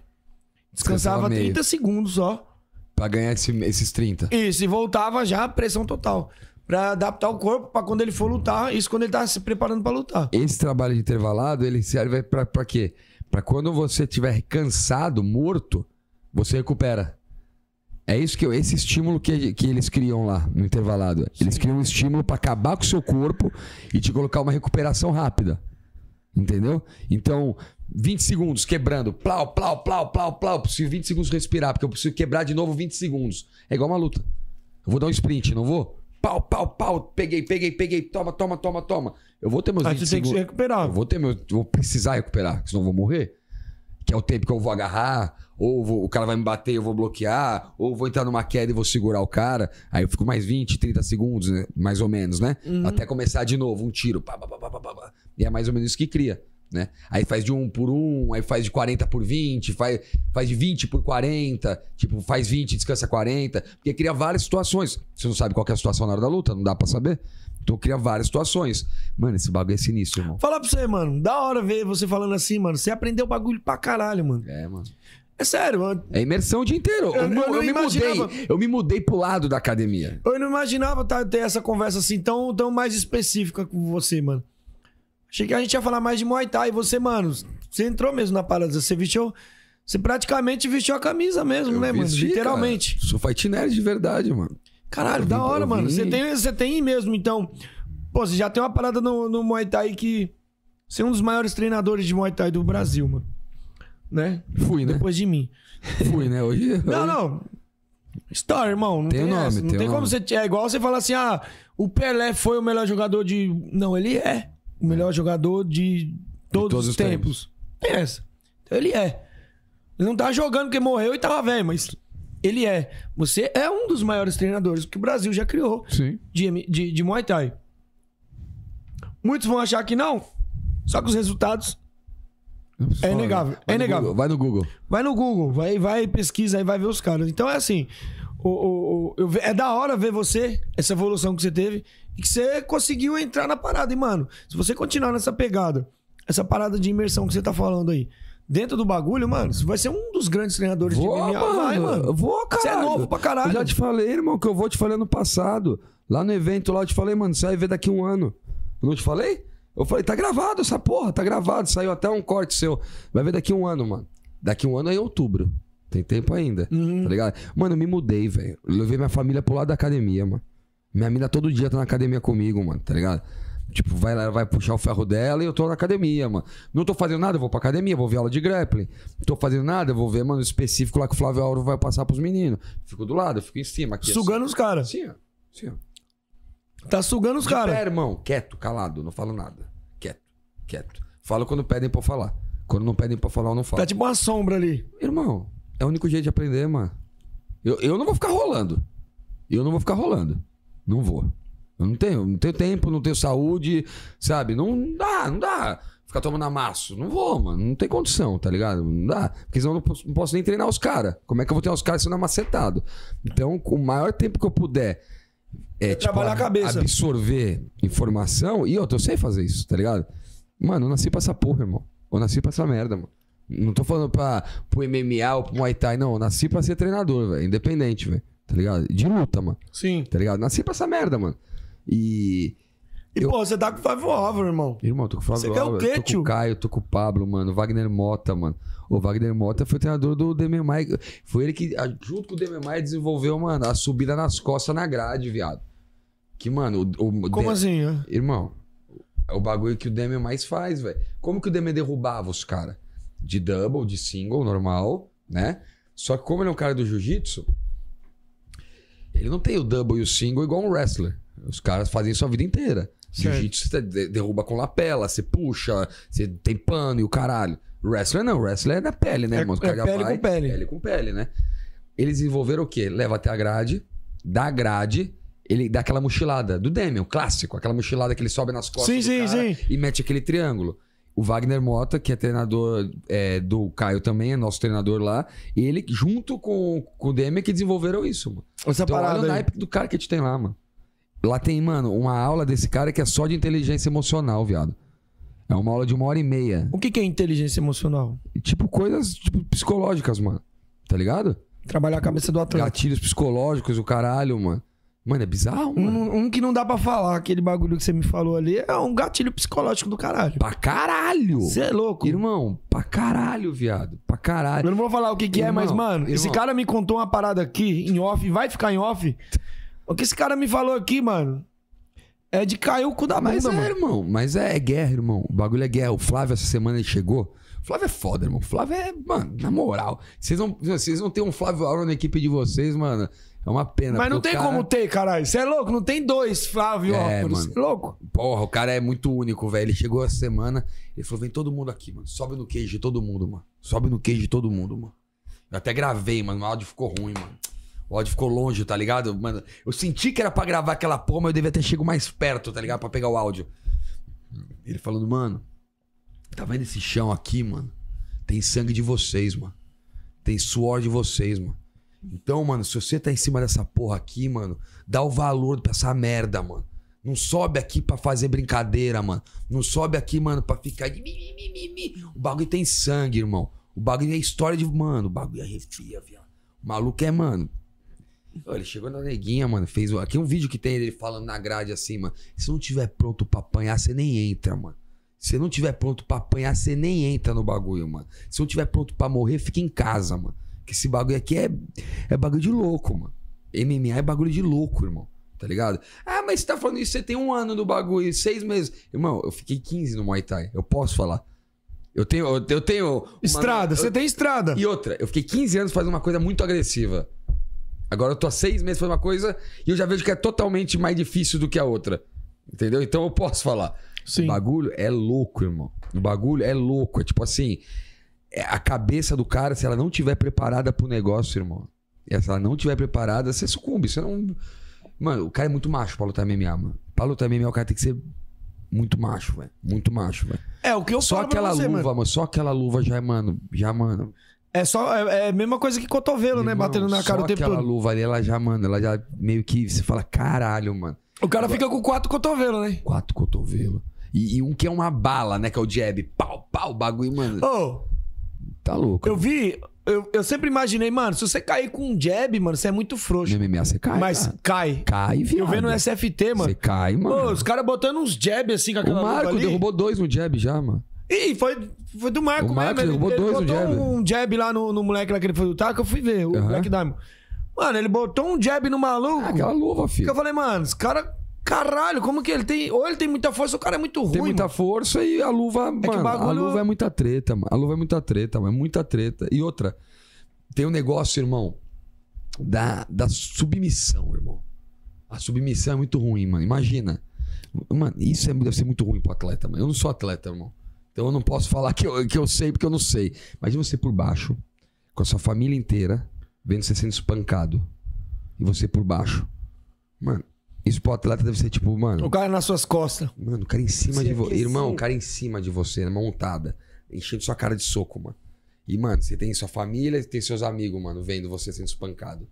descansava Descansava meio. 30 segundos só. Pra ganhar esse- esses 30. Isso, e voltava já a pressão total. Pra adaptar o corpo pra quando ele for lutar, isso quando ele tá se preparando pra lutar. Esse trabalho de intervalado, ele serve pra, pra quê? Pra quando você estiver cansado, morto, você recupera. É isso que eu- esse estímulo que, que eles criam lá no intervalado. Eles criam um estímulo pra acabar com o seu corpo e te colocar uma recuperação rápida. Entendeu? Então, 20 segundos quebrando, plau, plau, plau, plau, plau, preciso 20 segundos respirar, porque eu preciso quebrar de novo 20 segundos. É igual uma luta. Eu vou dar um sprint, não vou? Pau, pau, pau, peguei, peguei, peguei, toma, toma, toma, toma. Eu vou ter meus Aí 20 você tem que segundos. se recuperar. Eu vou ter meu. Vou precisar recuperar, senão eu vou morrer. Que é o tempo que eu vou agarrar, ou vou- o cara vai me bater e eu vou bloquear, ou eu vou entrar numa queda e vou segurar o cara. Aí eu fico mais 20, 30 segundos, né? mais ou menos, né? Até começar de novo, um tiro. Pá, pá, pá, pá, pá, pá, pá. E é mais ou menos isso que cria. Né? Aí faz de um por um, aí faz de 40 por 20, faz, faz de 20 por 40, tipo, faz 20, descansa 40, porque cria várias situações. Você não sabe qual que é a situação na hora da luta, não dá pra saber. Então cria várias situações. Mano, esse bagulho é sinistro, irmão. Falar pra você, mano, da hora ver você falando assim, mano. Você aprendeu bagulho pra caralho, mano. É, mano. É sério, mano. É imersão o dia inteiro. Eu, Eu- eu- eu eu não me imaginava. mudei. Eu me mudei pro lado da academia. Eu não imaginava tá- ter essa conversa assim tão, tão mais específica com você, mano. Achei que a gente ia falar mais de Muay Thai. E você, mano, você entrou mesmo na parada. Você vestiu. Você praticamente vestiu a camisa mesmo, né, mano? vesti, Literalmente. cara. Sou fight nerd de verdade, mano. Caralho, Eu da vim- hora, eu mano. vim- Você tem, você tem mesmo, então. Pô, você já tem uma parada no, no Muay Thai que. Você é um dos maiores treinadores de Muay Thai do Brasil, mano. Né? Fui, né? Depois de mim. Fui, né? Hoje. Não, hoje- não. História, irmão. Não Tem tem, o nome, essa. Não tem tem, o como nome. você. É igual você falar assim: ah, o Pelé foi o melhor jogador de. Não, ele é o melhor jogador de todos, todos os os tempos. Tem essa. Então ele é. Ele não tá jogando porque morreu e tava velho, mas ele é. Você é um dos maiores treinadores que o Brasil já criou Sim. de, M- de, de Muay Thai. Muitos vão achar que não, só que os resultados. É inegável, é Vai no inegável. Google, Vai no Google. Vai no Google, vai, vai pesquisa aí, vai ver os caras. Então é assim, o, o- o- eu ve- é da hora ver você, essa evolução que você teve, e que você conseguiu entrar na parada. E, mano, se você continuar nessa pegada, essa parada de imersão que você tá falando aí, dentro do bagulho, mano, você vai ser um dos grandes treinadores Vou, de MMA. mano. Vai, mano. Eu Vou, cara. Você é novo pra caralho. Eu já te falei, irmão, que eu vou te falei ano passado. Lá no evento lá, eu te falei, mano, você vai ver daqui um ano. Eu não te falei? Eu falei, tá gravado essa porra, tá gravado. Saiu até um corte seu. Vai ver daqui um ano, mano. Daqui um ano é em outubro. Tem tempo ainda. Uhum. Tá ligado? Mano, eu me mudei, velho. Eu Levei minha família pro lado da academia, mano. Minha mina todo dia tá na academia comigo, mano, tá ligado? Tipo, vai lá, vai puxar o ferro dela e eu tô na academia, mano. Não tô fazendo nada, eu vou pra academia, vou ver aula de grappling. Não tô fazendo nada, eu vou ver, mano, específico lá que o Flávio Auro vai passar pros meninos. Fico do lado, eu fico em cima. Aqui, Sugando os caras. Assim, ó. Assim, ó. Tá sugando os Pé, caras. irmão, quieto, calado, não falo nada. Quieto, quieto. Falo quando pedem pra eu falar. Quando não pedem pra eu falar, eu não falo. Tá tipo uma sombra ali. Irmão, é o único jeito de aprender, mano. Eu, eu não vou ficar rolando. Eu não vou ficar rolando. Não vou. Eu não tenho, não tenho tempo, não tenho saúde, sabe? Não dá, não dá. Ficar tomando amasso. Não vou, mano. Não tem condição, tá ligado? Não dá. Porque senão eu não posso, não posso nem treinar os caras. Como é que eu vou treinar os caras sendo amacetado? Então, com o maior tempo que eu puder. É, tipo, trabalhar a ab- cabeça. absorver informação. E outra, eu sei fazer isso, tá ligado? Mano, eu nasci pra essa porra, irmão. Eu nasci pra essa merda, mano. Não tô falando pra, pro MMA ou pro Muay Thai, não. Eu nasci pra ser treinador, velho. Independente, velho. Tá ligado? De luta, mano. Sim. Tá ligado? Nasci pra essa merda, mano. E. E, Eu- pô, você tá com o Favorável, irmão. Irmão, tô com o Flávio Você quer o Alves, quê, tô com tio? o Caio, tô com o Pablo, mano. Wagner Mota, mano. O Wagner Mota foi o treinador do Demian Maia. Foi ele que, a- junto com o Demian Maia, desenvolveu, mano, a subida nas costas na grade, viado. Que, mano, o. o Como de- assim? né? Irmão, é o bagulho que o Demian mais faz, velho. Como que o Demian derrubava os caras? De double, de single, normal, né? Só que como ele é um cara do jiu-jitsu, ele não tem o double e o single igual um wrestler. Os caras fazem isso a vida inteira. Certo. Jiu-jitsu você de- derruba com lapela, você puxa, você tem pano e o caralho. Wrestler não, wrestler é na pele, né, É- irmão? Os é caras já pele vai- com pele. Pele com pele, né? Eles desenvolveram o quê? Leva até a grade, da grade, ele dá aquela mochilada do Demian, o clássico, aquela mochilada que ele sobe nas costas Sim, do sim, cara sim. e mete aquele triângulo. O Wagner Mota, que é treinador é, do Caio também, é nosso treinador lá, ele, junto com, com o Demian, que desenvolveram isso, mano. Essa Então, olha o parada aí. naipe do cara que a gente tem lá, mano. Lá tem, mano, uma aula desse cara que é só de inteligência emocional, viado. É uma aula de uma hora e meia. O que que é inteligência emocional? Tipo, coisas tipo, psicológicas, mano. Tá ligado? Trabalhar a cabeça do atleta. Gatilhos psicológicos, o caralho, mano. Mano, é bizarro, mano. Um, um que não dá pra falar, aquele bagulho que você me falou ali, é um gatilho psicológico do caralho. Pra caralho! Você é louco. Irmão, pra caralho, viado. Pra Eu caralho. não vou falar o que, que é, Irmão, mas, mano, esse irmão. cara me contou uma parada aqui em off, vai ficar em off. O que esse cara me falou aqui, mano, é de cair o cu da Mas bunda, é, mano. irmão. Mas é, é guerra, irmão. O bagulho é guerra. O Flávio, essa semana, ele chegou. O Flávio é foda, irmão. O Flávio é, mano, na moral. Vocês não, vocês não têm um Flávio Auro na equipe de vocês, mano. É uma pena. Mas não porque tem o cara- como ter, caralho. Você é louco? Não tem dois, Flávio. É, Óculos. mano. Cê é louco? Porra, o cara é muito único, velho. Ele chegou essa semana, ele falou: vem todo mundo aqui, mano. Sobe no queijo de todo mundo, mano. Sobe no queijo de todo mundo, mano. Eu até gravei, mano. O áudio ficou ruim, mano. O áudio ficou longe, tá ligado? Mano, eu senti que era pra gravar aquela porra, mas eu devia ter chegado mais perto, tá ligado? Pra pegar o áudio. Ele falando, mano, tá vendo esse chão aqui, mano? Tem sangue de vocês, mano. Tem suor de vocês, mano. Então, mano, se você tá em cima dessa porra aqui, mano, dá o valor pra essa merda, mano. Não sobe aqui pra fazer brincadeira, mano. Não sobe aqui, mano, pra ficar de mi, mi, mi, mi, mi. O bagulho tem sangue, irmão. O bagulho é história de. Mano, o bagulho arrefia, viado. O maluco é, mano. Ó, Ele chegou na neguinha, mano. Fez é o- aqui um vídeo que tem ele falando na grade assim, mano. Se não tiver pronto pra apanhar, você nem entra, mano. Se não tiver pronto pra apanhar, você nem entra no bagulho, mano. Se não tiver pronto pra morrer, fica em casa, mano. Que esse bagulho aqui é, é bagulho de louco, mano. MMA é bagulho de louco, irmão. Tá ligado? Ah, mas você tá falando isso, você tem um ano no bagulho, seis meses. Irmão, eu fiquei 15 no Muay Thai. Eu posso falar. Eu tenho. Eu eu tenho uma- Estrada, eu- você tem estrada. e outra, eu fiquei 15 anos fazendo uma coisa muito agressiva. Agora eu tô há seis meses fazendo uma coisa e eu já vejo que é totalmente mais difícil do que a outra. Entendeu? Então eu posso falar. O Sim. bagulho é louco, irmão. O bagulho é louco. É tipo assim, é a cabeça do cara, se ela não tiver preparada pro negócio, irmão. E se ela não tiver preparada, você sucumbe. Você não. Mano, o cara é muito macho pra lutar MMA, mano. Pra lutar MMA, o tá cara tem que ser muito macho, velho. Muito macho, velho. É, o que eu Só falo pra aquela você, luva, mano. mano. Só aquela luva já, é, mano. Já, mano. É só é, é a mesma coisa que cotovelo, né? Irmão, Batendo na só cara o tempo aquela todo. luva ali, ela já, mano, ela já meio que você fala, caralho, mano. O cara fica com quatro cotovelos, né? Quatro cotovelos. E, e um que é uma bala, né? Que é o jab. Pau, pau, bagulho, mano. Ô, Tá louco. eu vi, eu, eu sempre imaginei, mano, se você cair com um jab, mano, você é muito frouxo. No MMA você cai. mas cara. cai. Cai, viado. Eu vendo no SFT, mano. Você cai, Ô, mano. os caras botando uns jab assim com o aquela luva Marco ali. derrubou dois no jab já, mano. Ih, foi, foi do Marco, O Marco mesmo. derrubou ele, dois no ele botou jab. um jab lá no, no moleque lá que ele foi lutar, que eu fui ver, o Aham. Black Diamond. Mano, ele botou um jab no maluco. Ah, aquela luva, que filho. eu falei, mano, esse cara, caralho, como que ele tem. Ou ele tem muita força, ou o cara é muito ruim. Tem muita mano. força e a luva, que mano, o bagulho- a luva é muita treta, mano. A luva é muita treta, mano. É muita treta. E outra, tem um negócio, irmão, da, da submissão, irmão. A submissão é muito ruim, mano. Imagina. Mano, isso é- deve ser muito ruim pro atleta, mano. Eu não sou atleta, irmão. Então eu não posso falar que eu, que eu sei, porque eu não sei. Imagina você por baixo, com a sua família inteira, vendo você sendo espancado. E você por baixo. Mano, isso pro atleta deve ser tipo, mano. O cara é nas suas costas. Mano, o cara em cima Se de você. aquecer. Irmão, o cara em cima de você, né, montada. Enchendo sua cara de soco, mano. E, mano, você tem sua família, tem seus amigos, mano, vendo você sendo espancado.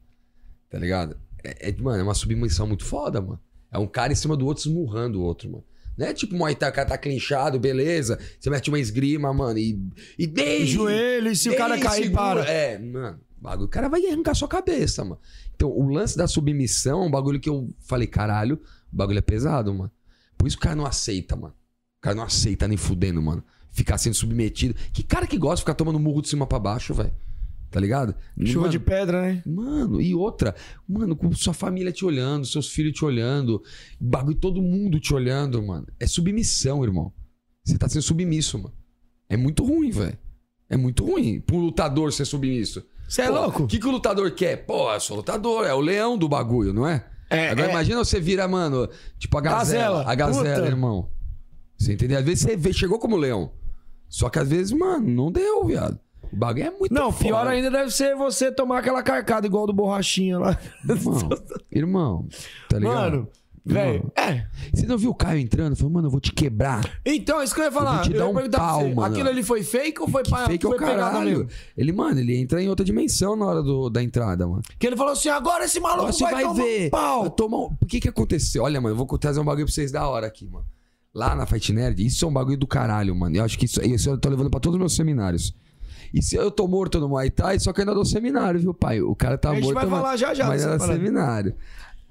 Tá ligado? É, é- mano, é uma submissão muito foda, mano. É um cara em cima do outro esmurrando o outro, mano. Não é tipo Muay Thai, o cara tá clinchado, beleza. Você mete uma esgrima, mano, e. E dei! Joelho, e se o cara Ei, cair, segura. para. É, mano. bagulho, O cara vai arrancar sua cabeça, mano. Então, o lance da submissão é um bagulho que eu falei, caralho, o bagulho é pesado, mano. Por isso que o cara não aceita, mano. O cara não aceita nem fudendo, mano. Ficar sendo submetido. Que cara que gosta de ficar tomando murro de cima pra baixo, velho? Tá ligado? Chuva Mano, de pedra, né? Mano, e outra, mano, com sua família te olhando, seus filhos te olhando, bagulho, todo mundo te olhando, mano. É submissão, irmão. Você tá sendo submisso, mano. É muito ruim, velho. É muito ruim pro lutador ser submisso. Você é Pô, louco? O que, que o lutador quer? Pô, eu sou lutador, é o leão do bagulho, não é? É, Agora imagina você vira, mano, tipo a gazela. Gazela, A gazela, puta. irmão. Você entendeu? Às vezes você vê- chegou como leão. Só que às vezes, mano, não deu, viado. O bagulho é muito Não, pior foda. ainda deve ser você tomar aquela carcada igual do borrachinha lá. Irmão, irmão, tá ligado? Mano, velho. É. Você não viu o Caio entrando? Falou, mano, eu vou te quebrar. Então, isso que eu ia Eu vou falar. te Eu, dar ia um perguntar pau, pra você. mano. Aquilo ali foi fake ou foi, Que pa- fake é o foi pegada mesmo? caralho. Ele, mano, ele entra em outra dimensão na hora do, da entrada, mano. Que ele falou assim, agora esse maluco Você vai, vai, tomar ver. um pau. Eu tomo um- O que que aconteceu? Olha, mano, eu vou trazer um bagulho pra vocês da hora aqui, mano. Lá na Fight Nerd, isso é um bagulho do caralho, mano. Eu acho que isso, isso eu tô levando pra todos os meus seminários. E se eu tô morto no Muay Thai, só que eu ainda dou seminário, viu, pai? O cara tá A gente morto. vai mas- falar já, já Mas dessa era parada. seminário.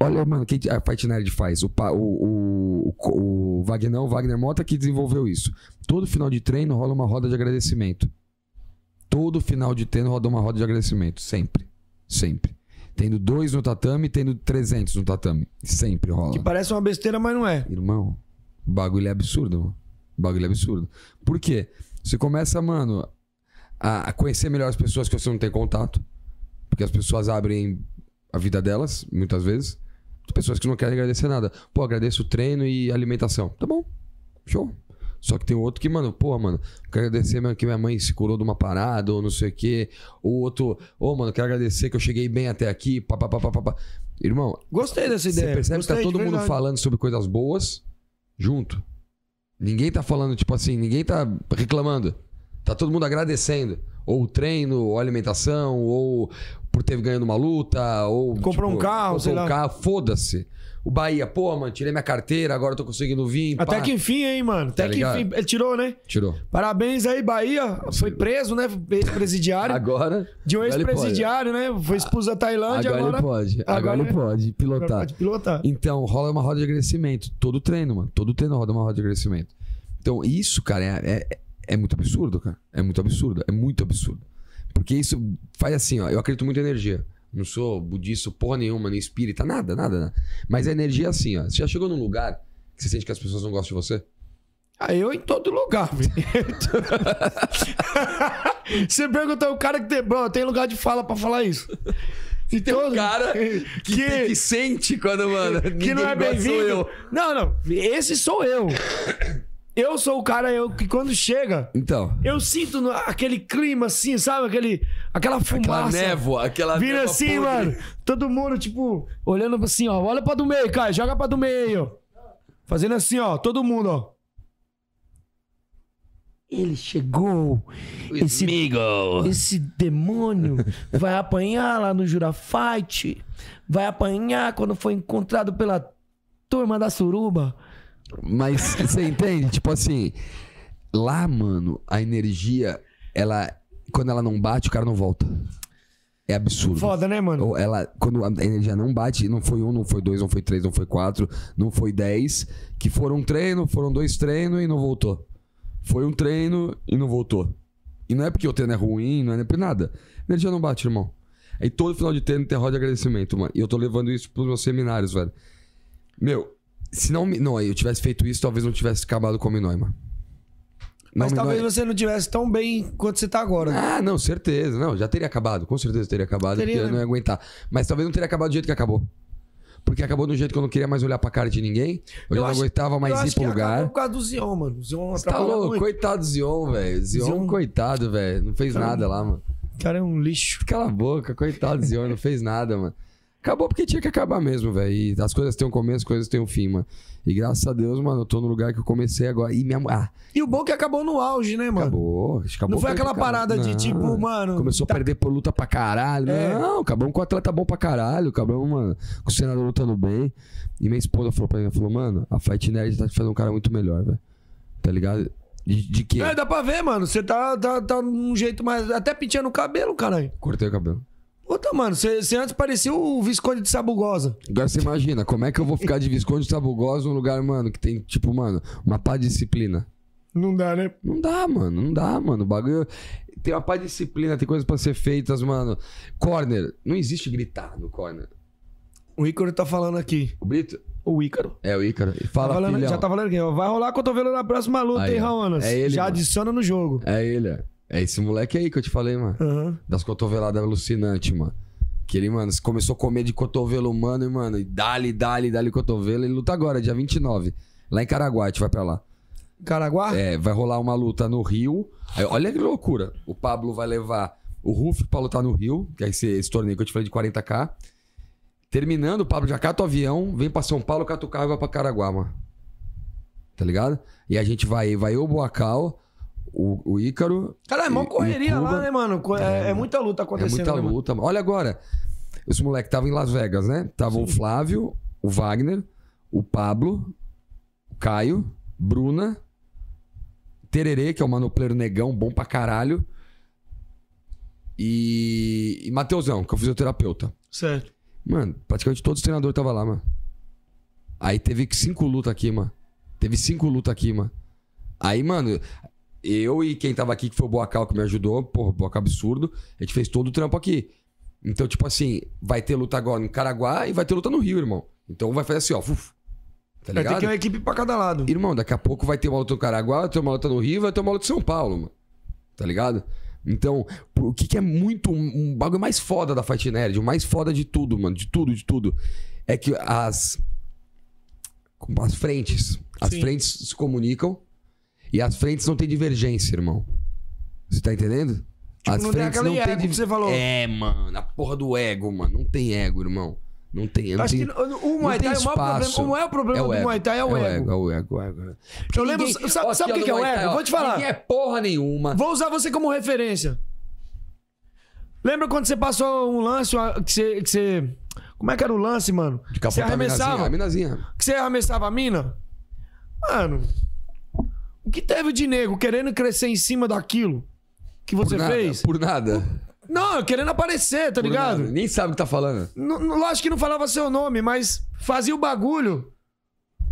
Olha, mano, o que a Fight Nerd faz? O, pa- o, o, o, co- o Wagner, o Wagner Mota que desenvolveu isso. Todo final de treino rola uma roda de agradecimento. Todo final de treino roda uma roda de agradecimento. Sempre. Sempre. Tendo dois no tatame, tendo 300 no tatame. Sempre rola. Que parece uma besteira, mas não é. Irmão, o bagulho é absurdo, mano. O bagulho é absurdo. Por quê? Você começa, mano, a a conhecer melhor as pessoas que você não tem contato. Porque as pessoas abrem a vida delas, muitas vezes. Tem pessoas que não querem agradecer nada. Pô, agradeço o treino e a alimentação. Tá bom. Show. Só que tem outro que, mano, porra, mano, quero agradecer mano, que minha mãe se curou de uma parada, ou não sei o quê. Ou outro, ô, mano, quero agradecer que eu cheguei bem até aqui, papapá. pá, pá, pá, pá. Irmão, Gostei dessa ideia. você percebe É, Gostei, que de tá todo mundo verdade. falando sobre coisas boas junto. Ninguém tá falando, tipo assim, ninguém tá reclamando. Tá todo mundo agradecendo. Ou o treino, ou a alimentação, ou por ter ganho numa luta, ou. Comprou um carro, comprou sei um lá. carro, foda-se. O Bahia, pô, mano, tirei minha carteira, agora eu tô conseguindo vir. Até pá. que enfim, hein, mano. Até Tá que ligado? enfim. Ele tirou, né? Tirou. Parabéns aí, Bahia. Foi preso, né? Ex-presidiário. Agora. De um agora ele pode. Ah, ex-presidiário, né? Foi expulso da Tailândia agora. Agora, ele pode. Agora, agora ele ele- pode agora pilotar. pode pilotar. Então, rola uma roda de agradecimento. Todo treino, mano. Todo treino roda uma roda de agradecimento. Então, isso, cara, é, é, é muito absurdo, cara. É muito absurdo, é muito absurdo. Porque isso faz assim, ó. Eu acredito muito em energia. Não sou budista, porra nenhuma, nem espírita, nada, nada, nada. Mas a energia é assim, ó. Você já chegou num lugar que você sente que as pessoas não gostam de você? Ah, eu em todo lugar, velho. Você pergunta o cara que tem. Bro, tem lugar de fala pra falar isso. E tem um cara Que, que, que, sente quando, mano. que não é bem-vindo. Não, não. Esse sou eu. Eu sou o cara eu, que quando chega, Então. eu sinto no- aquele clima assim, sabe? Aquele, aquela Aquela fumaça. névoa, aquela Vira névoa assim, podre. mano. Todo mundo, tipo, olhando assim, ó. Olha pra do meio, cara. Joga pra do meio. Fazendo assim, ó. Todo mundo, ó. Ele chegou. Esse, esse demônio vai apanhar lá no Jurafight. Vai apanhar quando foi encontrado pela turma da suruba. Mas você entende? Tipo assim, lá, mano, a energia, ela. Quando ela não bate, o cara não volta. É absurdo. Foda, né, mano? Ou Então, ela, quando a energia não bate, não foi um, não foi dois, não foi três, não foi quatro, não foi dez, que foram um treino, foram dois treinos e não voltou. Foi um treino e não voltou. E não é porque o treino é ruim, não é nem por nada. A energia não bate, irmão. Aí todo final de treino tem roda de agradecimento, mano. E eu tô levando isso pros meus seminários, velho. Meu, se não, me- não eu tivesse feito isso, talvez não tivesse acabado com o Minói, mano. Não, é- Mas Minói- talvez você não tivesse tão bem quanto você tá agora. ah, não, certeza. Não, já teria acabado. Com certeza teria acabado, Teria, porque eu né? não ia aguentar. Mas talvez não teria acabado do jeito que acabou. Porque acabou do jeito que eu não queria mais olhar pra cara de ninguém. Eu, já não acho- aguentava eu mais acho Ah, ir pro que é acabou lugar. Por causa do Zion, mano. O Zion Você tá atrapalhou louco? muito. Coitado do Zion, velho. Zion, Zion. coitado, velho. Não fez nada lá, mano. O cara é um lixo. Cala a boca, coitado do Zion, não fez nada, mano. Acabou porque tinha que acabar mesmo, velho. E As coisas têm um começo, as coisas têm um fim, mano. E graças a Deus, mano, eu tô no lugar que eu comecei agora. E minha. mu- Ah, E o bom é que acabou no auge, né, mano? acabou. acho que acabou Não foi pra- aquela acabou. parada de Não. tipo, mano. Começou a perder por luta pra caralho. É. Não, acabamos com o atleta bom pra caralho. Acabamos, mano, com o senador lutando bem. E minha esposa falou pra mim, ela falou, mano, a Fight Nerd tá te fazendo um cara muito melhor, velho. Tá ligado? De, de quê? É, dá pra ver, mano. Você tá, tá, tá num jeito mais. Até penteando o cabelo, caralho. Cortei o cabelo. Puta, mano, você você antes parecia o Visconde de Sabugosa. Agora você imagina, como é que eu vou ficar de Visconde Sabugosa num lugar, mano, que tem, tipo, mano, uma pá de disciplina? Não dá, né? Não dá, mano. Não dá, mano. O bagulho. Tem uma pá de disciplina, tem coisas pra ser feitas, mano. Corner. Não existe gritar no corner. O Ícaro tá falando aqui. O Brito? O Ícaro. É o Ícaro. Tá Fala, falando- filhão. já tá falando aqui, ó. Vai rolar cotovelo na próxima luta, Aí, hein, ó. Raonas? É ele, já mano. adiciona no jogo. É ele, é. É esse moleque aí que eu te falei, mano. Aham. Das cotoveladas alucinantes, mano. Que ele, mano, começou a comer de cotovelo humano, e, mano, e dali, dali, dali cotovelo. Ele luta agora, dia 29. Lá em Caraguá, a gente vai pra lá. Caraguá? É, vai rolar uma luta no Rio. Aí, olha que loucura. O Pablo vai levar o Ruf pra lutar no Rio, que é esse, esse torneio que eu te falei de 40k. Terminando, o Pablo já cata o avião, vem pra São Paulo, cata o carro e vai pra Caraguá, mano. Tá ligado? E a gente vai, vai eu, o Boacal, o, o Ícaro, Cara, é mó E- e correria lá, Cuba? né, mano? Co- É, é muita luta É acontecendo. muita né, mano? luta. mano. Olha agora. Os moleques estavam em Las Vegas, né? Tava o Flávio, o Wagner, o Pablo, o Caio, Bruna, Tererê, que é o manopleiro negão, bom pra caralho. E, e Mateusão, que é o fisioterapeuta. Tá Certo. É, Mano, praticamente todos os treinadores estavam lá, mano. Aí teve cinco lutas aqui, mano. Teve cinco lutas aqui, mano. Aí, mano, eu e quem tava aqui, que foi o Boacal que me ajudou, porra, Boacal absurdo, a gente fez todo o trampo aqui. Então, tipo assim, vai ter luta agora no Caraguá e vai ter luta no Rio, irmão. Então vai fazer assim, ó, uf, tá Vai ter ligado? que ter uma equipe pra cada lado. Irmão, daqui a pouco vai ter uma luta no Caraguá, vai ter uma luta no Rio, vai ter uma luta em São Paulo, mano. Tá ligado? Então, pô, o que, que é muito um um bagulho mais foda da Fight Nerd, o mais foda de tudo, mano, de tudo, de tudo, é que as como as frentes, as Sim. frentes se comunicam e as frentes não tem divergência, irmão. Você tá entendendo? as Tipo, não tem frentes aquela não tem ego que div- você falou. É, mano, a porra do ego, mano, não tem ego, irmão. Não tem, eu não Acho tenho- que o Muay tem Thai, é o maior problema, espaço. o maior problema É o do ego, Muay Thai é o ego. É o ego, é o ego. Eu lembro, Ninguém- sabe, Ó, sabe o aqui, que, que é ó, o no Muay Thai, ego? ó, Vou te falar. Ninguém é porra nenhuma. Vou usar você como referência. Lembra quando você passou um lance ó, que você. que você- Como é que era o lance, mano? De Que você capotar a minazinha, É arremessava? a minazinha. Que você arremessava a mina? Mano, o que teve de nego querendo crescer em cima daquilo que Por você nada, fez? Por nada. Não, querendo aparecer, tá Por ligado? nada. Nem sabe o que tá falando. Não- não- Lógico que não falava seu nome, mas fazia o bagulho.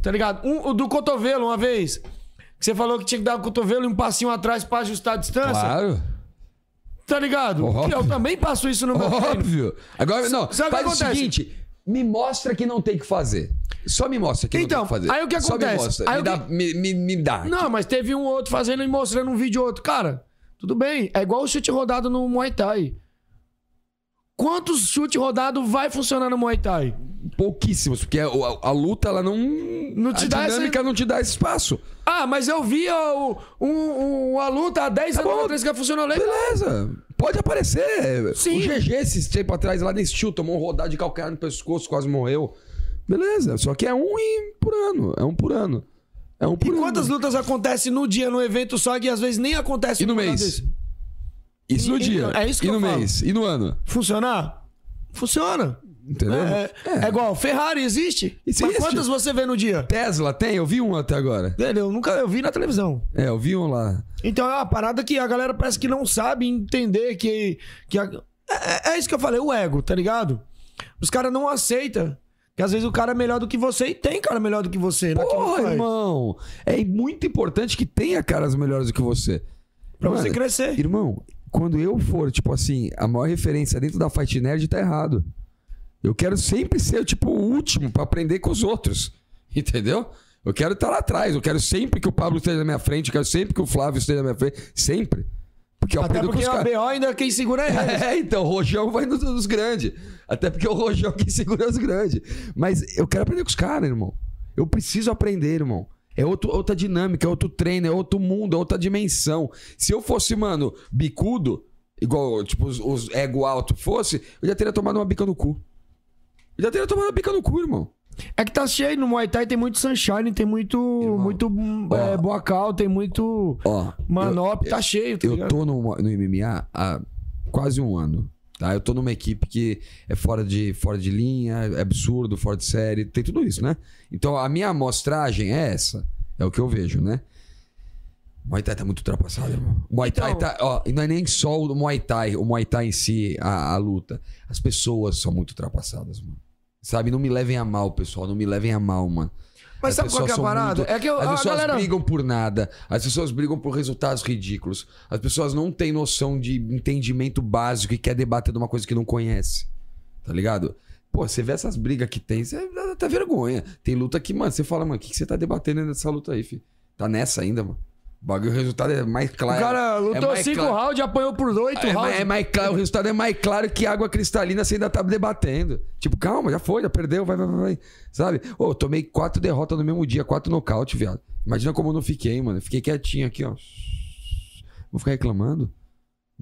Tá ligado? Um, o do cotovelo uma vez. Que você falou que tinha que dar o cotovelo e um passinho atrás pra ajustar a distância. Claro. Tá ligado? Óbvio. Eu também passo isso no meu treino. Óbvio. Agora, não, sabe o que faz o acontece? seguinte: me mostra que não tem que fazer. Só me mostra que Então, não tem que fazer. aí o que Só me acontece? mostra. Aí me, o dá, que- me, me- me dá. Não, mas teve um outro fazendo e mostrando um vídeo outro. Cara, tudo bem. É igual o chute rodado no Muay Thai. Quantos chute rodado vai funcionar no Muay Thai? Pouquíssimos, porque a, a- a luta, ela não. Não te a dá esse- dinâmica não te dá esse espaço. Ah, mas eu vi ó, o- um, um, a luta há 10 anos bom. atrás que funcionou legal. Beleza. Pode aparecer. Sim. O GG, esses tempo atrás, lá nesse tio, tomou um rodar de calcanhar no pescoço, quase morreu. Beleza. Só que é um e por ano. É um por ano. É um por E ano. quantas lutas acontecem no dia, num evento só, que às vezes nem acontece E no num lugar mês? desse? Isso no E- dia. é isso que e eu no falo. mês. E no ano. Funcionar? Funciona. Entendeu? É, é igual, Ferrari existe. Mas Existe. quantas você vê no dia? Tesla tem? Eu vi um até agora. Velho, eu nunca eu vi na televisão. É, eu vi um lá. Então é uma parada que a galera parece que não sabe entender que. que a- é, é isso que eu falei, o ego, tá ligado? Os caras não aceitam. Que às vezes o cara é melhor do que você e tem cara melhor do que você. naquilo que Porra, faz. irmão. É muito importante que tenha caras melhores do que você. Pra Mano, você crescer. Irmão, quando eu for, tipo assim, a maior referência dentro da Fight Nerd tá errado. Eu quero sempre ser, tipo, o último pra aprender com os outros. Entendeu? Eu quero estar lá atrás. Eu quero sempre que o Pablo esteja na minha frente. Eu quero sempre que o Flávio esteja na minha frente. Sempre. Porque eu Até aprendo com porque os a caras. BO ainda quem segura é ele. É, então, o Rojão vai nos, nos grandes. Até porque é o Rojão que segura os grandes. Mas eu quero aprender com os caras, irmão. Eu preciso aprender, irmão. É outro- outra dinâmica, é outro treino, é outro mundo, é outra dimensão. Se eu fosse, mano, bicudo, igual, tipo, os, os ego alto fosse, eu já teria tomado uma bica no cu. Eu já teria tomado uma bica no cu, irmão. É que tá cheio no Muay Thai, tem muito Sunshine, tem muito. Muito é, Boacal, tem muito. Ó, Manop, tá cheio, tá eu ligado? tô no, no MMA há quase um ano. Tá? Eu tô numa equipe que é fora de, fora de linha, é absurdo, fora de série, tem tudo isso, né? Então a minha amostragem é essa. É o que eu vejo, né? O Muay Thai tá muito ultrapassado, irmão. O Muay Thai Então- tá. Ó, e não é nem só o Muay Thai, o Muay Thai em si, a, a luta. As pessoas são muito ultrapassadas, mano. Sabe? Não me levem a mal, pessoal. Não me levem a mal, mano. Mas As sabe qual pessoas que é a são parada? muito- É que eu- as a pessoas galera- brigam por nada, as pessoas brigam por resultados ridículos, as pessoas não têm noção de entendimento básico e quer debater de uma coisa que não conhece. Tá ligado? Pô, você vê essas brigas que tem, você dá até vergonha. Tem luta que, mano, você fala, mano, o que, que você tá debatendo nessa luta aí, filho? Tá nessa ainda, mano. O bagulho, o resultado é mais O claro. cara lutou é mais 5 claro. rounds, apanhou por 8 É, rounds. mais- é mais claro, o resultado é mais claro que água cristalina você ainda tá debatendo. Tipo, calma, já foi, já perdeu, vai, vai, vai, vai. Sabe? Ô, eu tomei quatro derrotas no mesmo dia, quatro nocaute, viado. Imagina como eu não fiquei, mano. Eu Fiquei quietinho aqui, ó. Vou ficar reclamando?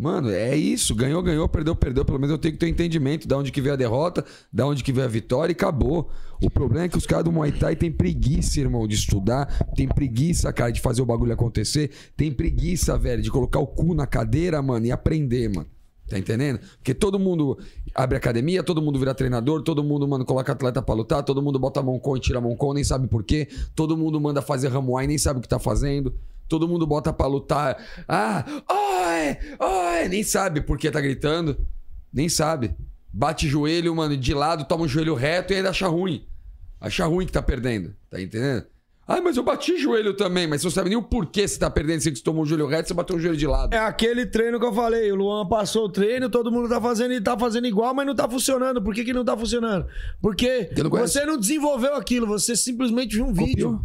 Mano, é isso. Ganhou, ganhou, perdeu, perdeu. Pelo menos eu tenho que ter um entendimento da onde que veio a derrota, da onde que veio a vitória e acabou. O problema é que os caras do Muay Thai têm preguiça, irmão, de estudar, tem preguiça, cara, de fazer o bagulho acontecer, tem preguiça, velho, de colocar o cu na cadeira, mano, e aprender, mano. Tá entendendo? Porque todo mundo abre academia, todo mundo vira treinador, todo mundo, mano, coloca atleta pra lutar, todo mundo bota a mão com e tira a mão com, nem sabe por quê, todo mundo manda fazer ramuai, nem sabe o que tá fazendo, todo mundo bota pra lutar, ah, oi, oi, nem sabe por que tá gritando, nem sabe. Bate joelho, mano, de lado, toma um joelho reto e ainda acha ruim. Acha ruim que tá perdendo, tá entendendo? Ah, mas eu bati joelho também, mas você não sabe nem o porquê você tá perdendo, você que tomou um joelho reto, você bateu um joelho de lado. É aquele treino que eu falei. O Luan passou o treino, todo mundo tá fazendo e tá fazendo igual, mas não tá funcionando. Por que, que não tá funcionando? Porque não conhece. você não desenvolveu aquilo, você simplesmente viu um vídeo.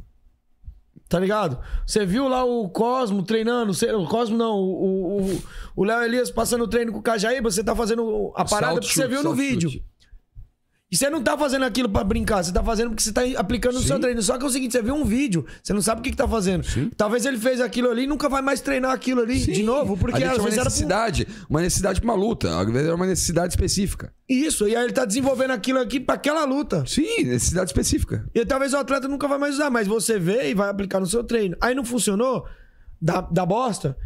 Tá ligado? Você viu lá o Cosmo treinando, você- o Cosmo não, o o- o Léo Elias passando o treino com o Cajaíba, você tá fazendo a parada Salto, que você chute, viu no salto, vídeo. chute. E você não tá fazendo aquilo pra brincar, você tá fazendo porque você tá aplicando no seu treino. Só que é o seguinte, você viu um vídeo, você não sabe o que, que tá fazendo. Talvez ele fez aquilo ali e nunca vai mais treinar aquilo ali de novo, A porque gente às tinha uma vezes era pro... necessidade, uma necessidade pra uma luta, às vezes era uma necessidade específica. Isso, e aí ele tá desenvolvendo aquilo aqui pra aquela luta. Sim, necessidade específica. E talvez o atleta nunca vai mais usar, mas você vê e vai aplicar no seu treino. Aí não funcionou, dá, dá bosta,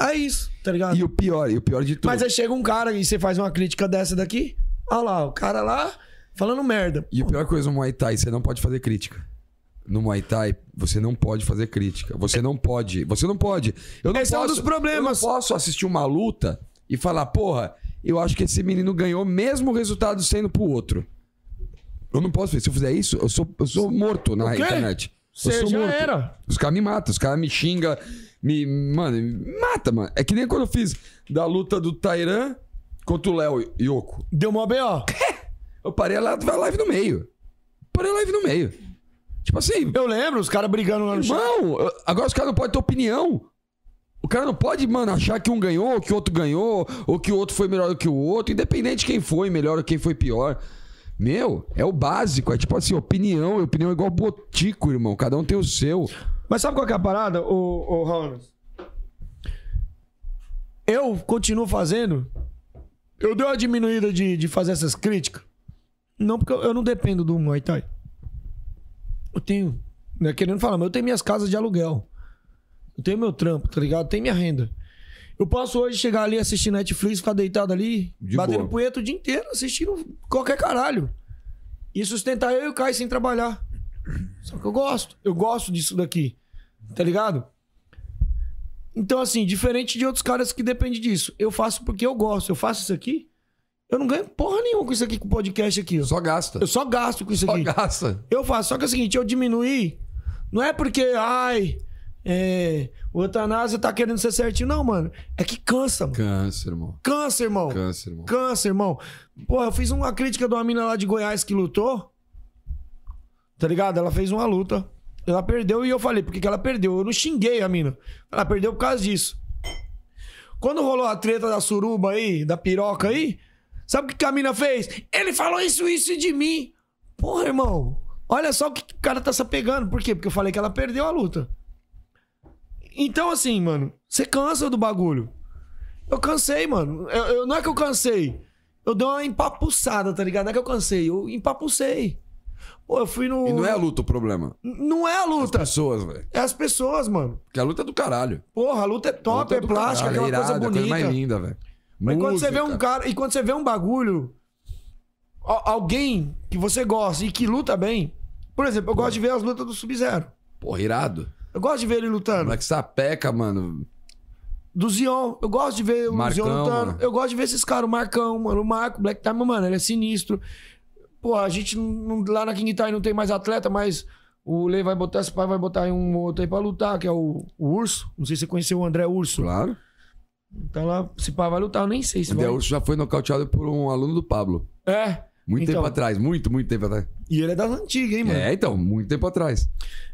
é, é isso, tá ligado? E o pior, e o pior de tudo. Mas aí chega um cara e você faz uma crítica dessa daqui, olha lá, o cara lá falando merda. E a pior coisa no Muay Thai, você não pode fazer crítica. No Muay Thai, você não pode fazer crítica. Você não pode. Você não pode. Eu não Esse é um posso, dos problemas. Eu não posso assistir uma luta e falar, porra, eu acho que esse menino ganhou mesmo o resultado sendo pro outro. Eu não posso. Se eu fizer isso, eu sou, eu sou morto na quê? internet. Você sou já morto. era. Os caras me matam, os caras me xingam, me. Mano, me mata, mano. É que nem quando eu fiz da luta do Tairan contra o Léo Yoko. Deu mó B.O. Eu parei a live- a live no meio. Parei a live no meio. Tipo assim, Eu lembro, os caras brigando lá no chão. irmão, eu- agora os caras não podem ter opinião. O cara não pode, mano, achar que um ganhou, ou que o outro ganhou, ou que o outro foi melhor que o outro, independente de quem foi melhor ou quem foi pior. Meu, é o básico. É tipo assim, opinião. e Opinião é igual botico, irmão. Cada um tem o seu. Mas sabe qual que é a parada, ô, ô Raunas? Eu continuo fazendo. Eu dei uma diminuída de, de fazer essas críticas. Não porque eu, eu não dependo do Muay Thai. Eu tenho. Não é querendo falar, mas eu tenho minhas casas de aluguel. Eu tenho meu trampo, tá ligado? Eu tenho minha renda. Eu posso hoje chegar ali assistir Netflix, ficar deitado ali, De batendo boa. punheta o dia inteiro, assistindo qualquer caralho. E sustentar eu e o Caio sem trabalhar. Só que eu gosto. Eu gosto disso daqui. Tá ligado? Então, assim, diferente de outros caras que dependem disso, eu faço porque eu gosto. Eu faço isso aqui, eu não ganho porra nenhuma com isso aqui, com o podcast aqui. ó. Só gasta. Eu só gasto com isso Só aqui. gasta. Eu faço. Só que é o seguinte, eu diminuí. Não é porque, ai, é, o Eutanásia tá querendo ser certinho. Não, mano. É que cansa, mano. Câncer, irmão. Cansa, irmão. Câncer, irmão. Câncer, irmão. Porra, eu fiz uma crítica de uma mina lá de Goiás que lutou. Tá ligado? Ela fez uma luta. Ela perdeu e eu falei, por que que ela perdeu? Eu não xinguei a mina. Ela perdeu por causa disso. Quando rolou a treta da suruba aí, da piroca aí, sabe o que que a mina fez? Ele falou isso, isso de mim. Porra, irmão. Olha só o que que o cara tá se apegando. Por quê? Porque eu falei que ela perdeu a luta. Então, assim, mano, você cansa do bagulho. Eu cansei, mano. Eu, eu- não é que eu cansei. Eu dei uma empapuçada, tá ligado? Não é que eu cansei. Eu empapucei. Pô, eu fui no. E não é a luta o problema. Não é a luta. Pessoas, velho. É as pessoas, mano. Porque a luta é do caralho. Porra, a luta é A top, luta é do plástica, aquela caralho, é irada, coisa a bonita. coisa mais linda, velho. Mas quando você vê um Música. cara. E quando você vê um bagulho. a- Alguém que você gosta e que luta bem. Por exemplo, eu gosto de ver as lutas do Sub-Zero. Porra, irado. Eu gosto de ver ele O lutando. Black Sapeca, mano. Do Zion. Eu gosto de ver o Marcão, Zion lutando. mano. Eu gosto de ver esses caras, o Marcão, mano. O Marco, o Black Time, mano, ele é sinistro. Pô, a gente não- não- lá na King Thai não tem mais atleta, mas o Lei vai botar, esse pai vai botar aí um outro aí pra lutar, que é o, o Urso. Não sei se você conheceu o André Urso. Claro. Então lá, se pá, vai lutar, eu nem sei se O vai. Deus já foi nocauteado por um aluno do Pablo. É. Muito Então. tempo atrás. Muito, muito tempo atrás. E ele é das antigas, hein, mano? É, então. Muito tempo atrás.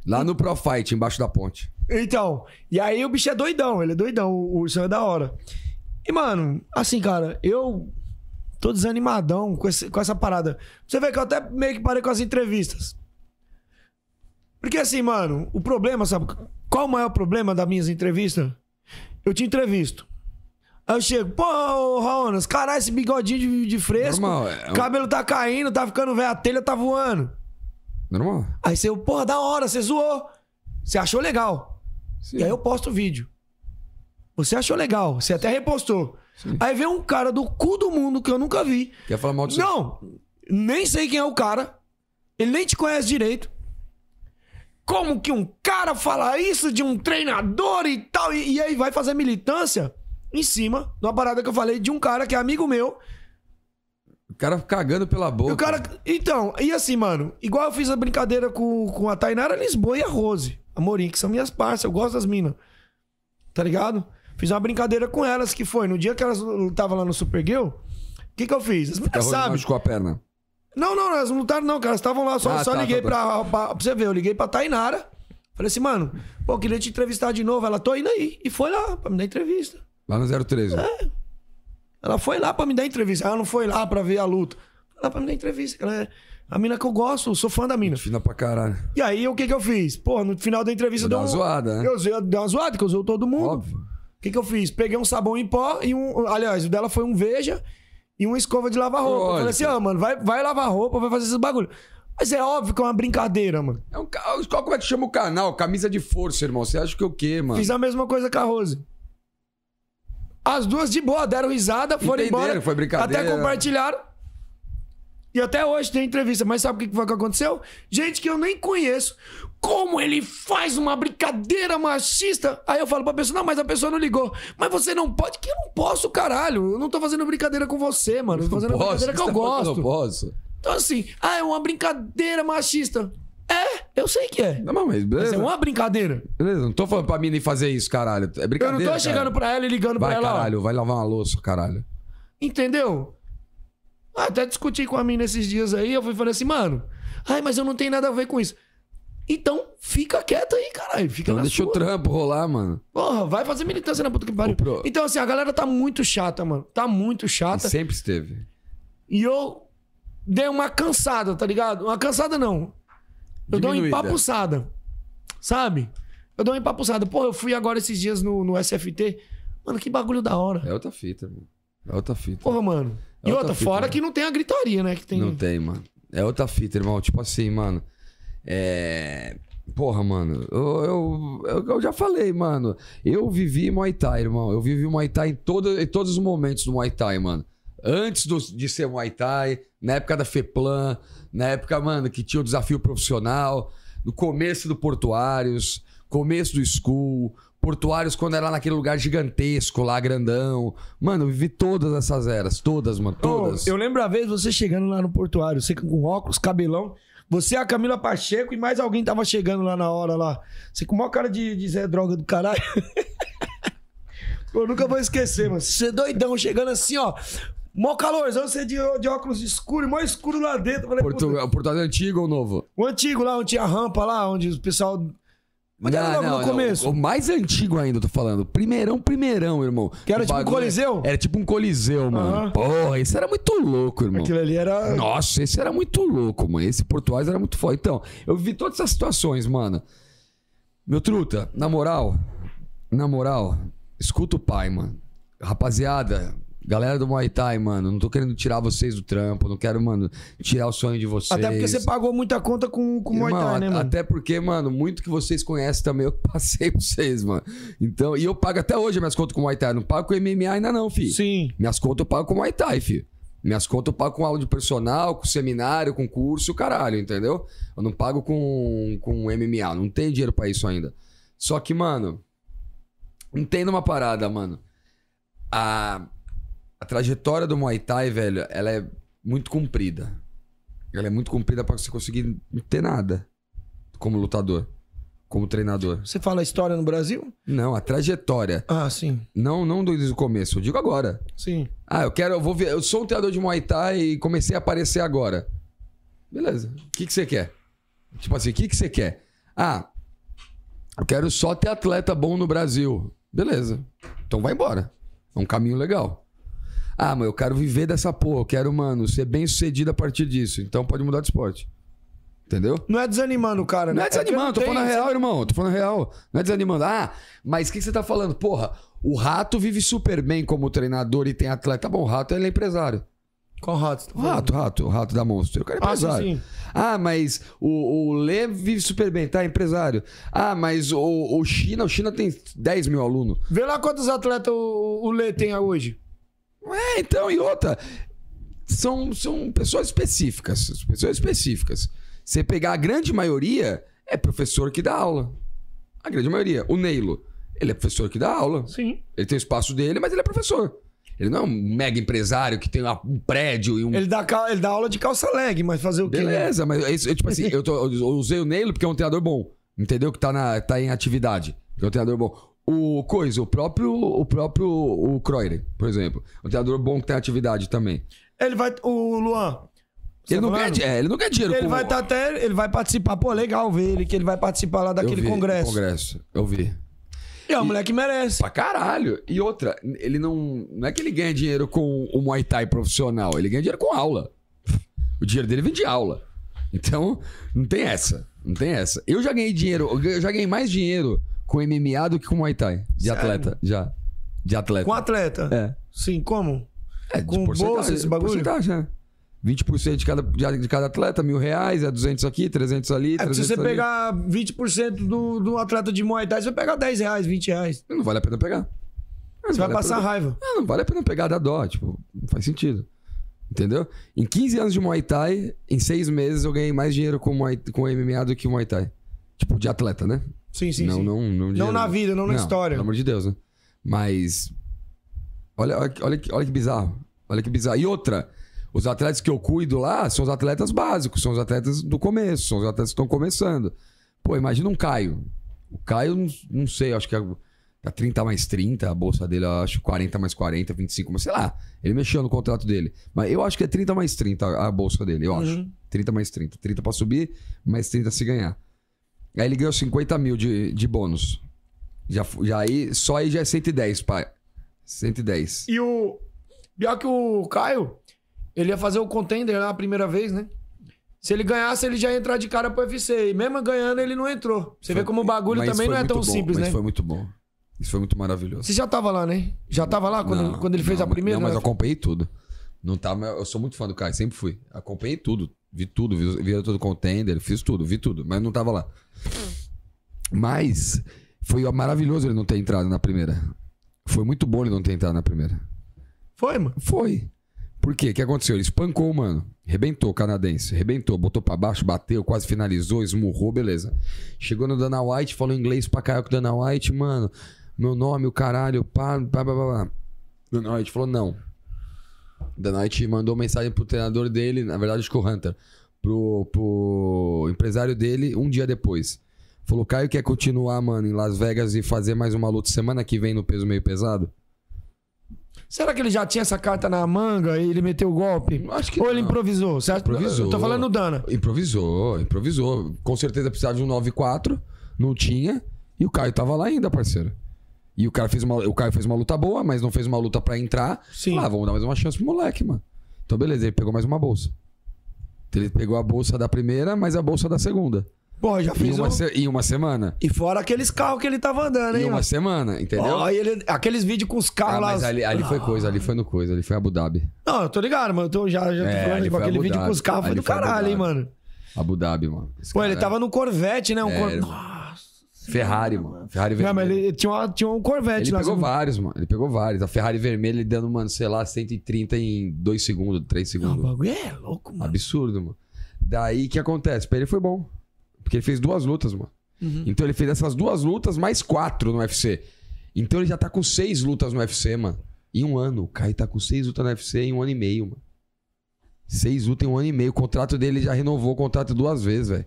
Lá no Pro Fight, embaixo da ponte. Então, e aí o bicho é doidão, ele é doidão, o urso é da hora. E, mano, assim, cara, eu tô desanimadão com, esse- com essa parada. Você vê que eu até meio que parei com as entrevistas. Porque, assim, mano, o problema, sabe? Qual o maior problema das minhas entrevistas? Eu te entrevisto. Aí eu chego, pô, ô, Raonas, caralho, esse bigodinho de, de fresco. Normal, é um- cabelo tá caindo, tá ficando velho, a telha tá voando. Normal? Aí você, porra, da hora, você zoou. Você achou legal. Sim. E aí eu posto o vídeo. Você achou legal, você até repostou. Aí vem um cara do cu do mundo que eu nunca vi. Quer falar mal de Não, nem sei quem é o cara. Ele nem te conhece direito. Como que um cara fala isso de um treinador e tal? E, e aí vai fazer militância em cima de uma parada que eu falei de um cara que é amigo meu. O cara cagando pela boca. Tá E o cara. Então, e assim, mano, igual eu fiz a brincadeira com, com a Tainara Lisboa e a Rose, Amorim, que são minhas parças, eu gosto das minas. Tá ligado? Fiz uma brincadeira com elas, que foi no dia que elas lutavam lá no Supergirl. O que que eu fiz? As Tá minas rolando sabem. embaixo com a perna. Não, não, elas não lutaram, não, cara. Elas estavam lá, só, Ah, só tá, liguei tá, tá. Pra, pra, pra você ver. Eu liguei pra Tainara. Falei assim, mano, pô, eu queria te entrevistar de novo. Ela, tô indo aí. E foi lá pra me dar entrevista. Lá no 013. É. Ela foi lá pra me dar entrevista. Ela não foi lá pra ver a luta. Foi lá pra me dar entrevista. Ela é a mina que eu gosto, eu sou fã da mina. Fina pra caralho. E aí, o que que eu fiz? Pô, no final da entrevista deu Vou um dar uma zoada, né? Eu usei, eu dei uma zoada, que eu usei todo mundo. Óbvio. O que que eu fiz? Peguei um sabão em pó e um... Aliás, o dela foi um veja e uma escova de lavar roupa. Eu falei Lógico. assim, ó, mano, vai, vai lavar roupa, vai fazer esses bagulho. Mas é óbvio que é uma brincadeira, mano. É um, ca- qual como é que chama o canal? Camisa de força, irmão. Você acha que é o quê, mano? Fiz a mesma coisa com a Rose. As duas de boa, deram risada, foram Entenderam, embora. foi brincadeira. Até compartilharam. E até hoje tem entrevista. Mas sabe o que que foi que aconteceu? Gente que eu nem conheço. Como ele faz uma brincadeira machista? Aí eu falo pra pessoa, não, mas a pessoa não ligou. Mas você não pode? Que eu não posso, caralho. Eu não tô fazendo brincadeira com você, mano. Eu tô fazendo Posso? brincadeira que Você eu tá gosto. falando, Posso. Então assim, ah, é uma brincadeira machista. É, Eu sei que é. Não, mas Mas beleza. é uma brincadeira. Beleza, não tô falando pra mim nem fazer isso, caralho. É Eu brincadeira. não tô cara. chegando pra ela e ligando Vai, pra ela. ó. caralho, vai lavar uma louça, caralho. Entendeu? Ah, Até discuti com a mina esses dias aí, eu fui falando assim, mano, ai, mas eu não tenho nada a ver com isso. Então, fica quieto aí, caralho. Fica Então na deixa sua. o trampo rolar, mano. Porra, vai fazer militância na puta que pariu. Ô, pro- Então, assim, a galera tá muito chata, mano. Tá muito E chata. sempre esteve. é- E eu dei uma cansada, tá ligado? Uma cansada não. Eu dou uma Diminuída. empapuçada. Sabe? Eu dou uma empapuçada. Porra, eu fui agora esses dias no, no SFT. Mano, que bagulho da hora. É outra fita, mano. É outra fita. Porra, mano. É E outra outra, fita, fora né? que não tem a gritaria, né? Que tem... Não tem, mano. É outra fita, irmão. Tipo assim, mano. É. Porra, mano. Eu, eu, eu, eu já falei, mano. Eu vivi Muay Thai, irmão. Eu vivi Muay Thai em, todo, em todos os momentos do Muay Thai, mano. Antes do- de ser Muay Thai, na época da FEPLAN, na época, mano, que tinha o desafio profissional, no começo do Portuários, começo do School, Portuários quando era naquele lugar gigantesco lá, grandão. Mano, eu vivi todas essas eras, todas, mano, todas. Ô, eu lembro a vez você chegando lá no portuário, você com óculos, cabelão. Você, a Camila Pacheco e mais alguém tava chegando lá na hora lá. Você com o maior cara de, de Zé Droga do caralho. Eu nunca vou esquecer, mano. Você é doidão chegando assim, ó. Mó calorzão, você de, de óculos escuro, mó escuro lá dentro. Eu Falei, Portu... é puta, O português antigo ou novo? o antigo lá, onde tinha a rampa lá, onde o pessoal. Onde era logo no começo. Ah, O mais antigo ainda, eu tô falando. Primeirão, primeirão, irmão. Que era O tipo um bagulho- coliseu? Era tipo um coliseu, mano. Aham. Porra, isso era muito louco, irmão. Aquilo ali era. Nossa, esse era muito louco, mano. Esse portuário era muito foda. Então, eu vi todas essas situações, mano. Meu truta, na moral, na moral, escuta o pai, mano. Rapaziada, galera do Muay Thai, mano, não tô querendo tirar vocês do trampo, não quero, mano, tirar o sonho de vocês. Até porque você pagou muita conta com, com o Muay Irmão, Thai, né, a- mano? Até porque, mano, muito que vocês conhecem também, eu passei pra vocês, mano. Então, e eu pago até hoje minhas contas com Muay Thai. Não pago com MMA ainda não, fi. Sim. Minhas contas eu pago com Muay Thai, fi. Minhas contas eu pago com aula de personal, com seminário, com curso, caralho, entendeu? Eu não pago com, com MMA, não tenho dinheiro pra isso ainda. Só que, mano, entenda uma parada, mano. A, a trajetória do Muay Thai, velho, ela é muito comprida. Ela é muito comprida pra você conseguir não ter nada como lutador, como treinador. Você fala história no Brasil? Não, a trajetória. Ah, sim. Não, não desde o começo, eu digo agora. Sim. Ah, eu quero, eu vou ver. Eu sou um treinador de Muay Thai e comecei a aparecer agora. Beleza. O que, que você quer? Tipo assim, o que, que você quer? Ah, eu quero só ter atleta bom no Brasil. Beleza. Então vai embora. É um caminho legal. Ah, mas eu quero viver dessa porra. Eu quero, mano, ser bem sucedido a partir disso. Então pode mudar de esporte. Entendeu? Não é desanimando o cara, né? Não é desanimando, tô porque não falando a tem- real, irmão. Tô falando a real. Não é desanimando. Ah, mas o que, que você tá falando? Porra, o Rato vive super bem como treinador e tem atleta. Bom, o Rato ele é empresário. Qual rato? O Rato, o Rato, o Rato da Monstro. O cara é Ah, sim, empresário. sim. Ah, mas o, o Lê vive super bem, tá? É Empresário. Ah, mas o, o China, o China tem 10 mil alunos. Vê lá quantos atletas o, o Lê tem hoje. É, então, e outra. São, são pessoas específicas. Pessoas específicas. Você pegar a grande maioria, é professor que dá aula. A grande maioria. O Neilo, ele é professor que dá aula. Sim. Ele tem o espaço dele, mas ele é professor. Ele não é um mega empresário que tem uma- um prédio e um. Ele dá, cal- ele dá aula de calça leg, mas fazer o quê? né? Beleza, mas é isso, eu, tipo assim, eu, tô- eu usei o Neilo porque é um treinador bom. Entendeu? Que tá, na, tá em atividade. Que é um treinador bom. O Coisa, o próprio. O próprio. O Croire, por exemplo. Um treinador bom que tá em atividade também. Ele vai. O Luan. você Ele não, tá ganha, falando? di- é, ele não ganha dinheiro Ele com- vai tá até. Ele vai participar. Pô, legal ver ele, que ele vai participar lá Eu daquele vi, congresso. congresso. Eu vi. É, o moleque merece. Pra caralho. E outra, ele não. Não é que ele ganha dinheiro com o Muay Thai profissional, ele ganha dinheiro com aula. O dinheiro dele vem de aula. Então, não tem essa. Não tem essa. Eu já ganhei dinheiro, eu gan- eu já ganhei mais dinheiro com MMA do que com Muay Thai. De Sério? atleta, já. De atleta. Com atleta. É. Sim, como? É, de com porcentagem, bolsa, esse de bagulho? Porcentagem, é. 20% de cada, de, de cada atleta, mil reais, é 200 aqui, 300 ali, É que 300 se você ali. pegar 20% do, do atleta de Muay Thai, você vai pegar 10 reais, 20 reais. Não vale a pena pegar. Não Você vai vale a passar pena- raiva. Ah, não vale a pena pegar da dó, tipo, não faz sentido. Entendeu? Em 15 anos de Muay Thai, em seis meses eu ganhei mais dinheiro com, Muay, com MMA do que Muay Thai. Tipo, de atleta, né? Sim, sim, não, sim. não, não, Não dinheiro- né? na vida, não na história. Pelo amor de Deus, né? Mas. Olha, olha, que- olha, que- olha que bizarro. Olha que bizarro. E outra, Os atletas que eu cuido lá são os atletas básicos, são os atletas do começo, são os atletas que estão começando. Pô, imagina um Caio. O Caio, não, não sei, acho que é, tá 30 mais 30, a bolsa dele, eu acho 40 mais 40, 25, mas sei lá. Ele mexeu no contrato dele. Mas eu acho que é 30 mais 30 a a bolsa dele, eu Uhum. acho. 30 mais 30. 30 pra subir, mais 30 se ganhar. Aí ele ganhou 50 mil de, de bônus. Já, fu- já aí, só aí já é 110, pai. 110. E o. Pior que o Caio, ele ia fazer o contender lá a primeira vez, né? Se ele ganhasse, ele já ia entrar de cara pro UFC. E mesmo ganhando, ele não entrou. Você vê como o bagulho Mas também foi não é muito tão bom, simples, mas né? foi muito bom. Isso foi muito maravilhoso. Você já tava lá, né? Já tava lá quando, Não, quando ele fez não, a primeira? Não, mas né? eu acompanhei tudo. Não tá, mas eu sou muito fã do Caio, sempre fui. Acompanhei tudo, vi tudo, vi, vi todo o contender, fiz tudo, vi tudo, mas não tava lá. Mas foi maravilhoso ele não ter entrado na primeira. Foi muito bom ele não ter entrado na primeira. Foi, mano. Foi. Por quê? O que aconteceu? Ele espancou o mano. Rebentou o canadense. Rebentou, botou pra baixo, bateu, quase finalizou, esmurrou, beleza. Chegou no Dana White, falou inglês pra caralho com o Dana White, mano. Meu nome, o caralho, pá, pá, pá, pá, pá. Dana White falou não. Dana White mandou mensagem pro treinador dele, na verdade, acho que o Hunter, pro, pro empresário dele, um dia depois. Falou, Caio quer continuar, mano, em Las Vegas e fazer mais uma luta semana que vem no peso meio pesado? Será que ele já tinha essa carta na manga e ele meteu o golpe? Acho que Ou ele não. improvisou? Você acha- Improvisou. Eu tô falando do Dana. Improvisou, improvisou. Com certeza precisava de um 9-4, não tinha. E o Caio tava lá ainda, parceiro. E o cara fez uma, o Caio fez uma luta boa, mas não fez uma luta pra entrar. Sim. Lá, vamos dar mais uma chance pro moleque, mano. Então, beleza, ele pegou mais uma bolsa. Então, Ele pegou a bolsa da primeira, mas a bolsa da segunda. Pô, já Em fez uma, um... se- em uma semana. E fora aqueles carros que ele tava andando, Em hein? uma mano? semana, entendeu? Ó, e ele- aqueles vídeos com os carros Ah, lá. mas ali, ali foi coisa, ali foi no coisa, ali foi Abu Dhabi. Não, eu tô ligado, mano. Eu tô, já, já tô É, falando ali tipo, foi aquele Abu vídeo com os Dhabi. carros foi Ali do foi Abu caralho, hein, Dhabi. mano. Abu Dhabi, mano. Esse Pô, ele cara- tava no Corvette, né? Um É, Cor- ele- Nossa. Ferrari, mano. Ferrari Não, mas vermelha. ele tinha, uma- tinha um Corvette Ele lá. pegou assim. vários, mano. Ele pegou vários. A Ferrari vermelha, ele dando, mano, sei lá, 130 em 2 segundos, 3 Não, o segundos. bagulho é louco, mano. Absurdo, mano. Daí, o que acontece? Pra ele foi bom. Porque ele fez duas lutas, mano. Uhum. Então ele fez essas duas lutas mais quatro no UFC. Então ele já tá com seis lutas no UFC, mano. Em um ano. O Kai tá com seis lutas no UFC em um ano e meio, mano. Seis lutas em um ano e meio. O contrato dele já renovou o contrato duas vezes, velho.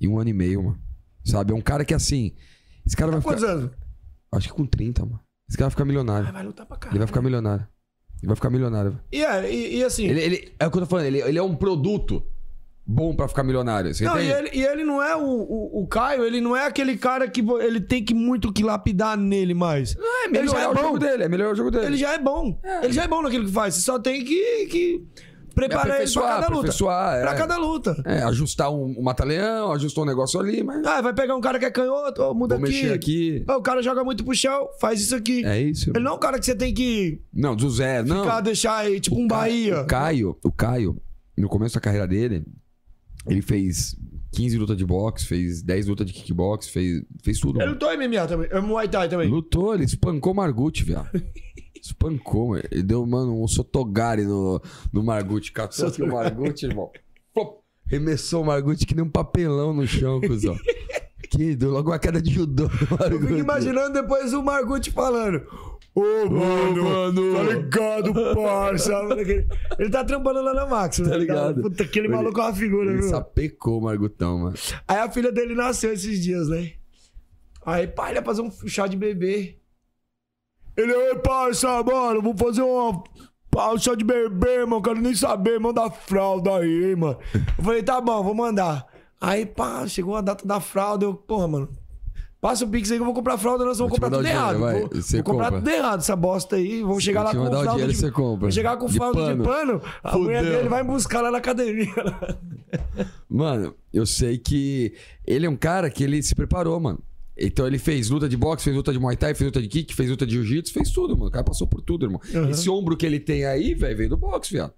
Em um ano e meio, mano. Sabe? É um cara que assim. Esse cara vai ficar. Quantos anos? Acho que com 30, mano. Esse cara vai ficar milionário. Ah, vai lutar pra Ele caralho. vai ficar milionário. Ele vai ficar milionário. velho. E, é, e, e assim. Ele, ele- é o que eu tô falando, ele, ele é um produto bom pra ficar milionário. Você Não, e entende? ele, e ele não é o, o, o Caio, ele não é aquele cara que vo- ele tem que muito que lapidar nele mais. é ele já melhor é o jogo bom. dele, é melhor o jogo dele. Ele já é bom. Ele já é bom naquilo que faz. Você só tem que, que preparar ele pra É aperfeiçoar, cada luta. aperfeiçoar, é. Pra cada luta. É, ajustar um, um mata-leão, ajustar um negócio ali, mas Ah, vai pegar um cara que é canhoto, ó, muda vou mexer aqui. Ah, o cara joga muito pro chão, faz isso aqui. É isso. Ele não é um cara que você tem que Não, do zero, não. ficar, deixar aí, tipo O um Ca- Bahia. O Caio, o Caio, no começo da carreira dele, ele fez 15 lutas de boxe, fez 10 lutas de kickbox, fez, fez tudo. Ele lutou MMA também, é Muay Thai também. Lutou, ele espancou o Margucci, viado. Espancou, mano. Ele deu, mano, um sotogari no, no Margucci. Catou o Margucci, irmão. Plop. Remessou o Margucci que nem um papelão no chão, cuzão. que deu logo uma queda de judô no Eu Margucci. fico imaginando depois o Margucci falando. Ô, mano, mano. tá ligado, parça? Ele tá trampando lá na Max, né? ligado. Puta, aquele Ele- maluco é uma figura, Ele viu? sapecou o Margutão, mano. Aí a filha dele nasceu esses dias, né? Aí, pai, ele ia fazer um chá de bebê. Ele, ei, parça, mano, vou fazer uma. pá, um chá de bebê, mano, quero nem saber, manda a fralda aí, mano. Eu falei, tá bom, vou mandar. Aí, pá, chegou a data da fralda, eu, porra, mano, passa o pix aí que eu vou comprar fralda, nós vamos Vou te comprar mandar tudo o dinheiro, errado. vai, vou você vou comprar compra. tudo errado, essa bosta aí, vamos chegar Vou lá te com mandar o fralda dinheiro, de... você compra. Vou chegar com De fralda de pano. pano, a mulher Fudeu. dele vai me buscar lá na academia. Mano, eu sei que ele é um cara que ele se preparou, mano. Então ele fez luta de boxe, fez luta de Muay Thai, fez luta de kick, fez luta de jiu-jitsu, fez tudo, mano. O cara passou por tudo, irmão. Uhum. Esse ombro que ele tem aí, velho, veio do boxe, viado.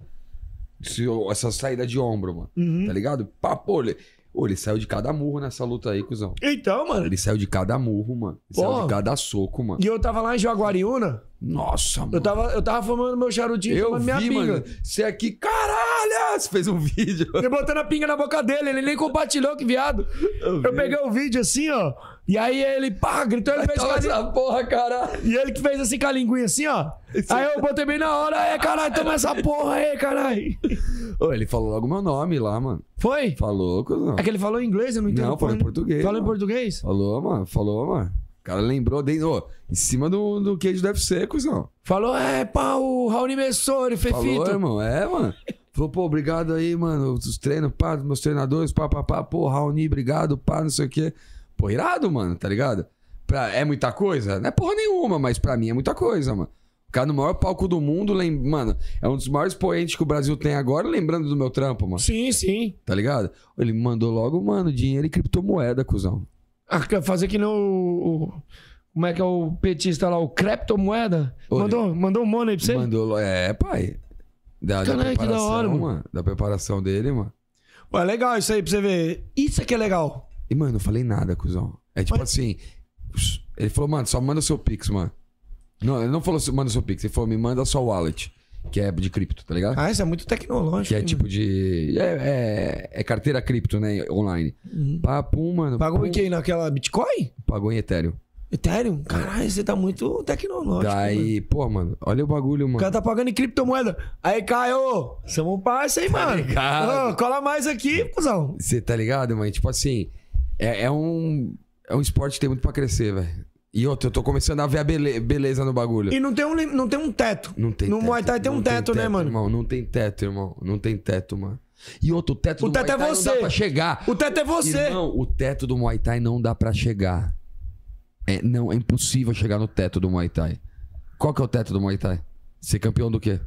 Esse- essa saída de ombro, mano. Uhum. Tá ligado? Pá, pô, ele, ô, ele saiu de cada murro nessa luta aí, cuzão. Então, mano, Ele saiu de cada murro, mano. Ele saiu Porra. de cada soco, mano. E eu tava lá em Jaguariúna, Nossa, mano. eu tava, eu tava fumando meu charutinho, Eu fumando minha vi, pinga. mano. Você aqui, caralho! Você fez um vídeo. Eu botando a pinga na boca dele, ele nem compartilhou, que viado. Eu, vi. peguei o vídeo assim, ó. E aí ele, pá, gritou, ele fez com a Toma língua. essa porra, caralho. E ele que fez assim com a linguinha assim, ó. Aí eu botei bem na hora, aí, caralho, toma essa porra aí, caralho. Ô, ele falou logo meu nome lá, mano. Foi? Falou, cuzão. É que ele falou em inglês, eu não entendi. Não, falou em português, Falou em mano. português? Falou, mano. Falou, mano. O cara lembrou dentro. Ô, em cima do, do queijo do UFC, cuzão. Falou, é, pá, o Raoni Messori, Falou, Fefito. irmão. É, mano. Falou, pô, obrigado aí, mano. Os treinos, pá, dos meus treinadores, pá, pá, pá. Pô, Raoni, obrigado, pá, não sei o quê. Pô, irado, mano, tá ligado? Pra, é muita coisa? Não é porra nenhuma, mas pra mim é muita coisa, mano. O cara no maior palco do mundo, lem... mano, é um dos maiores expoentes que o Brasil tem agora, lembrando do meu trampo, mano. Sim, sim. Tá ligado? Ele me mandou logo, mano, dinheiro e criptomoeda, cuzão. Ah, quer Fazer que nem o, o- Como é que é o petista lá? O criptomoeda? Olha. Mandou, mandou um money pra você? Mandou logo. É, pai. Da, da Caralho, que da preparação, hora, mano. mano. Da preparação dele, mano. Pô, é legal isso aí pra você ver. Isso é que é legal. E, mano, eu não falei nada, cuzão. É tipo Olha- assim. Ele falou, mano, só manda seu Pix, mano. Não, ele não falou assim, manda seu Pix, ele falou, me manda sua wallet, que é de cripto, tá ligado? Ah, isso é muito tecnológico. que é hein, tipo de. É, é- é carteira cripto, né? Online. Uhum. Pá, pum, mano. mano? Pagou pum, em quem? Naquela Bitcoin? Pagou em Ethereum. Ethereum? Caralho, você tá muito tecnológico. mano. Daí, pô, mano, olha o bagulho, O mano. cara tá pagando em criptomoeda. Aí, Caio, somos um parça, hein, mano? Tá ligado. Ô, cola mais aqui, cuzão. Você tá ligado, mãe? Tipo assim, é, é um. É um esporte que tem muito pra crescer, velho. E outra, eu tô começando a ver a bele- beleza no bagulho. E não tem um, lim- não tem um teto. Não tem No Muay Thai tem não um teto, né, mano? Irmão, não tem teto, irmão. Não tem teto, mano. E outro, o teto O do teto Muay é Thai você. não dá pra chegar. O teto é você. Irmão, o teto do Muay Thai não dá pra chegar. É, não, é impossível chegar no teto do Muay Thai. Qual que é o teto do Muay Thai? Ser campeão do quê?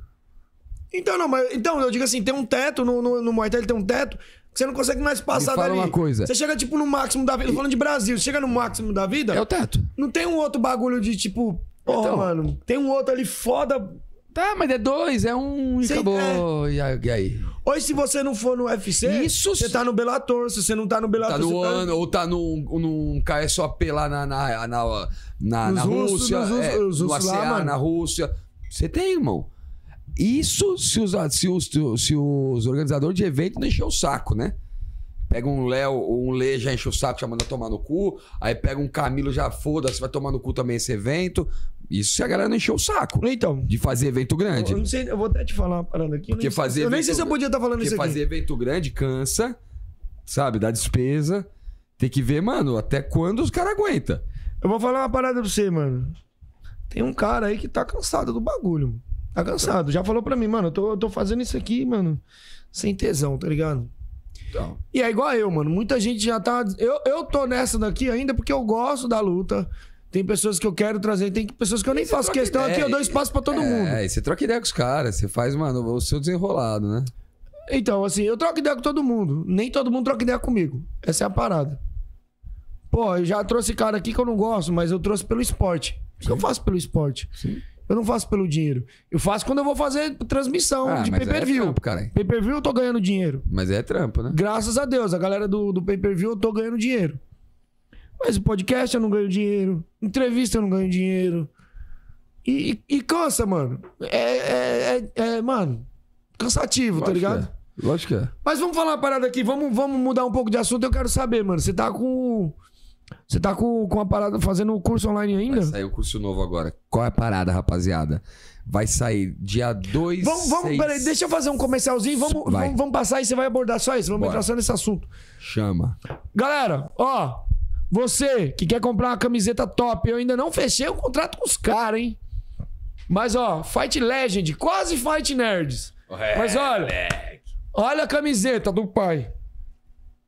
Então, não, mas. Então, eu digo assim: tem um teto, no, no, no Muay Thai ele tem um teto, que você não consegue mais passar Me fala dali. uma coisa. Você chega, tipo, no máximo da vida. Eu tô falando de Brasil, você chega no máximo da vida, É o teto. não tem um outro bagulho de tipo. Porra, Então. mano, tem um outro ali foda. Tá, mas é dois, é um e Sim, é. acabou. E aí? e aí? Hoje, se você não for no UFC, Isso você sim. tá no Bellator. Se você não tá no Bellator, Tá no você tá- ano, ou tá num, num KSOP lá na, na, na, na, Nos na russos, Rússia, nos russos, é, os no russos lá, ACA, mano. na Rússia. Você tem, irmão. Isso se os, se os, se os organizadores de evento não encher o saco, né? Pega um Léo ou um Lê já enche o saco, já manda tomar no cu. Aí pega um Camilo, já foda-se, vai tomar no cu também esse evento. Isso se a galera não encher o saco Então, de fazer evento grande. Eu não sei, eu vou até te falar uma parada aqui. eu Porque nem- fazer Eu nem evento- sei se eu podia estar falando Porque isso fazer evento grande cansa, sabe? Dá despesa. Tem que ver, mano, até quando os caras aguentam. aqui. Eu vou falar uma parada pra você, mano. Tem um cara aí que tá cansado do bagulho. mano. Tá cansado. Já falou pra mim, mano, eu tô, eu tô fazendo isso aqui, mano, sem tesão, tá ligado? Então, E é igual eu, mano. Muita gente já tá. Eu, eu tô nessa daqui ainda porque eu gosto da luta. Tem pessoas que eu quero trazer, tem pessoas que eu nem Você faço troca questão ideia. aqui, eu dou espaço pra todo é, mundo. e você troca ideia com os caras, você faz, mano, o seu desenrolado, né? Então, assim, eu troco ideia com todo mundo. Nem todo mundo troca ideia comigo. Essa é a parada. Pô, eu já trouxe cara aqui que eu não gosto, mas eu trouxe pelo esporte. O que eu faço pelo esporte? Sim. Eu não faço pelo dinheiro. Eu faço quando eu vou fazer transmissão Então, de mas é pay-per-view. Tá trampo, cara. Pay-per-view eu tô ganhando dinheiro. Mas é trampo, né? Graças a Deus, a galera do, do pay-per-view eu tô ganhando dinheiro. Mas o podcast eu não ganho dinheiro. Entrevista eu não ganho dinheiro. E, e- e cansa, mano. É, é, é- é, mano, cansativo, tá Lógico ligado? que é. Lógico que é. Mas vamos falar uma parada aqui, vamos, vamos mudar um pouco de assunto. Eu quero saber, mano. Você tá com. Você tá com, com a parada fazendo o curso online ainda? Vai sair o curso novo agora. Qual é a parada, rapaziada? Vai sair dia 2. Vamos, vamos, peraí, deixa eu fazer um comercialzinho. Vamos, Vai. vamos, vamos passar e você vai abordar só isso. Vamos Bora. entrar só nesse assunto. Chama. Galera, ó. Você que quer comprar uma camiseta top, eu ainda não fechei o contrato com os caras, hein? Mas, ó, Fight Legend, quase Fight Nerds. Mas olha, olha a camiseta do pai.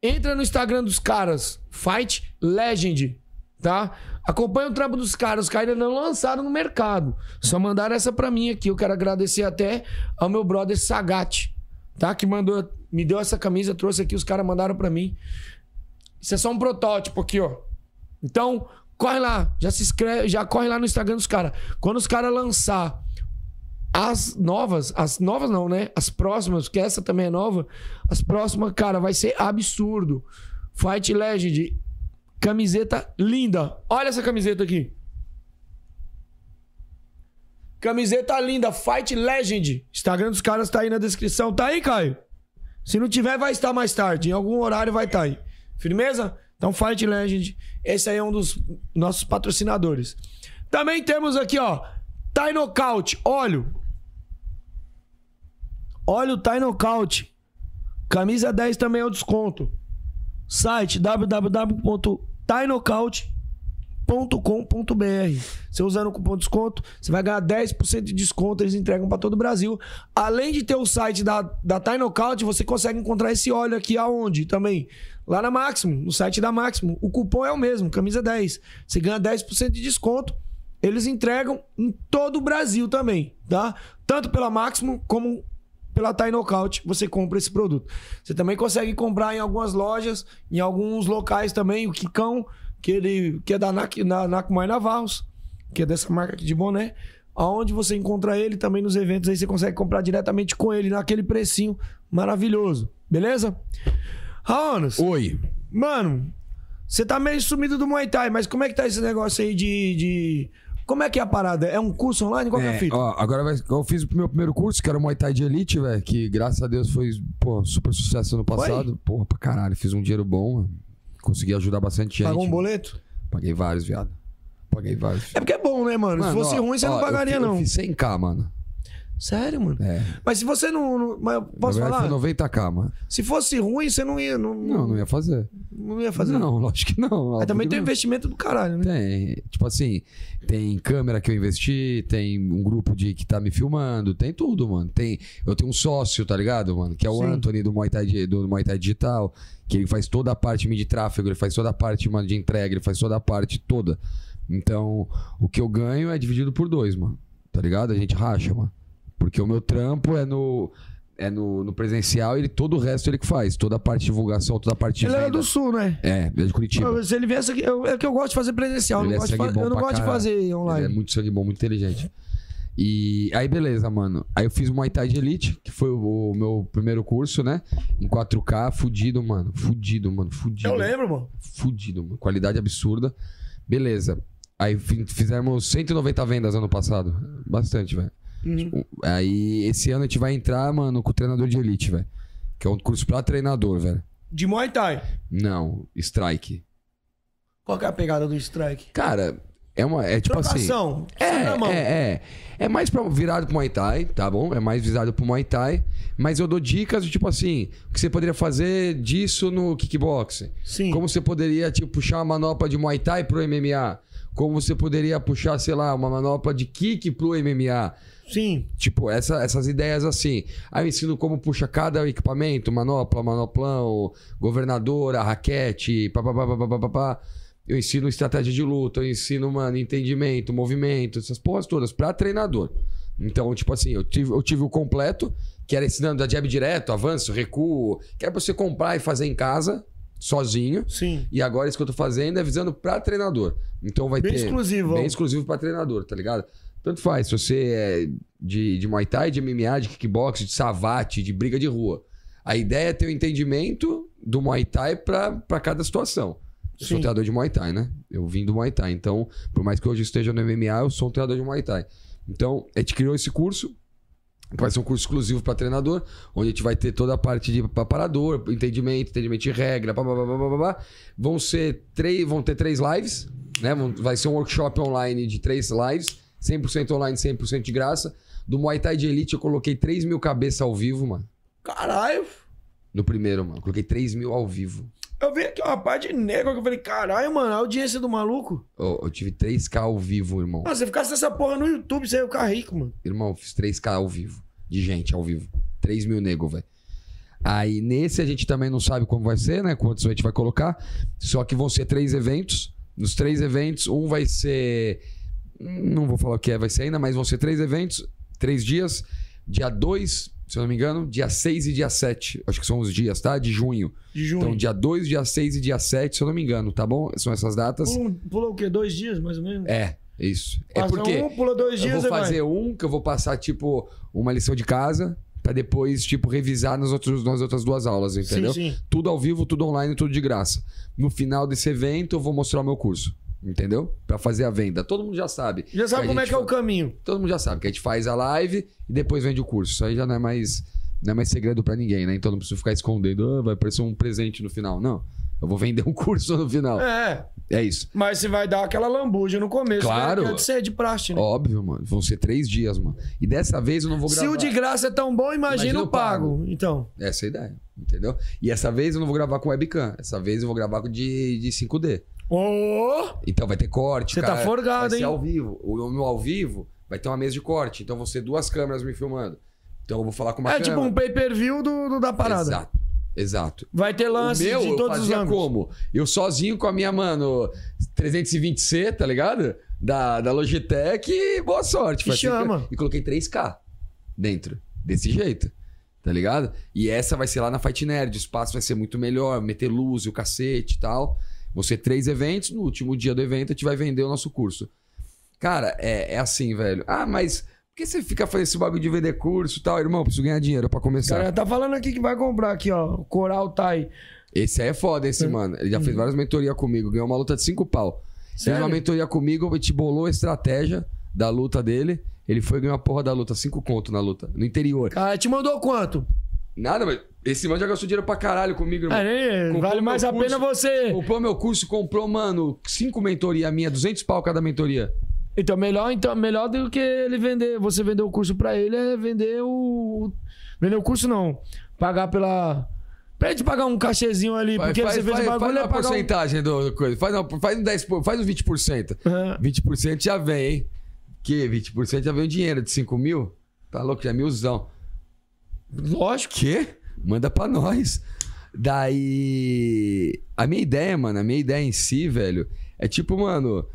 Entra no Instagram dos caras, Fight Legend, tá? Acompanha o trampo dos caras, os caras ainda não lançaram no mercado. Só mandaram essa pra mim aqui. Eu quero agradecer até ao meu brother Sagat, tá? Que mandou, me deu essa camisa, trouxe aqui, os caras mandaram pra mim. Isso é só um protótipo aqui, ó. Então, corre lá, já se inscreve, já corre lá no Instagram dos caras. Quando os caras lançar as novas, as novas não, né? As próximas, que essa também é nova, as próximas, cara, vai ser absurdo. Fight Legend, camiseta linda. Olha essa camiseta aqui. Camiseta linda, Fight Legend. Instagram dos caras tá aí na descrição. Tá aí, Caio? Se não tiver, vai estar mais tarde. Em algum horário vai estar aí. Firmeza? Então, Fight Legend, esse aí é um dos nossos patrocinadores. Também temos aqui, ó, Thai Knockout, óleo. Óleo Thai Knockout. Camisa 10 também é o desconto. Site www.tainockout.com.br. Você usando o cupom de desconto, você vai ganhar 10% de desconto, eles entregam para todo o Brasil. Além de ter o site da, da Thai Knockout, você consegue encontrar esse óleo aqui aonde? Também lá na Máximo, no site da Máximo. O cupom é o mesmo, camisa 10. Você ganha 10% de desconto. Eles entregam em todo o Brasil também, tá? Tanto pela Máximo como pela Thai Knockout, você compra esse produto. Você também consegue comprar em algumas lojas, em alguns locais também, o Kikão, que, ele, que é da NAC, na, Nacumai Navarros, que é dessa marca aqui de boné. Aonde você encontra ele, também nos eventos aí você consegue comprar diretamente com ele, naquele precinho maravilhoso, beleza? Raonas, Oi. Mano, você tá meio sumido do Muay Thai, mas como é que tá esse negócio aí de. de- Como é que é a parada? É um curso online? Qual que é a É, fita? ó, agora vai- eu fiz o meu primeiro curso, que era o Muay Thai de Elite, velho. Que graças a Deus foi pô, super sucesso ano passado. Porra, pra caralho, fiz um dinheiro bom. Consegui ajudar bastante gente. Pagou um boleto? Paguei vários, viado. Paguei vários. É porque é bom, né, mano? Mano, se fosse ó, ruim, você ó, não pagaria, eu, fi- não. Eu fiz 100k, mano. Sério, mano? É. Mas se você não. não- mas eu posso Na verdade, falar? Foi 90k, mano. Se fosse ruim, você não ia. Não, Não, não ia fazer. não ia fazer. Não, lógico que não. Mas também tem Óbvio que investimento do caralho, né? não. Tem. Tipo assim, tem câmera que eu investi, tem um grupo de que tá me filmando, tem tudo, mano. Tem, eu tenho um sócio, tá ligado, mano? Que é o Sim. Anthony do Muay, Thai, Di- do Muay Thai Digital, que ele faz toda a parte de tráfego, ele faz toda a parte mano, de entrega, ele faz toda a parte toda. Então, o que eu ganho é dividido por dois, mano. Tá ligado? A gente racha, mano. Porque o meu trampo é no. É no, no presencial e ele, todo o resto ele que faz. Toda a parte de divulgação, toda a parte de. Ele era venda. do sul, né? É, ele é de Curitiba. Não, Se ele viesse aqui. eu- é que eu gosto de fazer presencial. eu Ele não é gosto de sangue fa- bom eu não pra gosto de caralho. fazer Ele é online. muito sangue bom, muito inteligente. E aí, beleza, mano. Aí eu fiz o Muay Thai de Elite, que foi o, o meu primeiro curso, né? Em 4K, fudido, mano. Fudido, mano. Fudido. Eu lembro, mano. Fudido, mano. Qualidade absurda. Beleza. Aí fi- fizemos 190 vendas ano passado. Bastante, velho. Uhum. Tipo, Aí esse ano a gente vai entrar, mano, com o treinador de elite, velho. Que é um curso pra treinador, velho. De Muay Thai. Não, strike. Qual que é a pegada do strike? Cara, é uma. É tipo assim. Trocação. sai na mão. É, é, é. É mais pra, virado pro Muay Thai, tá bom? É mais visado pro Muay Thai. Mas eu dou dicas, do tipo assim, o que você poderia fazer disso no kickboxing. Sim. Como você poderia, tipo, puxar uma manopla de Muay Thai pro MMA. Como você poderia puxar, sei lá, uma manopla de kick pro MMA. Sim. Tipo, essa- essas ideias assim. Aí eu ensino como puxa cada equipamento, manopla, manoplão, governadora, raquete, papapá, papapá, papapá. Eu ensino estratégia de luta, eu ensino, mano, entendimento, movimento, essas porras todas, pra treinador. Então, tipo assim, eu tive, eu tive o completo, que era ensinando a jab direto, avanço, recuo, que era pra você comprar e fazer em casa, sozinho. Sim. E agora isso que eu tô fazendo é visando pra treinador. Então vai Bem ter. exclusivo. Bem ó. exclusivo pra treinador, tá ligado? Tanto faz, se você é de, de Muay Thai, de MMA, de kickbox, de savate, de briga de rua. A ideia é ter o entendimento do Muay Thai pra, pra cada situação. Eu sou Sim. treinador de Muay Thai, né? Eu vim do Muay Thai. Então, por mais que hoje eu esteja no MMA, eu sou um treinador de Muay Thai. Então, a gente criou esse curso, que vai ser um curso exclusivo pra treinador, onde a gente vai ter toda a parte de parador, entendimento, entendimento de regra, blá, blá, blá, blá, blá, blá, blá. Vão ser três, vão ter três lives, né? Vão- Vai ser um workshop online de três lives, 100% online, 100% de graça. Do Muay Thai de Elite eu coloquei 3 mil cabeças ao vivo, mano. Caralho. No primeiro, mano. Coloquei 3 mil ao vivo. Eu vi aqui uma parte de negro que eu falei, caralho, mano, a audiência do maluco. Eu, eu tive 3K ao vivo, irmão. Mano, você Ah, ficasse essa porra no YouTube, você ia ficar rico, mano. Irmão, fiz 3K ao vivo. De gente, ao vivo. 3 mil nego, velho. Aí nesse a gente também não sabe como vai ser, né? Quantos a gente vai colocar. Só que vão ser três eventos. Nos três eventos, um vai ser. Não vou falar o que é, vai ser ainda, mas vão ser três eventos, três dias. Dia 2, se eu não me engano, dia 6 e dia 7. Acho que são os dias, tá? De junho. De junho. Então, dia 2, dia 6 e dia 7, se eu não me engano, tá bom? São essas datas. Pulou, um, pulou o quê? Dois dias, mais ou menos? É, isso. assim, É Passa porque. um, pula dois Eu dias vou e vai. fazer um que eu vou passar, tipo, uma lição de casa, pra depois, tipo, revisar nas outras, nas outras duas aulas, entendeu? Sim, sim. Tudo ao vivo, tudo online, tudo de graça. No final desse evento, eu vou mostrar o meu curso, entendeu? Pra fazer a venda. Todo mundo já sabe. Já sabe A como é gente que é o fa- caminho. Todo mundo já sabe que a gente faz a live e depois vende o curso. Isso aí já não é mais, não é mais segredo pra ninguém, né? Então não preciso ficar escondendo, "Ah, vai aparecer um presente no final. Não. Eu vou vender um curso no final. É, É isso. mas você vai dar aquela lambuja no começo. Claro. Né? Que é de ser de praxe, né? Óbvio, mano. Vão ser três dias, mano. E dessa vez eu não vou gravar. Se o de graça é tão bom, imagina, Imagina o o pago. Então, Essa é a ideia, entendeu? E essa vez eu não vou gravar com webcam. Essa vez eu vou gravar com de, de 5D. ô, Então vai ter corte, Você tá cara. forgado, vai ser hein? ao vivo. O meu ao vivo vai ter uma mesa de corte. Então vão ser duas câmeras me filmando. Então eu vou falar com uma é tipo câmera. um pay-per-view do, do- da parada. Exato. Exato. Vai ter O lance meu, de eu todos os fazia ângulos. como? Eu sozinho com a minha, mano, 320C, tá ligado? Da, da Logitech e boa sorte. E Foi assim que- chama. E coloquei 3K dentro, desse jeito, tá ligado? E essa vai ser lá na Fight Nerd, o espaço vai ser muito melhor, meter luz e o cacete e tal. Vão ser três eventos, no último dia do evento a gente vai vender o nosso curso. Cara, é, é assim, velho. Ah, mas por que você fica fazendo esse bagulho de vender curso e tal? Irmão, preciso ganhar dinheiro pra começar. Cara, tá falando aqui que vai comprar aqui, ó. o Coral Thai. Esse aí é foda, esse, mano. Ele já fez várias mentorias comigo, ganhou uma luta de cinco pau. Fez Uhum. Sério? uma mentoria comigo, te bolou a estratégia da luta dele. Ele foi ganhar a porra da luta, cinco conto na luta, no interior. Cara, Ah, te mandou quanto? Nada, mas esse mano já gastou dinheiro pra caralho comigo, irmão. Ah, né? Comprou vale meu mais a curso. pena você. Comprou meu curso, comprou, mano, cinco mentoria minha, 200 pau cada mentoria. Então, melhor, então, melhor do que ele vender. Você vender o curso pra ele é vender o. Vender o curso não. Pagar pela. Pra ele te pagar um cachezinho ali, porque você fez faz, o bagulho é faz uma pagar. Um... porcentagem do coisa. Faz, uma, faz um 10, por- faz um 20%. Aham. 20% já vem, hein? Que 20% já vem o dinheiro de 5 mil? Tá louco, já é milzão. Lógico. que manda pra nós. Daí, a minha ideia, mano, a minha ideia em si, velho, é tipo, mano,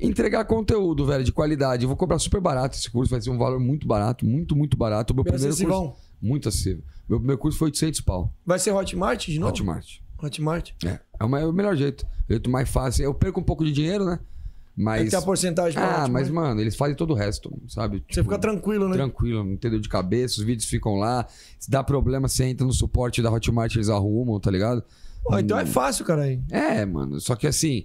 entregar conteúdo, velho, de qualidade. Eu vou cobrar super barato esse curso, vai ser um valor muito barato, muito, muito barato. O meu Bem primeiro curso, acessivão. muito acessível. Meu primeiro curso foi 800 pau, Vai ser Hotmart de novo? Hotmart. Hotmart. É, é o ma- é o melhor jeito, o jeito mais fácil. Eu perco um pouco de dinheiro, né? Vai Mas ter a porcentagem pra Ah, Hotmart. mas mano, eles fazem todo o resto, sabe? Você fica tranquilo, né? Tranquilo, não tem dor de cabeça, os vídeos ficam lá. Se dá problema, você entra no suporte da Hotmart, eles arrumam, tá ligado? Ó, então é fácil, cara. aí. É, mano, só que assim,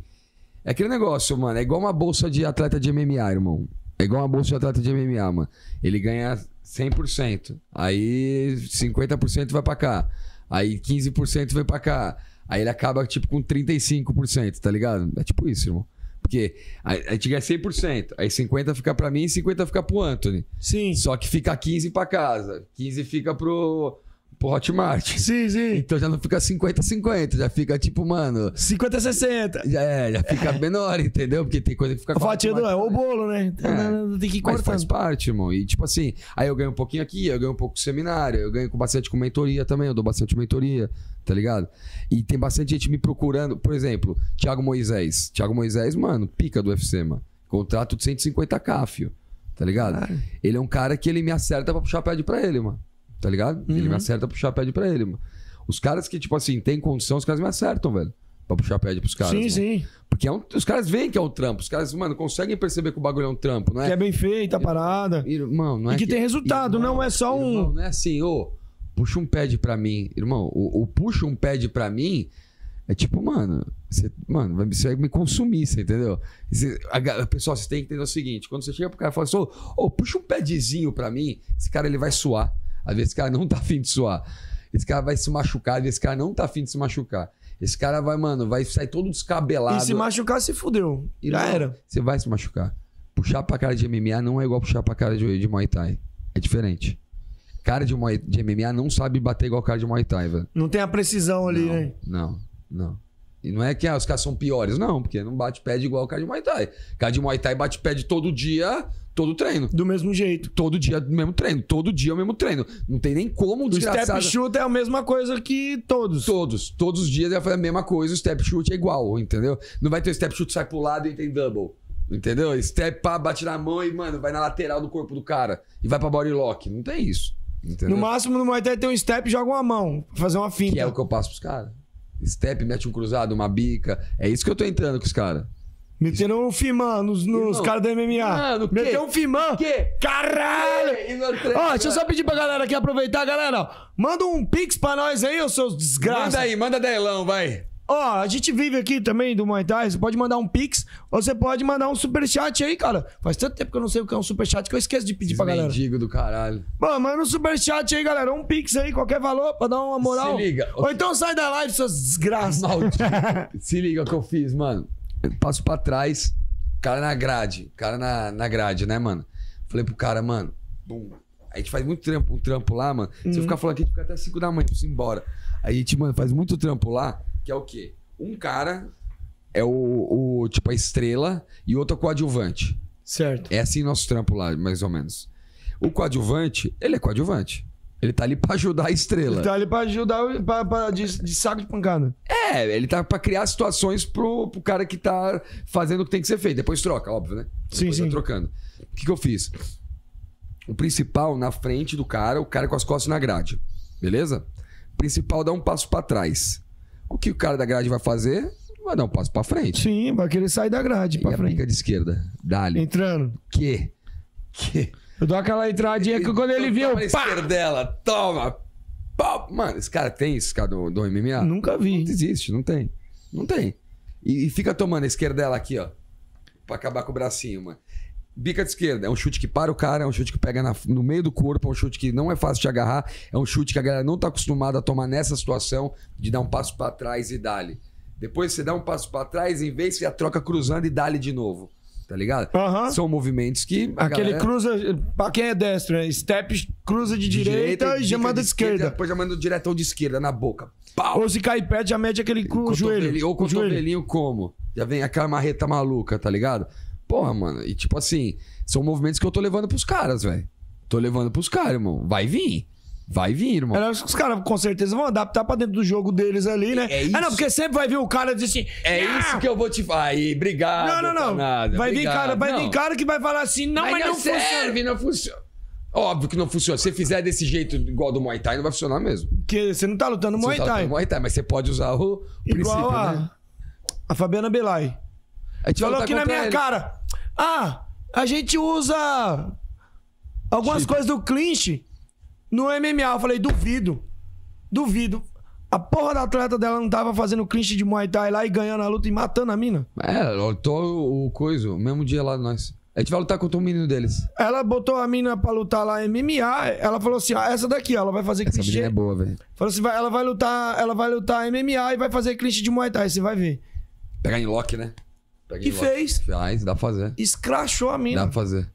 é aquele negócio, mano, é igual uma bolsa de atleta de MMA, irmão. É igual uma bolsa de atleta de MMA, mano. Ele ganha 100%, aí 50% vai pra cá, aí 15% vai pra cá, aí ele acaba, tipo, com 35%, tá ligado? É tipo isso, irmão. Porque a a gente ganha 100%, aí 50% fica pra mim e 50% fica pro Anthony. Sim. Só que fica 15 pra casa, 15 fica pro, pro Hotmart. Sim, sim. Então já não fica 50-50, já fica tipo, mano. 50 60. Já, é, já fica menor, entendeu? Porque tem coisa que fica A fatia do. Hotmart. É o bolo, né? Então, É. Tem que ir Mas faz cortando. parte, irmão. E tipo assim, aí eu ganho um pouquinho aqui, eu ganho um pouco com seminário, eu ganho com bastante com mentoria também, eu dou bastante mentoria, tá ligado? E tem bastante gente me procurando, por exemplo, Thiago Moisés. Thiago Moisés, mano, pica do UFC, mano. Contrato de 150k, fio. Tá ligado? Ele é um cara que ele me acerta pra puxar pad pra ele, mano. Tá ligado? Ele me Uhum. acerta pra puxar pad pra ele, mano. Os caras que, tipo assim, tem condição, os caras me acertam, velho. Pra puxar pad pros caras. sim, mano. sim. Porque é um- os caras veem que é um trampo. Os caras, mano, conseguem perceber que o bagulho é um trampo, não Que é? é bem feita a parada. Irmão, não é E que tem resultado, não é só um- irmão, não é assim, ô, puxa um pad pra mim. Irmão, o, o puxa um pad pra mim é tipo, mano, você, mano, vai- você vai me consumir, você entendeu? Você, a, ga- pessoal, você tem que entender o seguinte: quando você chega pro cara e fala assim, ô, ô, puxa um padzinho pra mim, esse cara ele vai suar. Às vezes esse cara não tá afim de suar. Esse cara vai se machucar, às vezes esse cara não tá afim de se machucar. Esse cara vai, mano, vai sair todo descabelado. E se machucar, se fudeu. Irmão, Já era. Você vai se machucar. Puxar pra cara de MMA não é igual puxar pra cara de, de Muay Thai. É diferente. Cara de, Muay- de MMA não sabe bater igual cara de Muay Thai, velho. Não tem a precisão ali, não, né? não, não. E não é que ah, os caras são piores, não, porque não bate pé de igual o cara de Muay Thai. Cara de Muay Thai bate pé de todo dia, todo treino. Do mesmo jeito. Todo dia o mesmo treino, todo dia o mesmo treino. Não tem nem como o O desgraçado. step shoot é a mesma coisa que todos. Todos, todos os dias ele vai fazer a mesma coisa, o step shoot é igual, entendeu? Não vai ter o step shoot sai pro lado e tem double. Entendeu? Step pá, bate na mão e, mano, vai na lateral do corpo do cara e vai pra body lock. Não tem isso. Entendeu? No máximo, no Muay Thai tem um step e joga uma mão. pra Fazer uma finta. Que é o que eu passo pros caras. Step, mete um cruzado, uma bica. É isso que eu tô entrando com os caras. Metendo um fimã nos, nos Irmão, caras da MMA. mano, que- Meteu um fimã. que- Caralho! Ó, deixa eu né? só pedir pra galera aqui aproveitar, galera. ó, Manda um pix pra nós aí, ô seus desgraças. Manda aí, manda delão, vai. Ó, a gente vive aqui também do Muay Thai. Você pode mandar um pix ou você pode mandar um superchat aí, cara. Faz tanto tempo que eu não sei o que é um superchat que eu esqueço de pedir Esses pra galera. mendigo do caralho. Mano, manda um superchat aí, galera. Um pix aí, qualquer valor, pra dar uma moral. Se liga. Ou então sai da live, suas desgraças. Maldito. Se liga o que eu fiz, mano. Eu passo pra trás, cara na grade. Cara na, na grade, né, mano? Falei pro cara, mano, bum. A gente faz muito trampo, um trampo lá, mano. Uhum. Se eu ficar falando aqui, a gente fica até 5 da manhã, preciso ir embora. Aí a gente, mano, faz muito trampo lá, que é o quê? Um cara é o, o tipo, a estrela e outro é o coadjuvante. Certo. É assim nosso trampo lá, mais ou menos. O coadjuvante, ele é coadjuvante. Ele tá ali pra ajudar a estrela. Tá ali pra ajudar, o- pra, pra- de, de saco de pancada. É, ele tá pra criar situações pro, pro cara que tá fazendo o que tem que ser feito. Depois troca, óbvio, né? Sim, Depois sim. vai trocando. O que, que eu fiz? O principal na frente do cara, o cara com as costas na grade. Beleza? O principal dá um passo pra trás. O que o cara da grade vai fazer? Vai dar um passo pra frente. Sim, vai querer sair da grade e pra a frente. pica é de esquerda. Dali. Entrando. Que? Que? Eu dou aquela entradinha É que quando ele viu, Então Toma na pá! esquerdela, toma! Pau! Mano, esse cara tem esse cara do, do MMA? Nunca Não vi. existe, não tem. Não tem. E, e fica tomando a esquerda dela aqui, ó. Pra acabar com o bracinho, mano. Bica de esquerda. É um chute que para o cara, é um chute que pega na- no meio do corpo, é um chute que não é fácil de agarrar, é um chute que a galera não tá acostumada a tomar nessa situação de dar um passo pra trás e dali. Depois você dá um passo pra trás, em vez você a troca cruzando e dali de novo. Tá ligado? Aham. São movimentos que. a Aquele galera- cruza, pra quem é destro, né? Step cruza de, de direita, e bica já manda de esquerda. Depois já manda direto ou de esquerda, na boca. Pau! Ou se cai pé, já mete aquele com o joelho. Cotovelinho, ou com o joelho. cotovelinho como? Já vem aquela marreta maluca, tá ligado? Porra, mano. E tipo assim, são movimentos que eu tô levando pros caras, velho. Tô levando pros caras, irmão. Vai vir. Vai vir, irmão. Era- Os caras com certeza vão adaptar pra dentro do jogo deles ali, né? É isso. Ah, não, porque sempre vai vir o cara e diz assim. É "Ah, isso que Ah, eu vou te falar. Aí, obrigado. Não, não, não. Nada. vai vir cara, vai vir cara que vai falar assim, não, mas, não funciona. serve, não funciona. Óbvio que não funciona. Se você fizer desse jeito igual do Muay Thai, não vai funcionar mesmo. Porque você não tá lutando Muay Você tá- Thai. Muay Thai, mas você pode usar o, o princípio, Igual a, né? a Fabiana Belay. A gente vai Falou lutar aqui na contra minha ele. cara. Ah, a gente usa algumas coisas do clinch no MMA. Eu falei, duvido. Duvido. A porra da atleta dela não tava fazendo clinch de Muay Thai lá e ganhando a luta e matando a mina. É, lutou o- o coisa, o mesmo dia lá nós. A gente vai lutar contra um menino deles. Ela botou a mina pra lutar lá em MMA. Ela falou assim: ah, essa daqui, ó, ela vai fazer Essa clinch. menina é boa, velho. Falou assim: vai- ela vai lutar, ela vai lutar MMA e vai fazer clinch de Muay Thai, você vai ver. Pegar em lock, né? Pega E em lock. fez. Faz, dá pra fazer. Escrachou a Dá mina. pra fazer.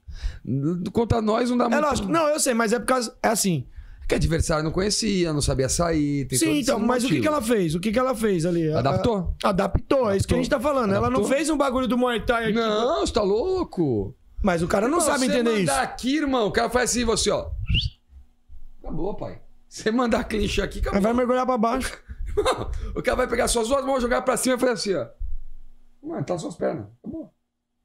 N- Contra nós não dá É muito. lógico. Não, eu sei, mas é por causa. É assim. Porque adversário não conhecia, não sabia sair. Tem todo Sim, esse então, mas o que, motivo. que ela fez? O que, que ela fez ali? Ela- Adaptou? Adaptou, é isso que a gente tá falando. Ela não Adaptou. fez um bagulho do Muay Thai aqui. Não, você tá louco? Mas o cara não Irmão, sabe você entender mandar isso. aqui, irmão, o cara faz assim, você, ó. Acabou, pai. Você mandar clinch aqui, acabou. Aí vai mergulhar pra baixo. Irmão, o cara vai pegar suas duas mãos, jogar pra cima e fazer assim, ó. Mano, tá suas pernas. Acabou.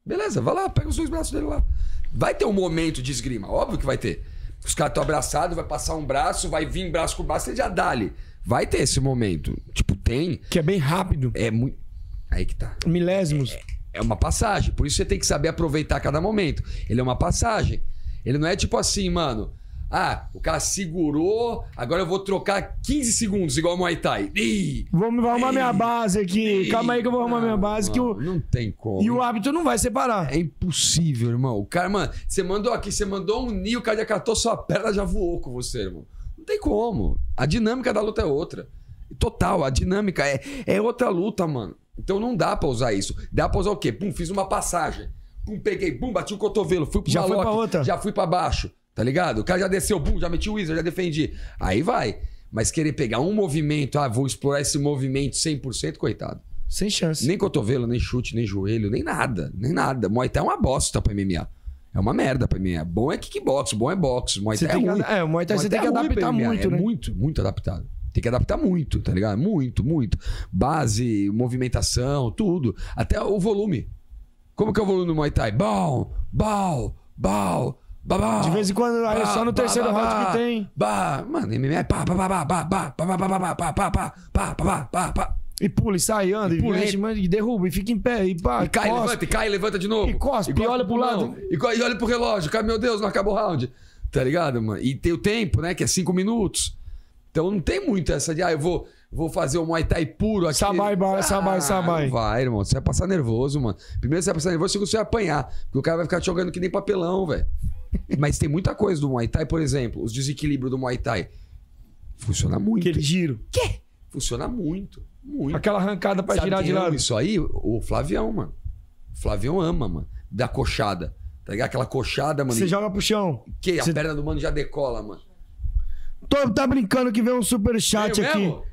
Beleza, vai lá, pega os dois braços dele lá. Vai ter um momento de esgrima, óbvio que vai ter. Os caras estão abraçados, vai passar um braço, vai vir braço com braço, ele já dá ali. Vai ter esse momento. Tipo, tem. Que é bem rápido. É muito. Aí que tá. Milésimos. É uma passagem. Por isso você tem que saber aproveitar cada momento. Ele é uma passagem. Ele não é tipo assim, mano. Ah, o cara segurou, agora eu vou trocar 15 segundos, igual o Muay Thai. Ih, Vou, vou arrumar minha base aqui. Ih, Calma aí que eu vou arrumar não, minha base. Que não, o... Não tem como. E o hábito não vai separar. É impossível, irmão. O cara, mano, você mandou aqui, você mandou um ninho, o cara já catou sua perna, já voou com você, irmão. Não tem como. A dinâmica da luta é outra. Total, a dinâmica é, é outra luta, mano. Então não dá pra usar isso. Dá pra usar o quê? Pum, fiz uma passagem. Pum, peguei, bum, bati o cotovelo, fui pro Já foi maloque, pra outra. já fui pra baixo, tá ligado? O cara já desceu, bum, já meti o Wizard, já defendi. Aí vai. Mas querer pegar um movimento, ah, vou explorar esse movimento 100%, coitado. Sem chance. Nem cotovelo, nem chute, nem joelho, nem nada. Nem nada. Muay Thai é uma bosta pra MMA. É uma merda pra MMA. Bom é kickbox, bom é boxe. Muay Você Thai é tem que ruim. ad- é, o Muay Thai você tem que é ruim adaptar pra MMA, muito, é né? muito, muito adaptado. Tem que adaptar muito, tá ligado? Muito, muito. Base, movimentação, tudo. Até o volume. Como que é o volume do Muay Thai? Bom, bom, bom, babá. De vez em quando, aí é só no terceiro round que tem. Bah, mano, MMA é pá, pá, pá, pá, pá, pá, pá, pá, pá, pá, pá, pá, pá, pá, pá, pá, pá. E pula, e sai, anda, e, E pula, mexe, e- manda, e derruba, e fica em pé, e pá, E cai, cospe. levanta, e cai, levanta de novo. E cospe, e olha pro pulão. lado. E, co- e olha pro relógio. Cai, meu Deus, não acabou o round. Tá ligado, mano? E tem o tempo, né? Que é cinco minutos. Então não tem muito essa de, ah, eu vou, vou fazer o Muay Thai puro aqui. Sabai, ba- sabai, Ah, sabai. não Vai, irmão. Você vai passar nervoso, mano. Primeiro você vai passar nervoso, segundo você vai apanhar. Porque o cara vai ficar te jogando que nem papelão, velho. Mas tem muita coisa do Muay Thai, por exemplo, os desequilíbrios do Muay Thai. Funciona muito. Aquele giro. Funciona muito. Muito. Aquela arrancada pra Sabe girar quem de é ama lado. Isso aí, o Flavião, mano. O Flavião ama, mano. Da coxada. Tá ligado? Aquela coxada, mano. Você joga pro chão. Que a Você- perna do mano já decola, mano. Tô, tá brincando que vem um superchat Veio aqui. É mesmo?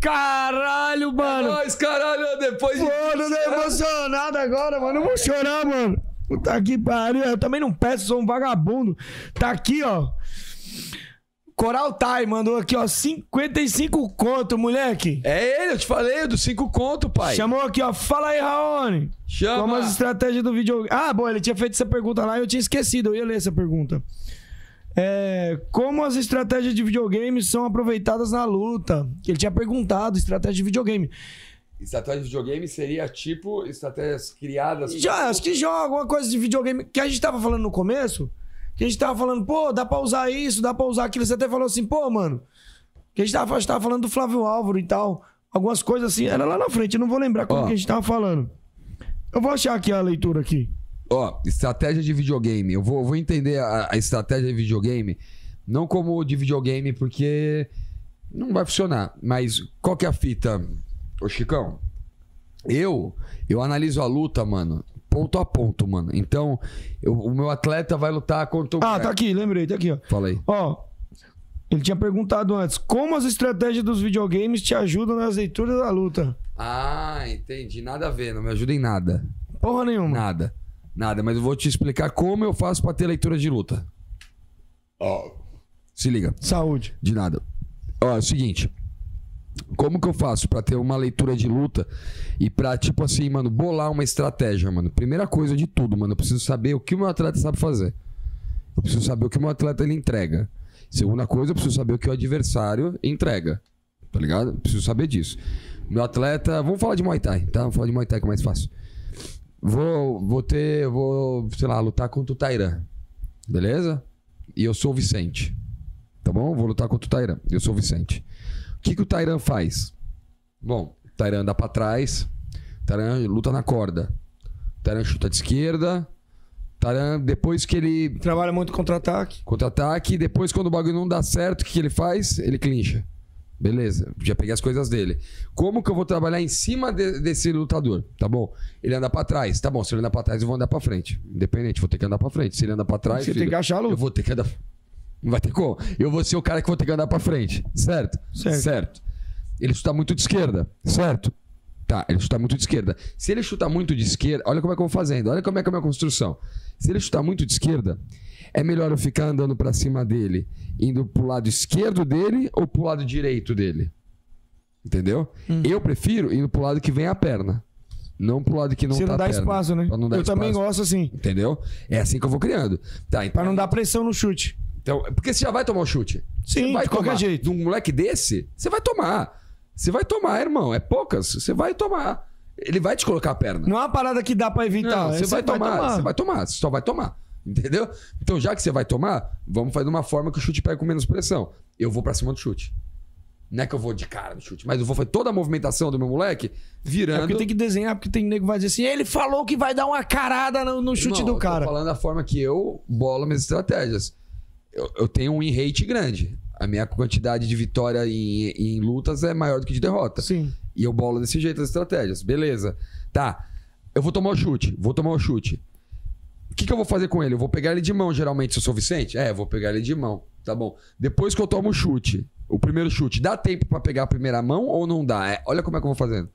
Caralho, mano. Nós, caralho, é depois de. Mano, né, tô emocionado agora, mano. Eu vou chorar, mano. Puta que pariu. Eu também não peço, sou um vagabundo. Tá aqui, ó. Coral Tai mandou aqui, ó. 55 conto, moleque. É ele, eu te falei, do cinco conto, pai. Chamou aqui, ó. Fala aí, Raoni. Chama. Como as estratégias do videogame. Ah, bom, ele tinha feito essa pergunta lá e eu tinha esquecido. Eu ia ler essa pergunta. É, como as estratégias de videogame são aproveitadas na luta? Ele tinha perguntado, estratégia de videogame. Estratégia de videogame seria tipo estratégias criadas. Já, acho que joga alguma coisa de videogame. Que a gente tava falando no começo. Que a gente tava falando, pô, dá pra usar isso, dá pra usar aquilo. Você até falou assim, pô, mano. Que a gente tava, a gente tava falando do Flávio Álvaro e tal. Algumas coisas assim. Era lá na frente, eu não vou lembrar como Ó. que a gente tava falando. Eu vou achar aqui a leitura aqui. Ó, estratégia de videogame. Eu vou, eu vou entender a, a estratégia de videogame, não como de videogame, porque não vai funcionar. Mas qual que é a fita, ô Chicão? Eu, eu analiso a luta, mano, ponto a ponto, mano. Então, eu- o meu atleta vai lutar contra o. Ah, tá aqui, lembrei, tá aqui, ó. Fala aí. Ó, ele tinha perguntado antes, como as estratégias dos videogames te ajudam nas leituras da luta? Ah, entendi. Nada a ver, não me ajuda em nada. Porra nenhuma. Nada. Nada, mas eu vou te explicar como eu faço pra ter leitura de luta. Se liga, Saúde. de nada. Ó, é o seguinte. Como que eu faço pra ter uma leitura de luta e pra, tipo assim, mano, bolar uma estratégia, mano? Primeira coisa de tudo, mano, eu preciso saber o que o meu atleta sabe fazer. Eu preciso saber o que o meu atleta ele entrega. Segunda coisa, eu preciso saber o que o adversário entrega. Tá ligado? Eu preciso saber disso. Meu atleta, vamos falar de Muay Thai, tá? Vamos falar de Muay Thai que é mais fácil. Vou, vou ter, vou, sei lá, lutar contra o Tairan. Beleza? E eu sou o Vicente. Tá bom? Vou lutar contra o Tairan. Eu sou o Vicente. O que, que o Tairan faz? Bom, o Tairan anda pra trás. O Tairan luta na corda. O Tairan chuta de esquerda. O Tairan, depois que ele Trabalha muito contra-ataque. Contra-ataque, e depois, quando o bagulho não dá certo, o que, que ele faz? Ele clincha. Beleza, já peguei as coisas dele. Como que eu vou trabalhar em cima de- desse lutador? Tá bom? Ele anda pra trás. Tá bom, se ele andar pra trás, eu vou andar pra frente. Independente, vou ter que andar pra frente. Se ele andar pra trás, Você tem filho, que achar a luta. eu vou ter que andar. Não vai ter como. Eu vou ser o cara que vou ter que andar pra frente. Certo? Certo. Ele chuta muito de esquerda. Certo? Tá, ele chuta muito de esquerda. Se ele chutar muito de esquerda, olha como é que eu vou fazendo, olha como é que é a minha construção. Se ele chutar muito de esquerda, é melhor eu ficar andando pra cima dele, indo pro lado esquerdo dele ou pro lado direito dele? Entendeu? Hum. Eu prefiro indo pro lado que vem a perna. Não pro lado que não Você tá não a dá perna, espaço, né? Pra não dar eu também espaço. gosto assim, Entendeu? É assim que eu vou criando. Tá, então, pra não dar pressão no chute. então, porque você já vai tomar um chute. Sim, Você vai de qualquer tomar. jeito. De um moleque desse, você vai tomar. Você vai tomar, irmão. É poucas. Você vai tomar. Ele vai te colocar a perna. Não é uma parada que dá pra Não, evitar. é você vai, tomar, Você vai tomar. Você só vai tomar. Entendeu? Então, já que você vai tomar, vamos fazer de uma forma que o chute pegue com menos pressão. Eu vou pra cima do chute. Não é que eu vou de cara no chute, mas eu vou fazer toda a movimentação do meu moleque É virando. porque tem que desenhar, porque tem nego que vai dizer assim, ele falou que vai dar uma carada no, no chute Irmão, do Eu cara. tô falando da forma que eu bolo minhas estratégias. Eu, eu tenho um win rate grande. A minha quantidade de vitória em, em lutas é maior do que de derrota. Sim. E eu bolo desse jeito as estratégias. Beleza. Tá. Eu vou tomar o chute. Vou tomar o chute. O que, que eu vou fazer com ele? Eu vou pegar ele de mão, geralmente, se eu sou Vicente? É, eu vou pegar ele de mão. Tá bom. Depois que eu tomo o chute, o primeiro chute, dá tempo pra pegar a primeira mão ou não dá? É, olha como é que eu vou fazendo.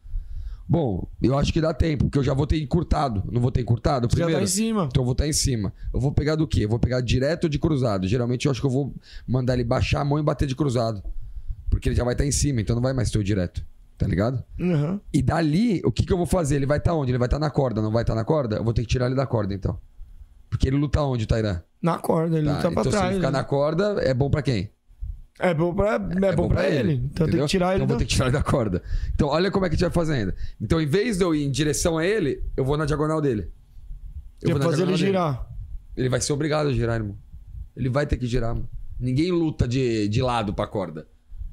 Bom, eu acho que dá tempo, porque eu já vou ter encurtado. Não vou ter encurtado? Você já Primeiro. tá em cima. Então eu vou estar em cima. Eu vou pegar do quê? Eu vou pegar direto de cruzado. Geralmente eu acho que eu vou mandar ele baixar a mão e bater de cruzado. Porque ele já vai estar em cima, então não vai mais ter o direto. Tá ligado? Aham. E dali, o que, que eu vou fazer? Ele vai estar onde? Ele vai estar na corda, não vai estar na corda? Eu vou ter que tirar ele da corda, então. Porque ele luta onde, Tairã? Na corda, ele Tá, tá, pra então se trás. ele ficar na corda, é bom pra quem? É bom pra, é bom pra ele. Então tem entendeu? que tirar ele Então eu vou da... ter que tirar ele da corda. Então olha como é que a gente vai fazendo. Então em vez de eu ir em direção a ele, eu vou na diagonal dele. Tem que na fazer ele diagonal dele. girar. Ele vai ser obrigado a girar, irmão. Ele vai ter que girar, mano. Ninguém luta de, de lado pra corda.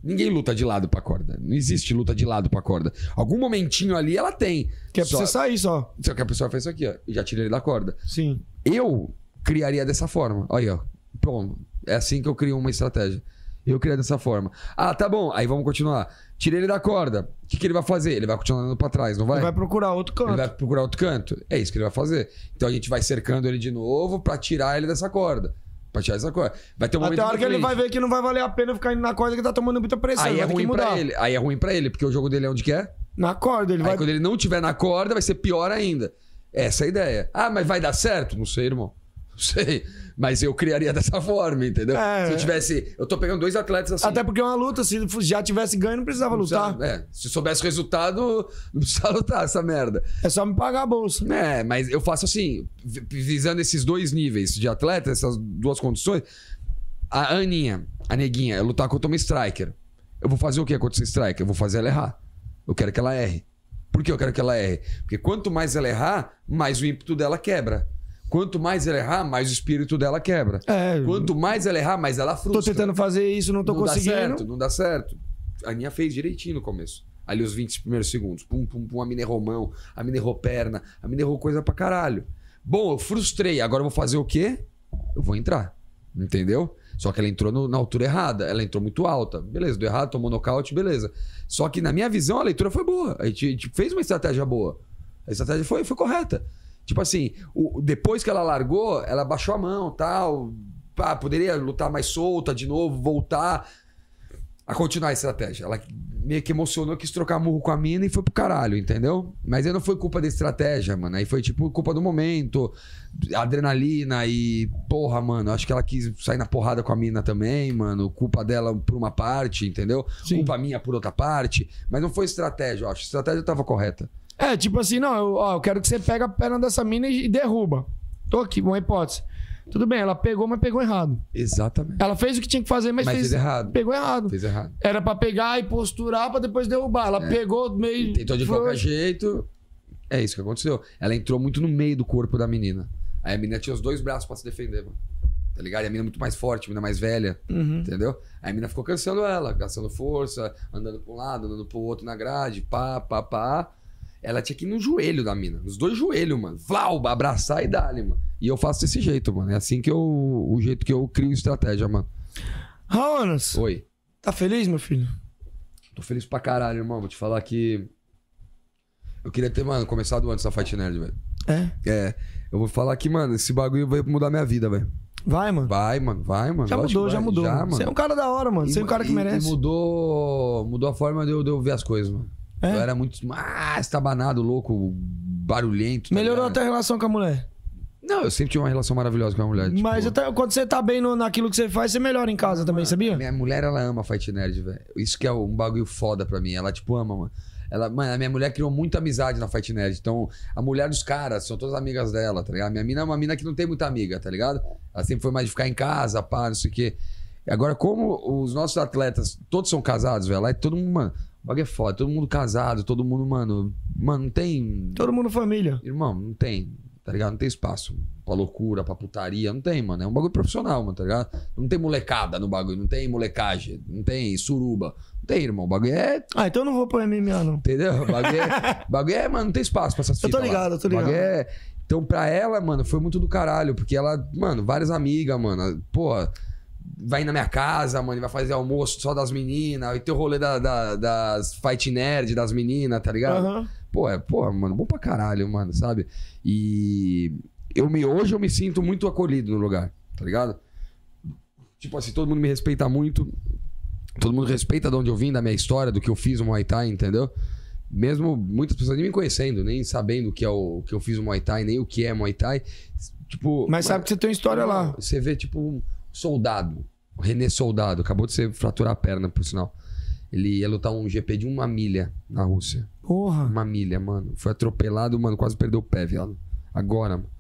Ninguém luta de lado pra corda. Não existe luta de lado pra corda. Algum momentinho ali ela tem. Que é pra só, você sair só. só que a pessoa faz isso aqui, ó. e Já tira ele da corda. Sim. Eu criaria dessa forma. Olha, aí, ó. Pronto. É assim que eu crio uma estratégia. Eu criaria dessa forma. Ah, tá bom. Aí vamos continuar. Tirei ele da corda. O que, que ele vai fazer? Ele vai continuar andando pra trás, não Vai, vai procurar outro ele canto. vai procurar outro canto. É isso que ele vai fazer. Então a gente vai cercando ele de novo pra tirar ele dessa corda. Pra tirar essa corda. Vai ter um momento Até a hora na que ele frente. vai ver que não vai valer a pena ficar indo na corda que tá tomando muita pressão. Aí ele vai é ter que ruim mudar. pra ele. Aí é ruim pra ele, porque o jogo dele é onde quer. Na corda, ele Aí vai. quando ele não tiver na corda, vai ser pior ainda. Essa é a ideia. Ah, mas vai dar certo? Não sei, irmão. Não sei. Mas eu criaria dessa forma, entendeu? É. Se eu tivesse. Eu tô pegando dois atletas assim. Até porque é uma luta, se já tivesse ganho, não precisava não lutar. precisava- é, se soubesse o resultado, não precisava lutar essa merda. É só me pagar a bolsa. É, mas eu faço assim, vi- visando esses dois níveis de atleta, essas duas condições. A Aninha, a neguinha, é lutar contra uma striker. Eu vou fazer o que contra essa striker? Eu vou fazer ela errar. Eu quero que ela erre. Por que eu quero que ela erre? Porque quanto mais ela errar, mais o ímpeto dela quebra. Quanto mais ela errar, mais o espírito dela quebra. É. Quanto mais ela errar, mais ela Tô frustra. tentando fazer isso, não tô não conseguindo. Dá certo, não dá certo. A Aninha fez direitinho no começo. Ali os 20 primeiros segundos. Pum, pum, pum. A mina errou mão, a mina errou perna, a mina errou coisa pra caralho. Bom, eu frustrei. Agora eu vou fazer o quê? Eu vou entrar. Entendeu? Só que ela entrou no- na altura errada. Ela entrou muito alta. Beleza, deu errado, tomou nocaute, beleza. Só que na minha visão a leitura foi boa. A gente, a gente fez uma estratégia boa. A estratégia foi, foi correta. Tipo assim, o- depois que ela largou, ela baixou a mão tal. Pá, poderia lutar mais solta de novo, voltar a continuar a estratégia. Ela meio que emocionou, quis trocar murro com a mina e foi pro caralho, entendeu? Mas aí não foi culpa da estratégia, mano. Aí foi tipo culpa do momento, adrenalina e porra, mano. Acho que ela quis sair na porrada com a mina também, mano. Culpa dela por uma parte, entendeu? Sim. Culpa minha por outra parte. Mas não foi estratégia, eu acho. A estratégia tava correta. É, tipo assim, não, eu, ó, eu quero que você pegue a perna dessa mina e e derruba. Tô aqui, uma hipótese. Tudo bem, ela pegou, mas pegou errado. Exatamente. Ela fez o que tinha que fazer, mas, Mas fez fez errado. Pegou errado. Fez errado. Era pra pegar e posturar pra depois derrubar. Ela pegou meio. É. Tentou de Hum, foi- qualquer jeito. É isso que aconteceu. Ela entrou muito no meio do corpo da menina. Aí a menina tinha os dois braços pra se defender, mano. Tá ligado? E a menina é muito mais forte, a menina é mais velha. Uhum. Entendeu? Aí a menina ficou cansando ela, gastando força, andando pra um lado, andando pro outro na grade, pá, pá, pá. Ela tinha que ir no joelho da mina, nos dois joelhos, mano. Vlau, abraçar e dali, mano. E eu faço desse jeito, mano. É assim que eu. O jeito que eu crio estratégia, mano. Raonas, Oi. tá feliz, meu filho? Tô feliz pra caralho, irmão. Vou te falar que. Eu queria ter, mano, começado antes da Fight Nerd, velho. É. É. Eu vou falar que, mano, esse bagulho vai mudar minha vida, velho. Vai, mano. Vai, mano, vai, mano. já Lógico mudou, que já vai. mudou. Já, Você é mano. um cara da hora, mano. Você é um E- cara que e- merece. E mudou, mudou a forma de eu, de eu ver as coisas, mano. É? Eu era muito ah, estabanado, louco, barulhento. tá Melhorou ligado? até a relação com a mulher. Não, eu sempre tive uma relação maravilhosa com a mulher. tipo, é Mas até quando você tá bem no- naquilo que você faz, você melhora em casa também, sabia? Minha mulher, ela ama Fight Nerd, velho. Isso que é um bagulho foda pra mim. Ela, tipo, ama, mano. Ela, mano, a minha mulher criou muita amizade na Fight Nerd. Então, a mulher dos caras são todas amigas dela, tá ligado? Minha mina é uma mina que não tem muita amiga, tá ligado? Ela sempre foi mais de ficar em casa, pá, não sei o quê. Agora, como os nossos atletas, todos são casados, velho, lá é todo mundo, mano. O bagulho é foda, todo mundo casado, todo mundo, mano. Mano, não tem. Todo mundo família. Irmão, não tem, tá ligado? Não tem espaço pra loucura, pra putaria, não tem, mano. É um bagulho profissional, mano, tá ligado? Não tem molecada no bagulho, não tem molecagem, não tem suruba. Não tem, irmão. O bagulho é. Ah, então eu não vou pro MMA, não. Entendeu? O bagulho é, o bagulho é, mano, não tem espaço pra essas Eu tô fitas lá. ligado, eu tô O bagulho ligado. é- Então, pra ela, mano, foi muito do caralho, porque ela, mano, várias amigas, mano, porra. Vai na minha casa, mano, e vai fazer almoço só das meninas, e tem o rolê da- da- das fight nerd das meninas, tá ligado? Aham. Pô, é, pô, mano, bom pra caralho, mano, sabe? E eu me, hoje eu me sinto muito acolhido no lugar, tá ligado? Tipo assim, todo mundo me respeita muito. Todo mundo respeita de onde eu vim, da minha história, do que eu fiz no Muay Thai, entendeu? Mesmo muitas pessoas nem me conhecendo, nem sabendo o que é o o que eu fiz no Muay Thai, nem o que é Muay Thai. Tipo, Mas sabe que você tem uma história lá. você vê, tipo, um soldado. O René Soldado. Acabou de ser fraturar a perna, por sinal. Ele ia lutar um GP de uma milha na Rússia. Porra. Uma milha, mano. Foi atropelado, mano. Quase perdeu o pé, viado. Agora, mano.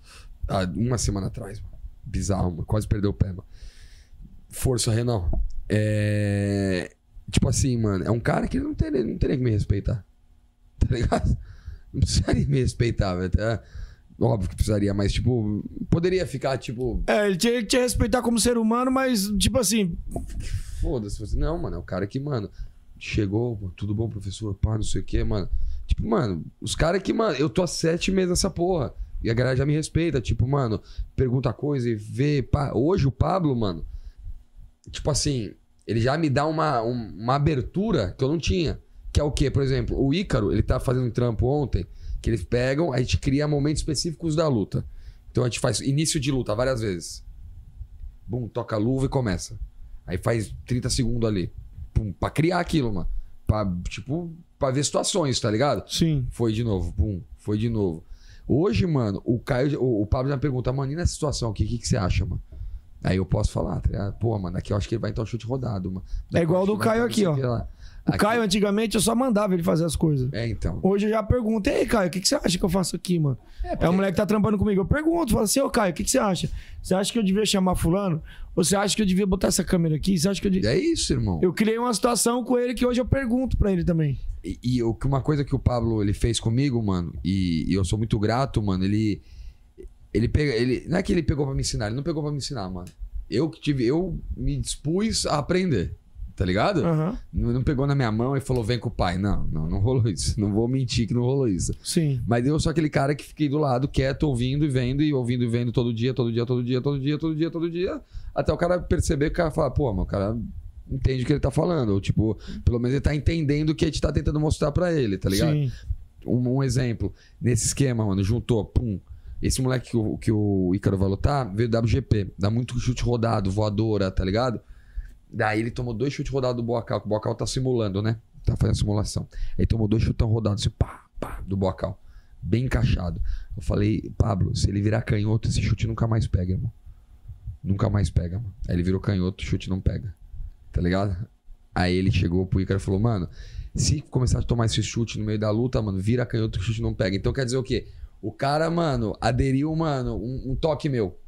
Há uma semana atrás, mano. Bizarro, mano. Quase perdeu o pé, mano. Força, Renan. É. Tipo assim, mano. É um cara que ele não teria, não teria que me respeitar. Tá ligado? Não precisaria me respeitar, velho. tá? Óbvio que precisaria, mas, tipo, poderia ficar, tipo, É, ele tinha que te respeitar como ser humano, mas, tipo assim, foda-se. Você- Não, mano, é o cara que, mano, chegou, pô, tudo bom, professor, pá, não sei o quê, mano. Tipo, mano, os caras que, mano, eu tô há sete meses nessa porra. E a galera já me respeita, tipo, mano, pergunta coisa e vê. pá. Hoje o Pablo, mano, tipo assim, ele já me dá uma, um- uma abertura que eu não tinha. Que é o quê? Por exemplo, o Ícaro, ele tá fazendo um trampo ontem, que eles pegam, a gente cria momentos específicos da luta. Então a gente faz início de luta várias vezes. Bum, toca a luva e começa. Aí faz 30 segundos ali. Pum, pra criar aquilo, mano. Pra, tipo, pra ver situações, tá ligado? Sim. Foi de novo, pum, foi de novo. Hoje, mano, o Caio, o, o Pablo já me pergunta, mano, e nessa situação aqui, o que, que você acha, mano? Aí eu posso falar, tá ligado? Pô, mano, aqui eu acho que ele vai entrar um chute rodado, mano. É igual eu acho do que vai Caio entrar não aqui, sei o que lá. O Aqui- Caio, antigamente, eu só mandava ele fazer as coisas. É, então. Hoje eu já pergunto, ei, Caio, o que, que você acha que eu faço aqui, mano? É o moleque que tá trampando comigo. Eu pergunto, falo assim, ô Caio, o que, que você acha? Você acha que eu devia chamar fulano? Ou você acha que eu devia botar essa câmera aqui? Você acha que eu devia... É isso, irmão. Eu criei uma situação com ele que hoje eu pergunto pra ele também. E, e o que- uma coisa que o Pablo ele fez comigo, mano, e, e eu sou muito grato, mano, ele. Ele pega. Ele, não é que ele pegou pra me ensinar, ele não pegou pra me ensinar, mano. Eu que tive. Eu me dispus a aprender. Tá ligado? Aham, Não, não pegou na minha mão e falou, vem com o pai. Não, não, não rolou isso. Não vou mentir que não rolou isso. sim. Mas eu sou aquele cara que fiquei do lado, quieto, ouvindo e vendo, e ouvindo e vendo todo dia, todo dia, todo dia, todo dia, todo dia, todo dia. Até o cara perceber que o cara fala, pô, mano, o cara entende o que ele tá falando. Ou, tipo, pelo menos ele tá entendendo o que a gente tá tentando mostrar pra ele, tá ligado? Sim. um, um exemplo, nesse esquema, mano, juntou, pum. Esse moleque que o, que o Ícaro vai lutar veio do WGP. Dá muito chute rodado, voadora, tá ligado? Daí ele tomou dois chutes rodados do Boacal, que o Boacal tá simulando, né? Tá fazendo simulação. Ele tomou dois chutão rodados, assim, pá, pá, do Boacal. Bem encaixado. Eu falei, Pablo, se ele virar canhoto, esse chute nunca mais pega, irmão. Nunca mais pega, mano. Aí ele virou canhoto, o chute não pega. Tá ligado? Aí ele chegou pro Ícaro e falou, mano, se começar a tomar esse chute no meio da luta, mano, vira canhoto que o chute não pega. Então quer dizer o quê? O cara, mano, aderiu, mano, um, um toque meu.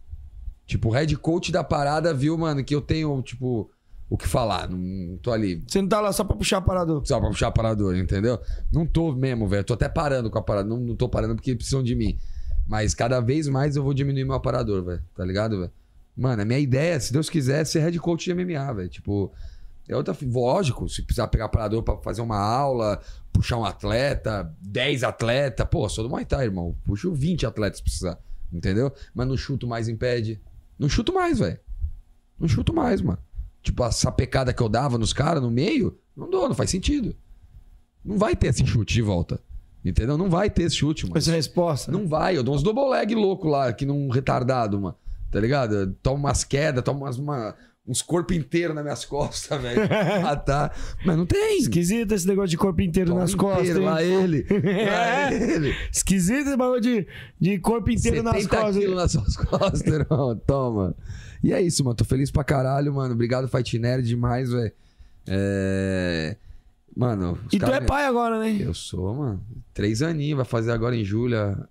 Tipo, o head coach da parada viu, mano, que eu tenho, tipo, o que falar. Não, não tô ali Você não tá lá só pra puxar parador. só pra puxar a paradora, entendeu? Não tô mesmo, velho. Tô até parando com a parada. Não, não tô parando porque precisam de mim. Mas cada vez mais eu vou diminuir meu aparador, velho. Tá ligado, velho? Mano, a minha ideia, se Deus quiser, é ser head coach de MMA, velho. Tipo, é outra. fi- Lógico, se precisar pegar aparador pra fazer uma aula, puxar um atleta, 10 atletas. Pô, sou do Muay Thai, irmão. Puxo 20 atletas se precisar. Entendeu? Mas não chuto mais impede. Não chuto mais, velho. Não chuto mais, mano. Tipo, a sapecada que eu dava nos caras no meio, não dou, não faz sentido. Não vai ter esse chute de volta. Entendeu? Não vai ter esse chute, mano. Essa é a resposta. Não vai, eu dou uns double leg louco lá, que não retardado, mano. Tá ligado? Toma umas quedas, toma umas, uma- uns corpos inteiros nas minhas costas, velho. ah, tá. Mas não tem. Esquisito esse negócio de corpo inteiro Toma nas inteiro, costas. hein? Lá ele. Lá É. ele. Esquisito esse bagulho de, de corpo inteiro 70 nas costas. quilos nas suas costas, irmão. Toma. E é isso, mano. Tô feliz pra caralho, mano. Obrigado, Fight Nerd, demais, velho. É... Mano... os E tu cara é me- pai agora, né? Eu sou, mano. Três aninhos, vai fazer agora em julho. a-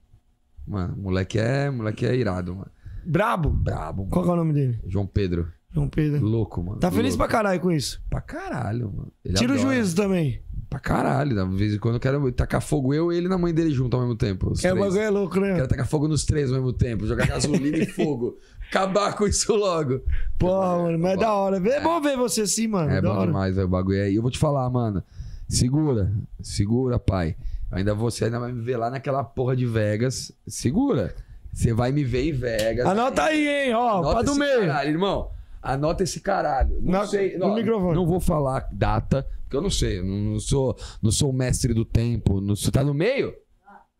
Mano, moleque é, moleque é irado, mano. Brabo. Brabo, mano. Qual que é o nome dele? João Pedro. João Pedro. Louco, mano. Tá feliz pra Louco. caralho com isso. pra caralho, mano. Ele Tira o adora. juízo também. Pra caralho. De vez em quando eu quero tacar fogo eu e ele na mãe dele junto ao mesmo tempo. os É, o três. bagulho é louco, né? Quero tacar fogo nos três ao mesmo tempo. Jogar gasolina e fogo. Acabar com isso logo. Porra, mano, mas é da hora. É bom ver você assim, mano. É da bom hora. demais, velho, o bagulho aí. Eu vou te falar, mano. Segura, segura, pai. Ainda você ainda vai me ver lá naquela porra de Vegas. Segura. Você vai me ver em Vegas. Anota aí, hein, ó, Anota pra do esse meio. Caralho, irmão. Anota esse caralho. Não Na- sei. no não, microfone. Não vou falar data, porque eu não sei. eu Não, não sou, não sou o mestre do tempo. Não sou, tá no meio?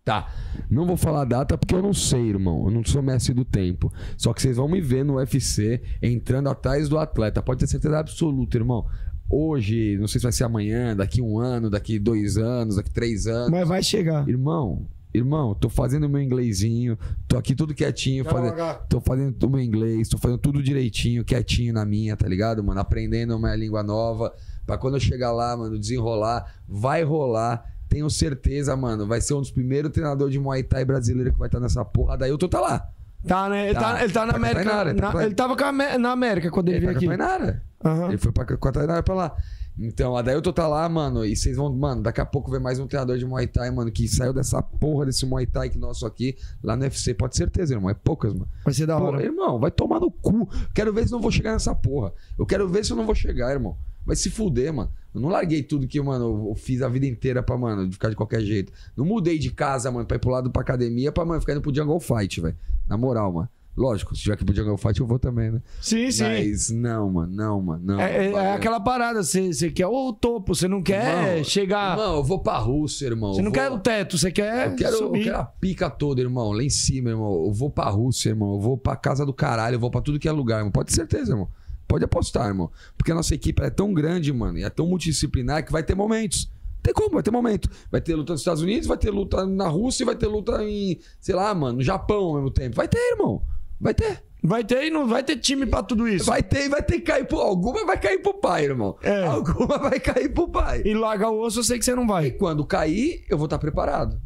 Tá. Não vou falar data porque eu não sei, irmão. Eu não sou mestre do tempo. Só que vocês vão me ver no UFC entrando atrás do atleta. Pode ter certeza absoluta, irmão. Hoje, não sei se vai ser amanhã, daqui um ano, daqui dois anos, daqui três anos. Mas vai chegar. Irmão, irmão, tô fazendo meu inglesinho, tô aqui tudo quietinho, fazendo, tô fazendo o meu inglês, tô fazendo tudo direitinho, quietinho na minha, tá ligado, mano? Aprendendo uma língua nova, pra quando eu chegar lá, mano, desenrolar, vai rolar. Tenho certeza, mano, vai ser um dos primeiros treinadores de Muay Thai brasileiro que vai estar nessa porra. Daí eu tô tá lá. Tá, né? Ele tá, Tá. ele tá na Tá com a América. Tainara, tá na- com a- ele tava com a Amé- na América quando ele, Ele tá veio com a aqui. Tainara. Aham. Ele foi é pra, com a Tainara pra lá. Então, a Dailton tá lá, mano, e vocês vão, mano, daqui a pouco vem mais um treinador de Muay Thai, mano, que saiu dessa porra desse Muay Thai que nosso aqui, lá no UFC, pode ter certeza, irmão, é poucas, mano. Vai ser da Pô, hora. irmão, vai tomar no cu. Quero ver se não vou chegar nessa porra. Eu quero ver se eu não vou chegar, irmão. Vai se fuder, mano. Eu não larguei tudo que, mano, eu fiz a vida inteira pra, mano, de ficar de qualquer jeito. Não mudei de casa, mano, pra ir pro lado pra academia, pra, mano, ficar indo pro Jungle Fight, velho. Na moral, mano. Lógico, se tiver que ir pro Jungle Fight, eu vou também, né? Sim, sim. Mas não, mano, não, mano, não. É, é- é Valeu. aquela parada, você você quer o topo, você não quer Irmão, é, chegar. Irmão, eu vou pra Rússia, irmão. você Eu não vou- quer o teto, você quer Eu quero, eu subir. quero a pica toda, irmão. Lá em cima, irmão. Eu vou pra Rússia, irmão. Eu vou pra casa do caralho. Eu vou pra tudo que é lugar, irmão. Pode ter certeza, irmão. Pode apostar, irmão. Porque a nossa equipe ela é tão grande, mano. E é tão multidisciplinar que vai ter momentos. Tem como, vai ter momento. Vai ter luta nos Estados Unidos, vai ter luta na Rússia e vai ter luta em, sei lá, mano, no Japão ao mesmo tempo. Vai ter, irmão. Vai ter. Vai ter e não vai ter time pra tudo isso. Vai ter e vai ter que cair pro. Alguma vai cair pro pai, irmão. É. Alguma vai cair pro pai. E largar o osso, eu sei que você não E vai. quando cair, eu vou estar preparado.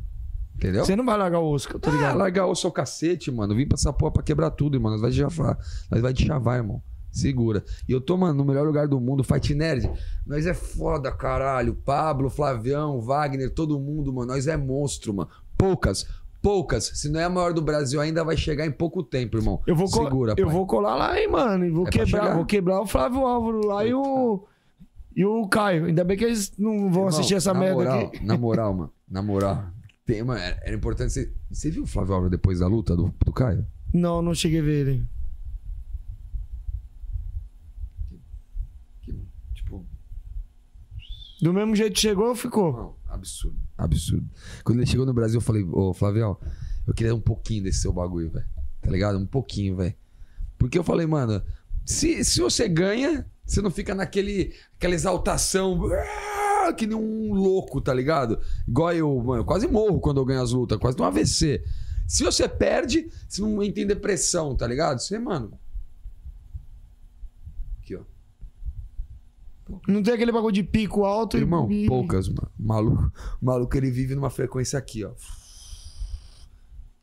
Entendeu? Você não vai largar o osso, que eu tô Ah, tá ligado. largar o seu cacete, mano. Vim pra essa porra pra quebrar tudo, irmão. Nós vai te chavar. Nós vai te chavar, irmão. Segura. E eu tô, mano, no melhor lugar do mundo, Fight Nerd. Nós é foda, caralho. Pablo, Flavião, Wagner, todo mundo, mano. Nós é monstro, mano. Poucas, poucas. Se não é a maior do Brasil, ainda vai chegar em pouco tempo, irmão. eu, vou co- Segura, eu pai. vou colar lá, hein, mano. E vou, É pra quebrar, chegar. vou quebrar o Flávio Álvaro lá e o. E o Caio. Ainda bem que eles não vão Irmão, assistir essa na merda moral, aqui. Na moral, mano. Na moral. Tem, mano, era era importante. Você, você viu o Flávio Álvaro depois da luta do, do Caio? Não, não cheguei a ver ele. Que, tipo, Do mesmo jeito que chegou, ficou. Não, absurdo. Absurdo. Quando ele chegou no Brasil, eu falei, ô Flavião, eu queria um pouquinho desse seu bagulho, velho. Tá ligado? Um pouquinho, velho. Porque eu falei, mano, se, se você ganha, você não fica naquele aquela exaltação. "Ah", Que nem um louco, tá ligado? Igual eu, mano, eu quase morro quando eu ganho as lutas, quase de um AVC. Se você perde, você não entra em depressão, tá ligado? Você, mano. Aqui, ó. Não tem aquele bagulho de pico alto. e- Irmão, e... poucas, mano. O Maluco, o maluco, ele vive numa frequência aqui, ó.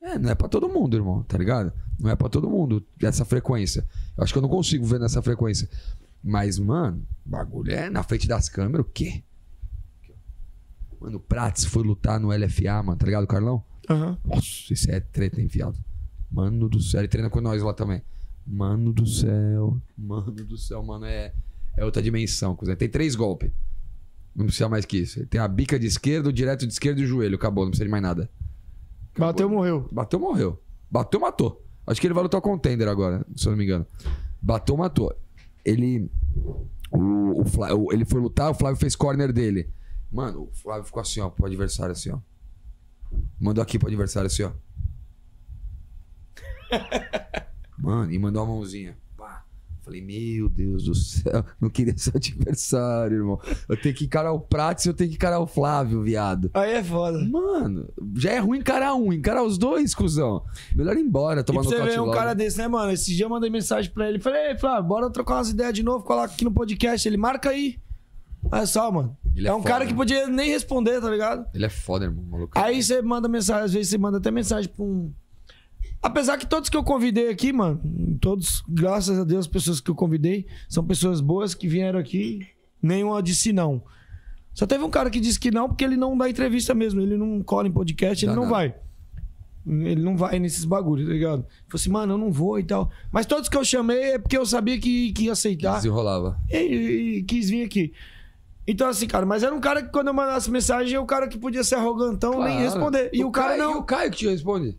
É, não é pra todo mundo, irmão, tá ligado? Não é pra todo mundo essa frequência. Eu acho que eu não consigo ver nessa frequência. Mas, mano, o bagulho é na frente das câmeras, o quê? Mano, o Prats foi lutar no LFA, mano, tá ligado, Carlão? Aham. Nossa, isso é treta, hein, viado? Mano do céu, ele treina com nós lá também. Mano do céu, mano do céu, mano, é, é outra dimensão. cuzão. Tem três golpes. Não precisa mais que isso. Ele Tem a bica de esquerda, o direto de esquerda e o joelho. Acabou, não precisa de mais nada. Acabou. Bateu, morreu. Bateu, morreu. Bateu, matou. Acho que ele vai lutar o contender agora, se eu não me engano. Bateu, matou. Ele. O, o Flá- o- ele foi lutar, o Flávio fez corner dele. Mano, o Flávio ficou assim, ó, pro adversário, assim, ó. Mandou aqui pro adversário, assim, ó. Mano, e mandou a mãozinha. Pá. Falei, meu Deus do céu, não queria ser adversário, irmão. Eu tenho que encarar o Prates e eu tenho que encarar o Flávio, viado. Aí é foda. Mano, já é ruim encarar um, encarar os dois, cuzão. Melhor ir embora, E tomar pra você no logo. ver um cara desse, né, mano? Esse dia eu mandei mensagem pra ele. Falei, ei, Flávio, bora trocar umas ideias de novo, coloca aqui no podcast. Ele marca aí. Olha só, mano. Ele é, é um foda, cara que né? podia nem responder, tá ligado? Ele é foda, irmão, maluco. Aí você manda mensagem, às vezes você manda até mensagem pra um. Apesar que todos que eu convidei aqui, mano, todos, graças a Deus, as pessoas que eu convidei são pessoas boas que vieram aqui, nenhuma disse não. Só teve um cara que disse que não porque ele não dá entrevista mesmo, ele não cola em podcast, ele Dá não nada. vai. Ele não vai nesses bagulhos, tá ligado? Falei assim, mano, eu não vou e tal. Mas todos que eu chamei é porque eu sabia que, que ia aceitar Desenrolava. e, e- e quis vir aqui. Então, assim, cara, mas era um cara que quando eu mandasse mensagem, é o cara que podia ser arrogantão nem Claro. responder. E o, cara Caio- não. E o Caio que te responde?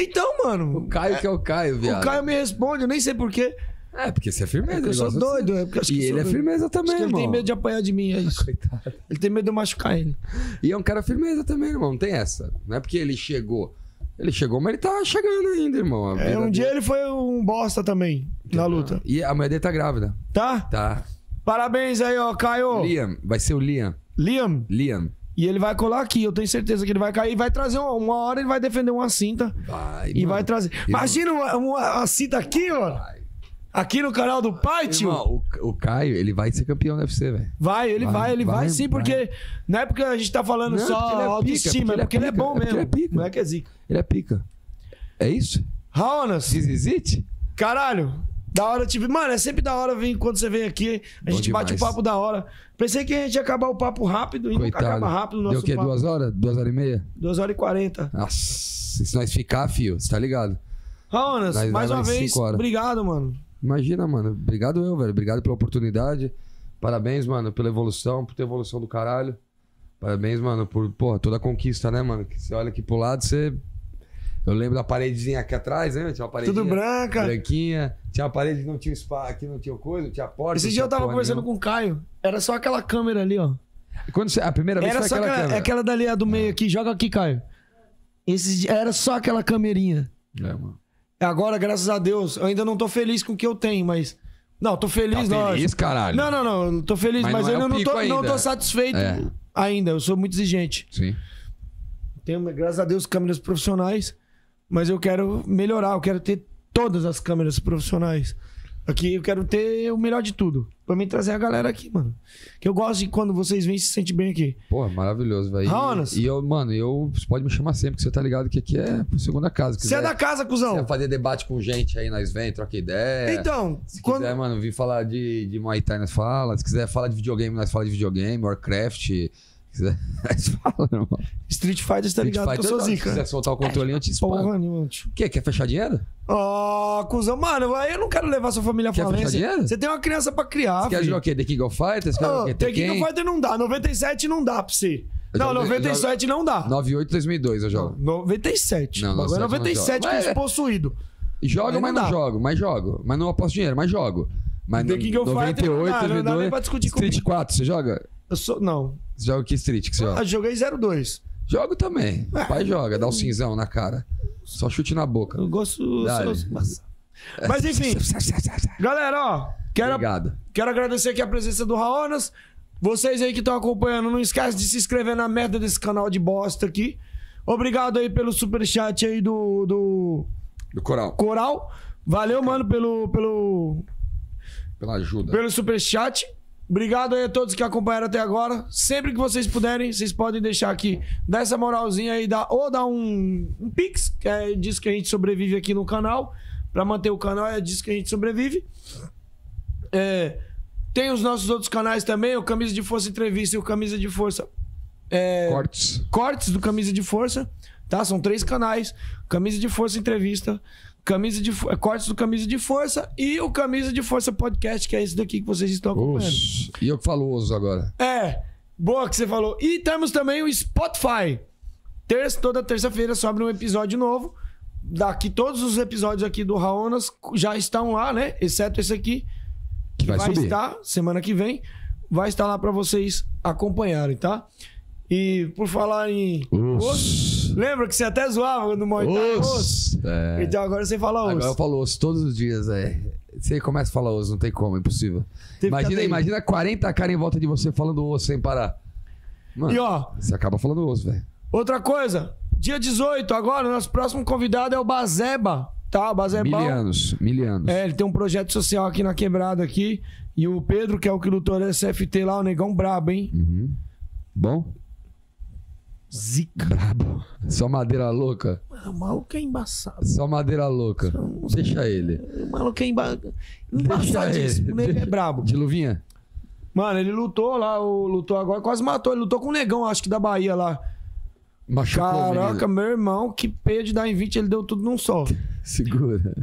Então, mano. O Caio que é o Caio, o viado. Caio me responde, eu nem sei porquê. É, porque você é firmeza. É que eu ele sou gosta doido. de- É porque eu acho E que eu sou ele é doido. firmeza Acho também, que ele irmão. tem medo de apanhar de mim, é isso. Coitado. Ele tem medo de eu machucar ele. E é um cara firmeza também, irmão. Não tem essa. Não é porque ele chegou. Ele chegou, mas ele tá chegando ainda, irmão. A É, vida né? um dia dele- ele foi um bosta também na luta. E a mulher dele tá grávida. Tá? Tá. Parabéns aí, ó, Caio. Liam, vai ser o Liam. Liam. Liam. E ele vai colar aqui, eu tenho certeza que ele vai cair. Vai trazer uma, uma hora, ele vai defender uma cinta. Vai, E mano. vai trazer. Imagina uma, uma- uma cinta aqui, mano. Aqui no canal do Pai, tio. Irmão, o, o Caio, ele vai ser campeão do UFC, velho. Vai, ele vai, Vai, ele vai, vai, sim, vai. porque não é porque a gente tá falando Não, porque ele é só autoestima, pica, é porque ele é bom pica, é porque mesmo. ele é pica. O moleque é zica. Ele é pica. É isso? Raonas, This is it? caralho, Da hora, tipo, mano, é sempre da hora vir quando você vem aqui. A Bom gente bate o demais. papo da hora. Pensei que a gente ia acabar o papo rápido e nunca Coitado. acaba rápido o Deu nosso o quê? papo. Duas horas? Duas horas e meia? 2 horas e 40. Nossa, se nós ficar, fio, você tá ligado? Ronas, Nós- mais nós uma vai vez, cinco horas. obrigado, mano. Imagina, mano. Obrigado eu, velho. Obrigado pela oportunidade. Parabéns, mano, pela evolução, por ter evolução do caralho. Parabéns, mano, por porra, toda a conquista, né, mano? Que você olha aqui pro lado, você. Eu lembro da paredezinha aqui atrás, né? Tinha uma paredinha Tudo branca. branquinha. Tinha uma parede que não tinha spa, aqui não tinha coisa, não tinha porta. Esse não dia tinha eu tava porra conversando nenhuma. com o Caio. Era só aquela câmera ali, ó. Quando você- a primeira vez Era foi só é aquela, aquela, é câmera. É. aquela dali, a do meio aqui. Joga aqui, Caio. Esse dia- era só aquela câmerinha. É, mano. Agora, graças a Deus, eu ainda não tô feliz com o que eu tenho, mas. Não, tô Tá feliz, não. feliz, caralho? Não, não, não. eu não Tô feliz, mas, Mas não é eu o não pico tô, não ainda. tô satisfeito É. ainda. Eu sou muito exigente. Sim. Tenho, graças a Deus, câmeras profissionais, mas eu quero melhorar. Eu quero ter todas as câmeras profissionais. Aqui eu quero ter o melhor de tudo. Pra mim trazer a galera aqui, mano. Que eu gosto de quando vocês vêm se sente bem aqui. Porra, maravilhoso, velho. E- Raonas. E eu, mano, eu, você pode me chamar sempre, que você tá ligado que aqui é segunda casa. Se Você é quiser- da casa, Você cuzão. fazer debate com gente aí, nós vem, troca ideia. Então, se quando. quiser, mano, vir falar de, de Muay Thai, nós fala. Se quiser falar de videogame, nós fala de videogame, Warcraft. Se quiser, nós fala, irmão. Street Fighter, você tá ligado que eu sou Se quiser zica. soltar o controle, eu te espalho. Porra, nenhuma, tio. O quê? Quer fechar dinheiro? Ó, cuzão, mano, aí eu não quero levar sua família à Quer fechar falência. dinheiro? Você tem uma criança pra criar. Você quer filho. jogar o quê? The King of Fighters? Você quer jogar o Tá Ô, quê? Tekken Tekken? King Fighter não dá. 97 não dá pra você. Eu Não, jogo- 97 não dá. 98 2002 eu jogo. 97. Não, Agora é 97 97 não que eu joga. É. sou possuído. Jogo, Aí mas não não, dá. jogo. Mas jogo. Mas não aposto dinheiro, mas jogo. Mas The no- King of Fighters 98, não dá, não dá nem 2002, pra discutir Street 4, você joga? Eu sou. Não. Você joga que Street que você joga? Eu joguei 02. Jogo também. ah. O pai joga, dá um cinzão na cara. Só chute na boca. Eu gosto. eu Dale. sou- mas- Mas enfim, galera, ó. Quero, Obrigado. quero agradecer aqui a presença do Raonas. Vocês aí que estão acompanhando, não esquece de se inscrever na merda desse canal de bosta aqui. Obrigado aí pelo superchat aí do- do Do coral. Coral. Valeu, mano, pelo, pelo, Pela ajuda. pelo superchat. Obrigado aí a todos que acompanharam até agora. Sempre que vocês puderem, vocês podem deixar aqui, dar essa moralzinha aí, dar, ou dar um, um pix, que é disso que a gente sobrevive aqui no canal. Pra manter o canal, é disso que a gente sobrevive. É, tem os nossos outros canais também, o Camisa de Força Entrevista e o Camisa de Força é, Cortes. cortes do Camisa de Força, tá? São três canais: Camisa de Força Entrevista, Camisa de Fo- Cortes do Camisa de Força e o Camisa de Força Podcast, que é esse daqui que vocês estão acompanhando. Os. E eu que falo os agora. É, boa que você falou. E temos também o Spotify. Terça, toda terça-feira sobe um episódio novo. Daqui todos os episódios aqui do Raonas já estão lá, né? Exceto esse aqui Que vai, subir. estar semana que vem, vai estar lá pra vocês acompanharem, tá? E por falar em Os. Lembra que você até zoava no Muay Thai? osso? Os. É. Então agora você fala osso. Agora eu falo os todos os dias, é. Você começa a falar os, não tem como, é impossível. que imagina, ficar imagina 40 caras em volta de você falando osso sem parar. Mano, E ó, você acaba falando osso, velho. outra coisa. Dia 18 agora, nosso próximo convidado é o Bazeba, tá? O Bazebão. Milianos, milianos. É, ele tem um projeto social aqui na Quebrada aqui. E o Pedro, que é o que lutou no SFT lá, o negão brabo, hein? Uhum. Bom? Zica. Brabo. Só madeira louca. O maluco é embaçado. Só madeira louca. Deixa ele. O maluco é emba... embaçadíssimo. O ele, negão é deixa- brabo. De luvinha? Mano, ele lutou lá, o- lutou agora, quase matou. Ele lutou com o negão, acho que da Bahia lá. Machucou. Caraca, menino. meu irmão, que peia de dar em 20, ele deu tudo num só. Segura.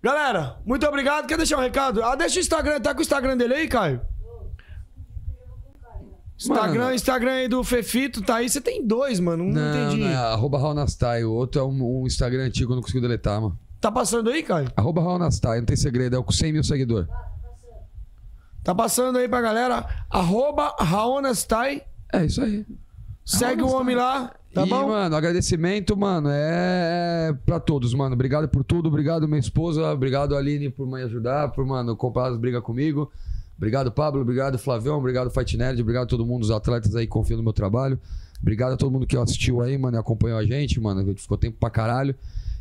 Galera, muito obrigado. Quer deixar um recado? Ah, deixa o Instagram. Tá com o Instagram dele aí, Caio? Instagram, Mano. Instagram aí do Fefito, tá aí. Você tem dois, mano. Um não, Não, entendi. não é arroba Raonastai. O outro é um, um Instagram antigo, eu não consigo deletar, mano. Tá passando aí, Caio? Arroba Raonastai, não tem segredo, é o com 100 mil seguidores. Tá passando aí pra galera. Arroba Raonastai. É isso aí. Segue o homem lá, tá e, bom? mano, agradecimento, mano, é pra todos, mano. Obrigado por tudo, obrigado minha esposa, obrigado Aline por me ajudar, por, mano, comprar as brigas comigo. Obrigado, Pablo, obrigado, Flavião, obrigado, Fight Nerd, obrigado a todo mundo, os atletas aí que confiam no meu trabalho. Obrigado a todo mundo que assistiu aí, mano, e acompanhou a gente, mano, que ficou tempo pra caralho.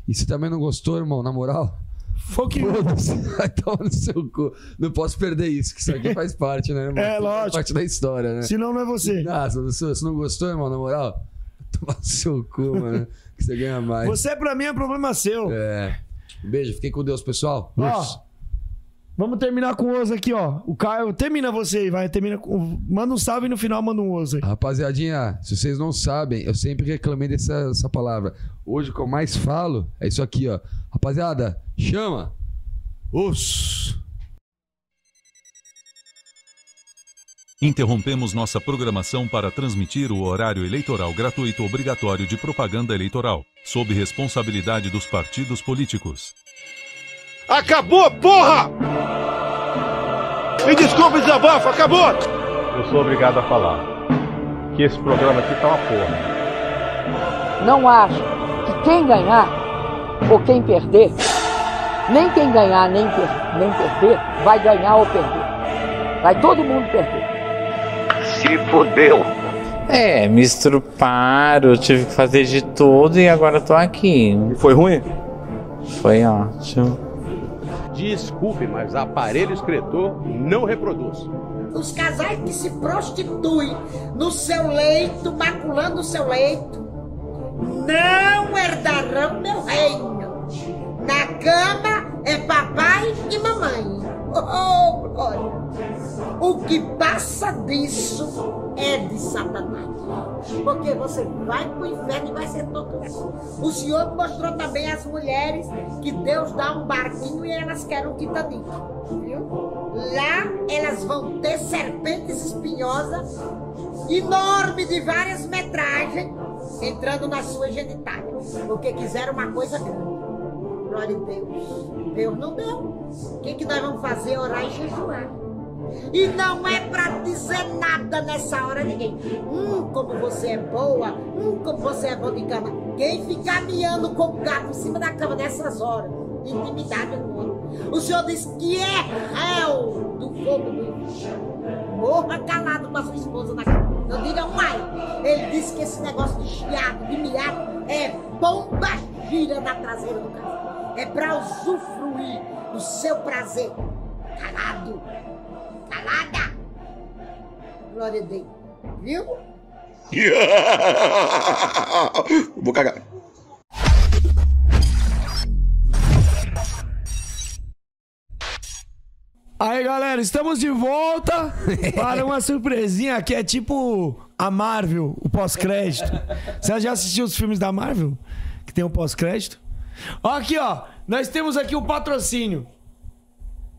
E se também não gostou, irmão, na moral, Fuck you. foda-se, vai tomar no seu cu. Não posso perder isso, que isso aqui faz parte, né, irmão? É, Faz lógico. parte da história, né? Senão não é você. Ah, se você se não gostou, irmão, na moral, toma no seu cu, mano. Que você ganha mais. Você pra mim é problema um seu. É. Beijo, fiquem com Deus, pessoal. Ó, Vamos terminar com o osso aqui, ó. O Caio, termina você aí, vai. Termina com... Manda um salve e no final manda um osso aí. Rapaziadinha, se vocês não sabem, eu sempre reclamei dessa, dessa palavra. Hoje o que eu mais falo é isso aqui, ó. Rapaziada, chama! Os! Interrompemos nossa programação para transmitir o horário eleitoral gratuito obrigatório de propaganda eleitoral, sob responsabilidade dos partidos políticos. Acabou, porra! Me desculpe, desabafo, acabou! eu sou obrigado a falar que esse programa aqui tá uma porra. não acho que quem ganhar ou quem perder, nem quem ganhar nem, per- nem perder, vai ganhar ou perder. Vai todo mundo perder. É, me estruparam, tive que fazer de tudo e agora tô aqui. Foi ruim? Foi ótimo. Desculpe, mas aparelho escritor não reproduz. Os casais que se prostituem no seu leito, maculando o seu leito, não herdarão meu reino. Na cama é papai e mamãe. Oh, glória! O que passa disso é de Satanás. Porque você vai para o inferno e vai ser torturado. O Senhor mostrou também às mulheres que Deus dá um barquinho e elas querem um Titanic. Viu? Lá elas vão ter serpentes espinhosas enormes de várias metragens entrando nas suas genitais. Porque quiseram uma coisa grande. Glória a Deus. Deus não deu. O que, que nós vamos fazer? Orar e jejuar. E não é para dizer nada nessa hora a ninguém. Hum, como você é boa. Hum, como você é bom de cama. Quem ficar miando como gato em cima da cama nessas horas? Intimidade com outro. O Senhor diz que é réu do fogo do inferno. Morra calado com a sua esposa na cama. Não diga mais. Ele disse que esse negócio de chiado, de miado, é bomba gira na traseira do casal. É para usufruir do seu prazer. Calado. Calada. Glória a Deus. Viu? Vou cagar. Aí, galera, estamos de volta para uma surpresinha que é tipo a Marvel, o pós-crédito. Você já assistiu os filmes da Marvel? Que tem o pós-crédito? Ó, aqui, ó. Nós temos aqui o patrocínio.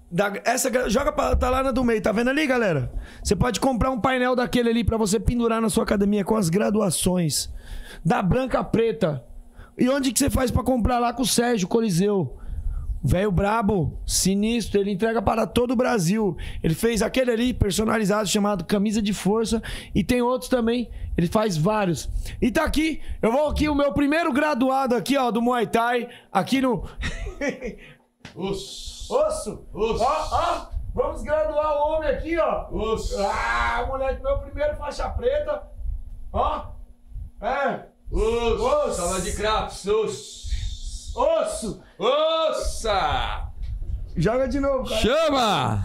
Da- essa gra- joga pra, tá lá na do meio, tá vendo ali, galera? Você pode comprar um painel daquele ali pra você pendurar na sua academia com as graduações da branca à preta. E onde que você faz pra comprar lá com o Sérgio Coliseu? Velho brabo, sinistro, ele entrega para todo o Brasil. Ele fez aquele ali personalizado chamado Camisa de Força e tem outros também, ele faz vários. E tá aqui, eu vou aqui o meu primeiro graduado aqui, ó, do Muay Thai, aqui no Osso! Osso! Ó, ó! Vamos graduar o homem aqui, ó! Osso! Ah, moleque, meu primeiro faixa preta! Ó! É! Osso! Osso! Sala de craps! Osso! Osso! Nossa! Joga de novo, cara! Chama!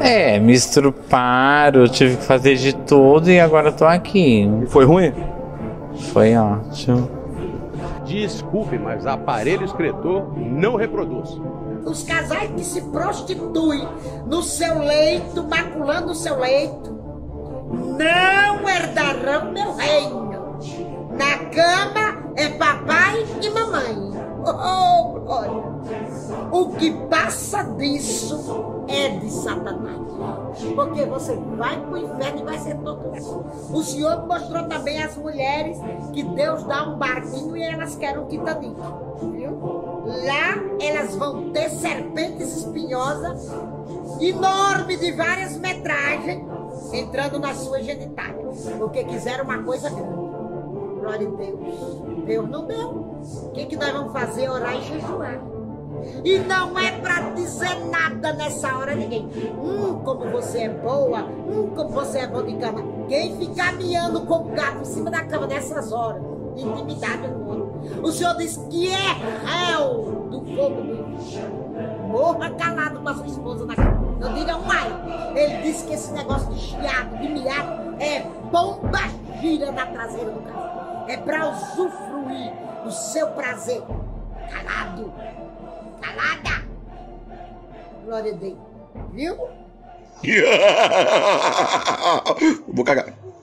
É, me estruparam, tive que fazer de tudo e agora tô aqui. Foi ruim? Foi ótimo. Desculpe, mas aparelho escritor não reproduz. Os casais que se prostituem no seu leito, maculando o seu leito, não herdarão meu reino. Na cama é papai e mamãe. Oh, glória! O que passa disso é de Satanás. Porque você vai para o inferno e vai ser torturado. O Senhor mostrou também às mulheres que Deus dá um barquinho e elas querem um Titanic. Viu? Lá elas vão ter serpentes espinhosas enormes de várias metragens entrando nas suas genitais. Porque quiseram uma coisa grande. Glória a Deus. Deus não deu. O que, que nós vamos fazer? Orar e jejuar. E não é para dizer nada nessa hora a ninguém. Hum, como você é boa. Hum, como você é bom de cama. Quem fica miando com o gato em cima da cama nessas horas? Intimidade com o outro. O Senhor diz que é réu do fogo do inferno. Morra calado com a sua esposa na cama. Não diga um ai. Ele disse que esse negócio de chiado, de miado, é bomba gira na traseira do carro. É para usufruir do seu prazer. Calado. Calada. Glória a Deus. Viu? Vou cagar.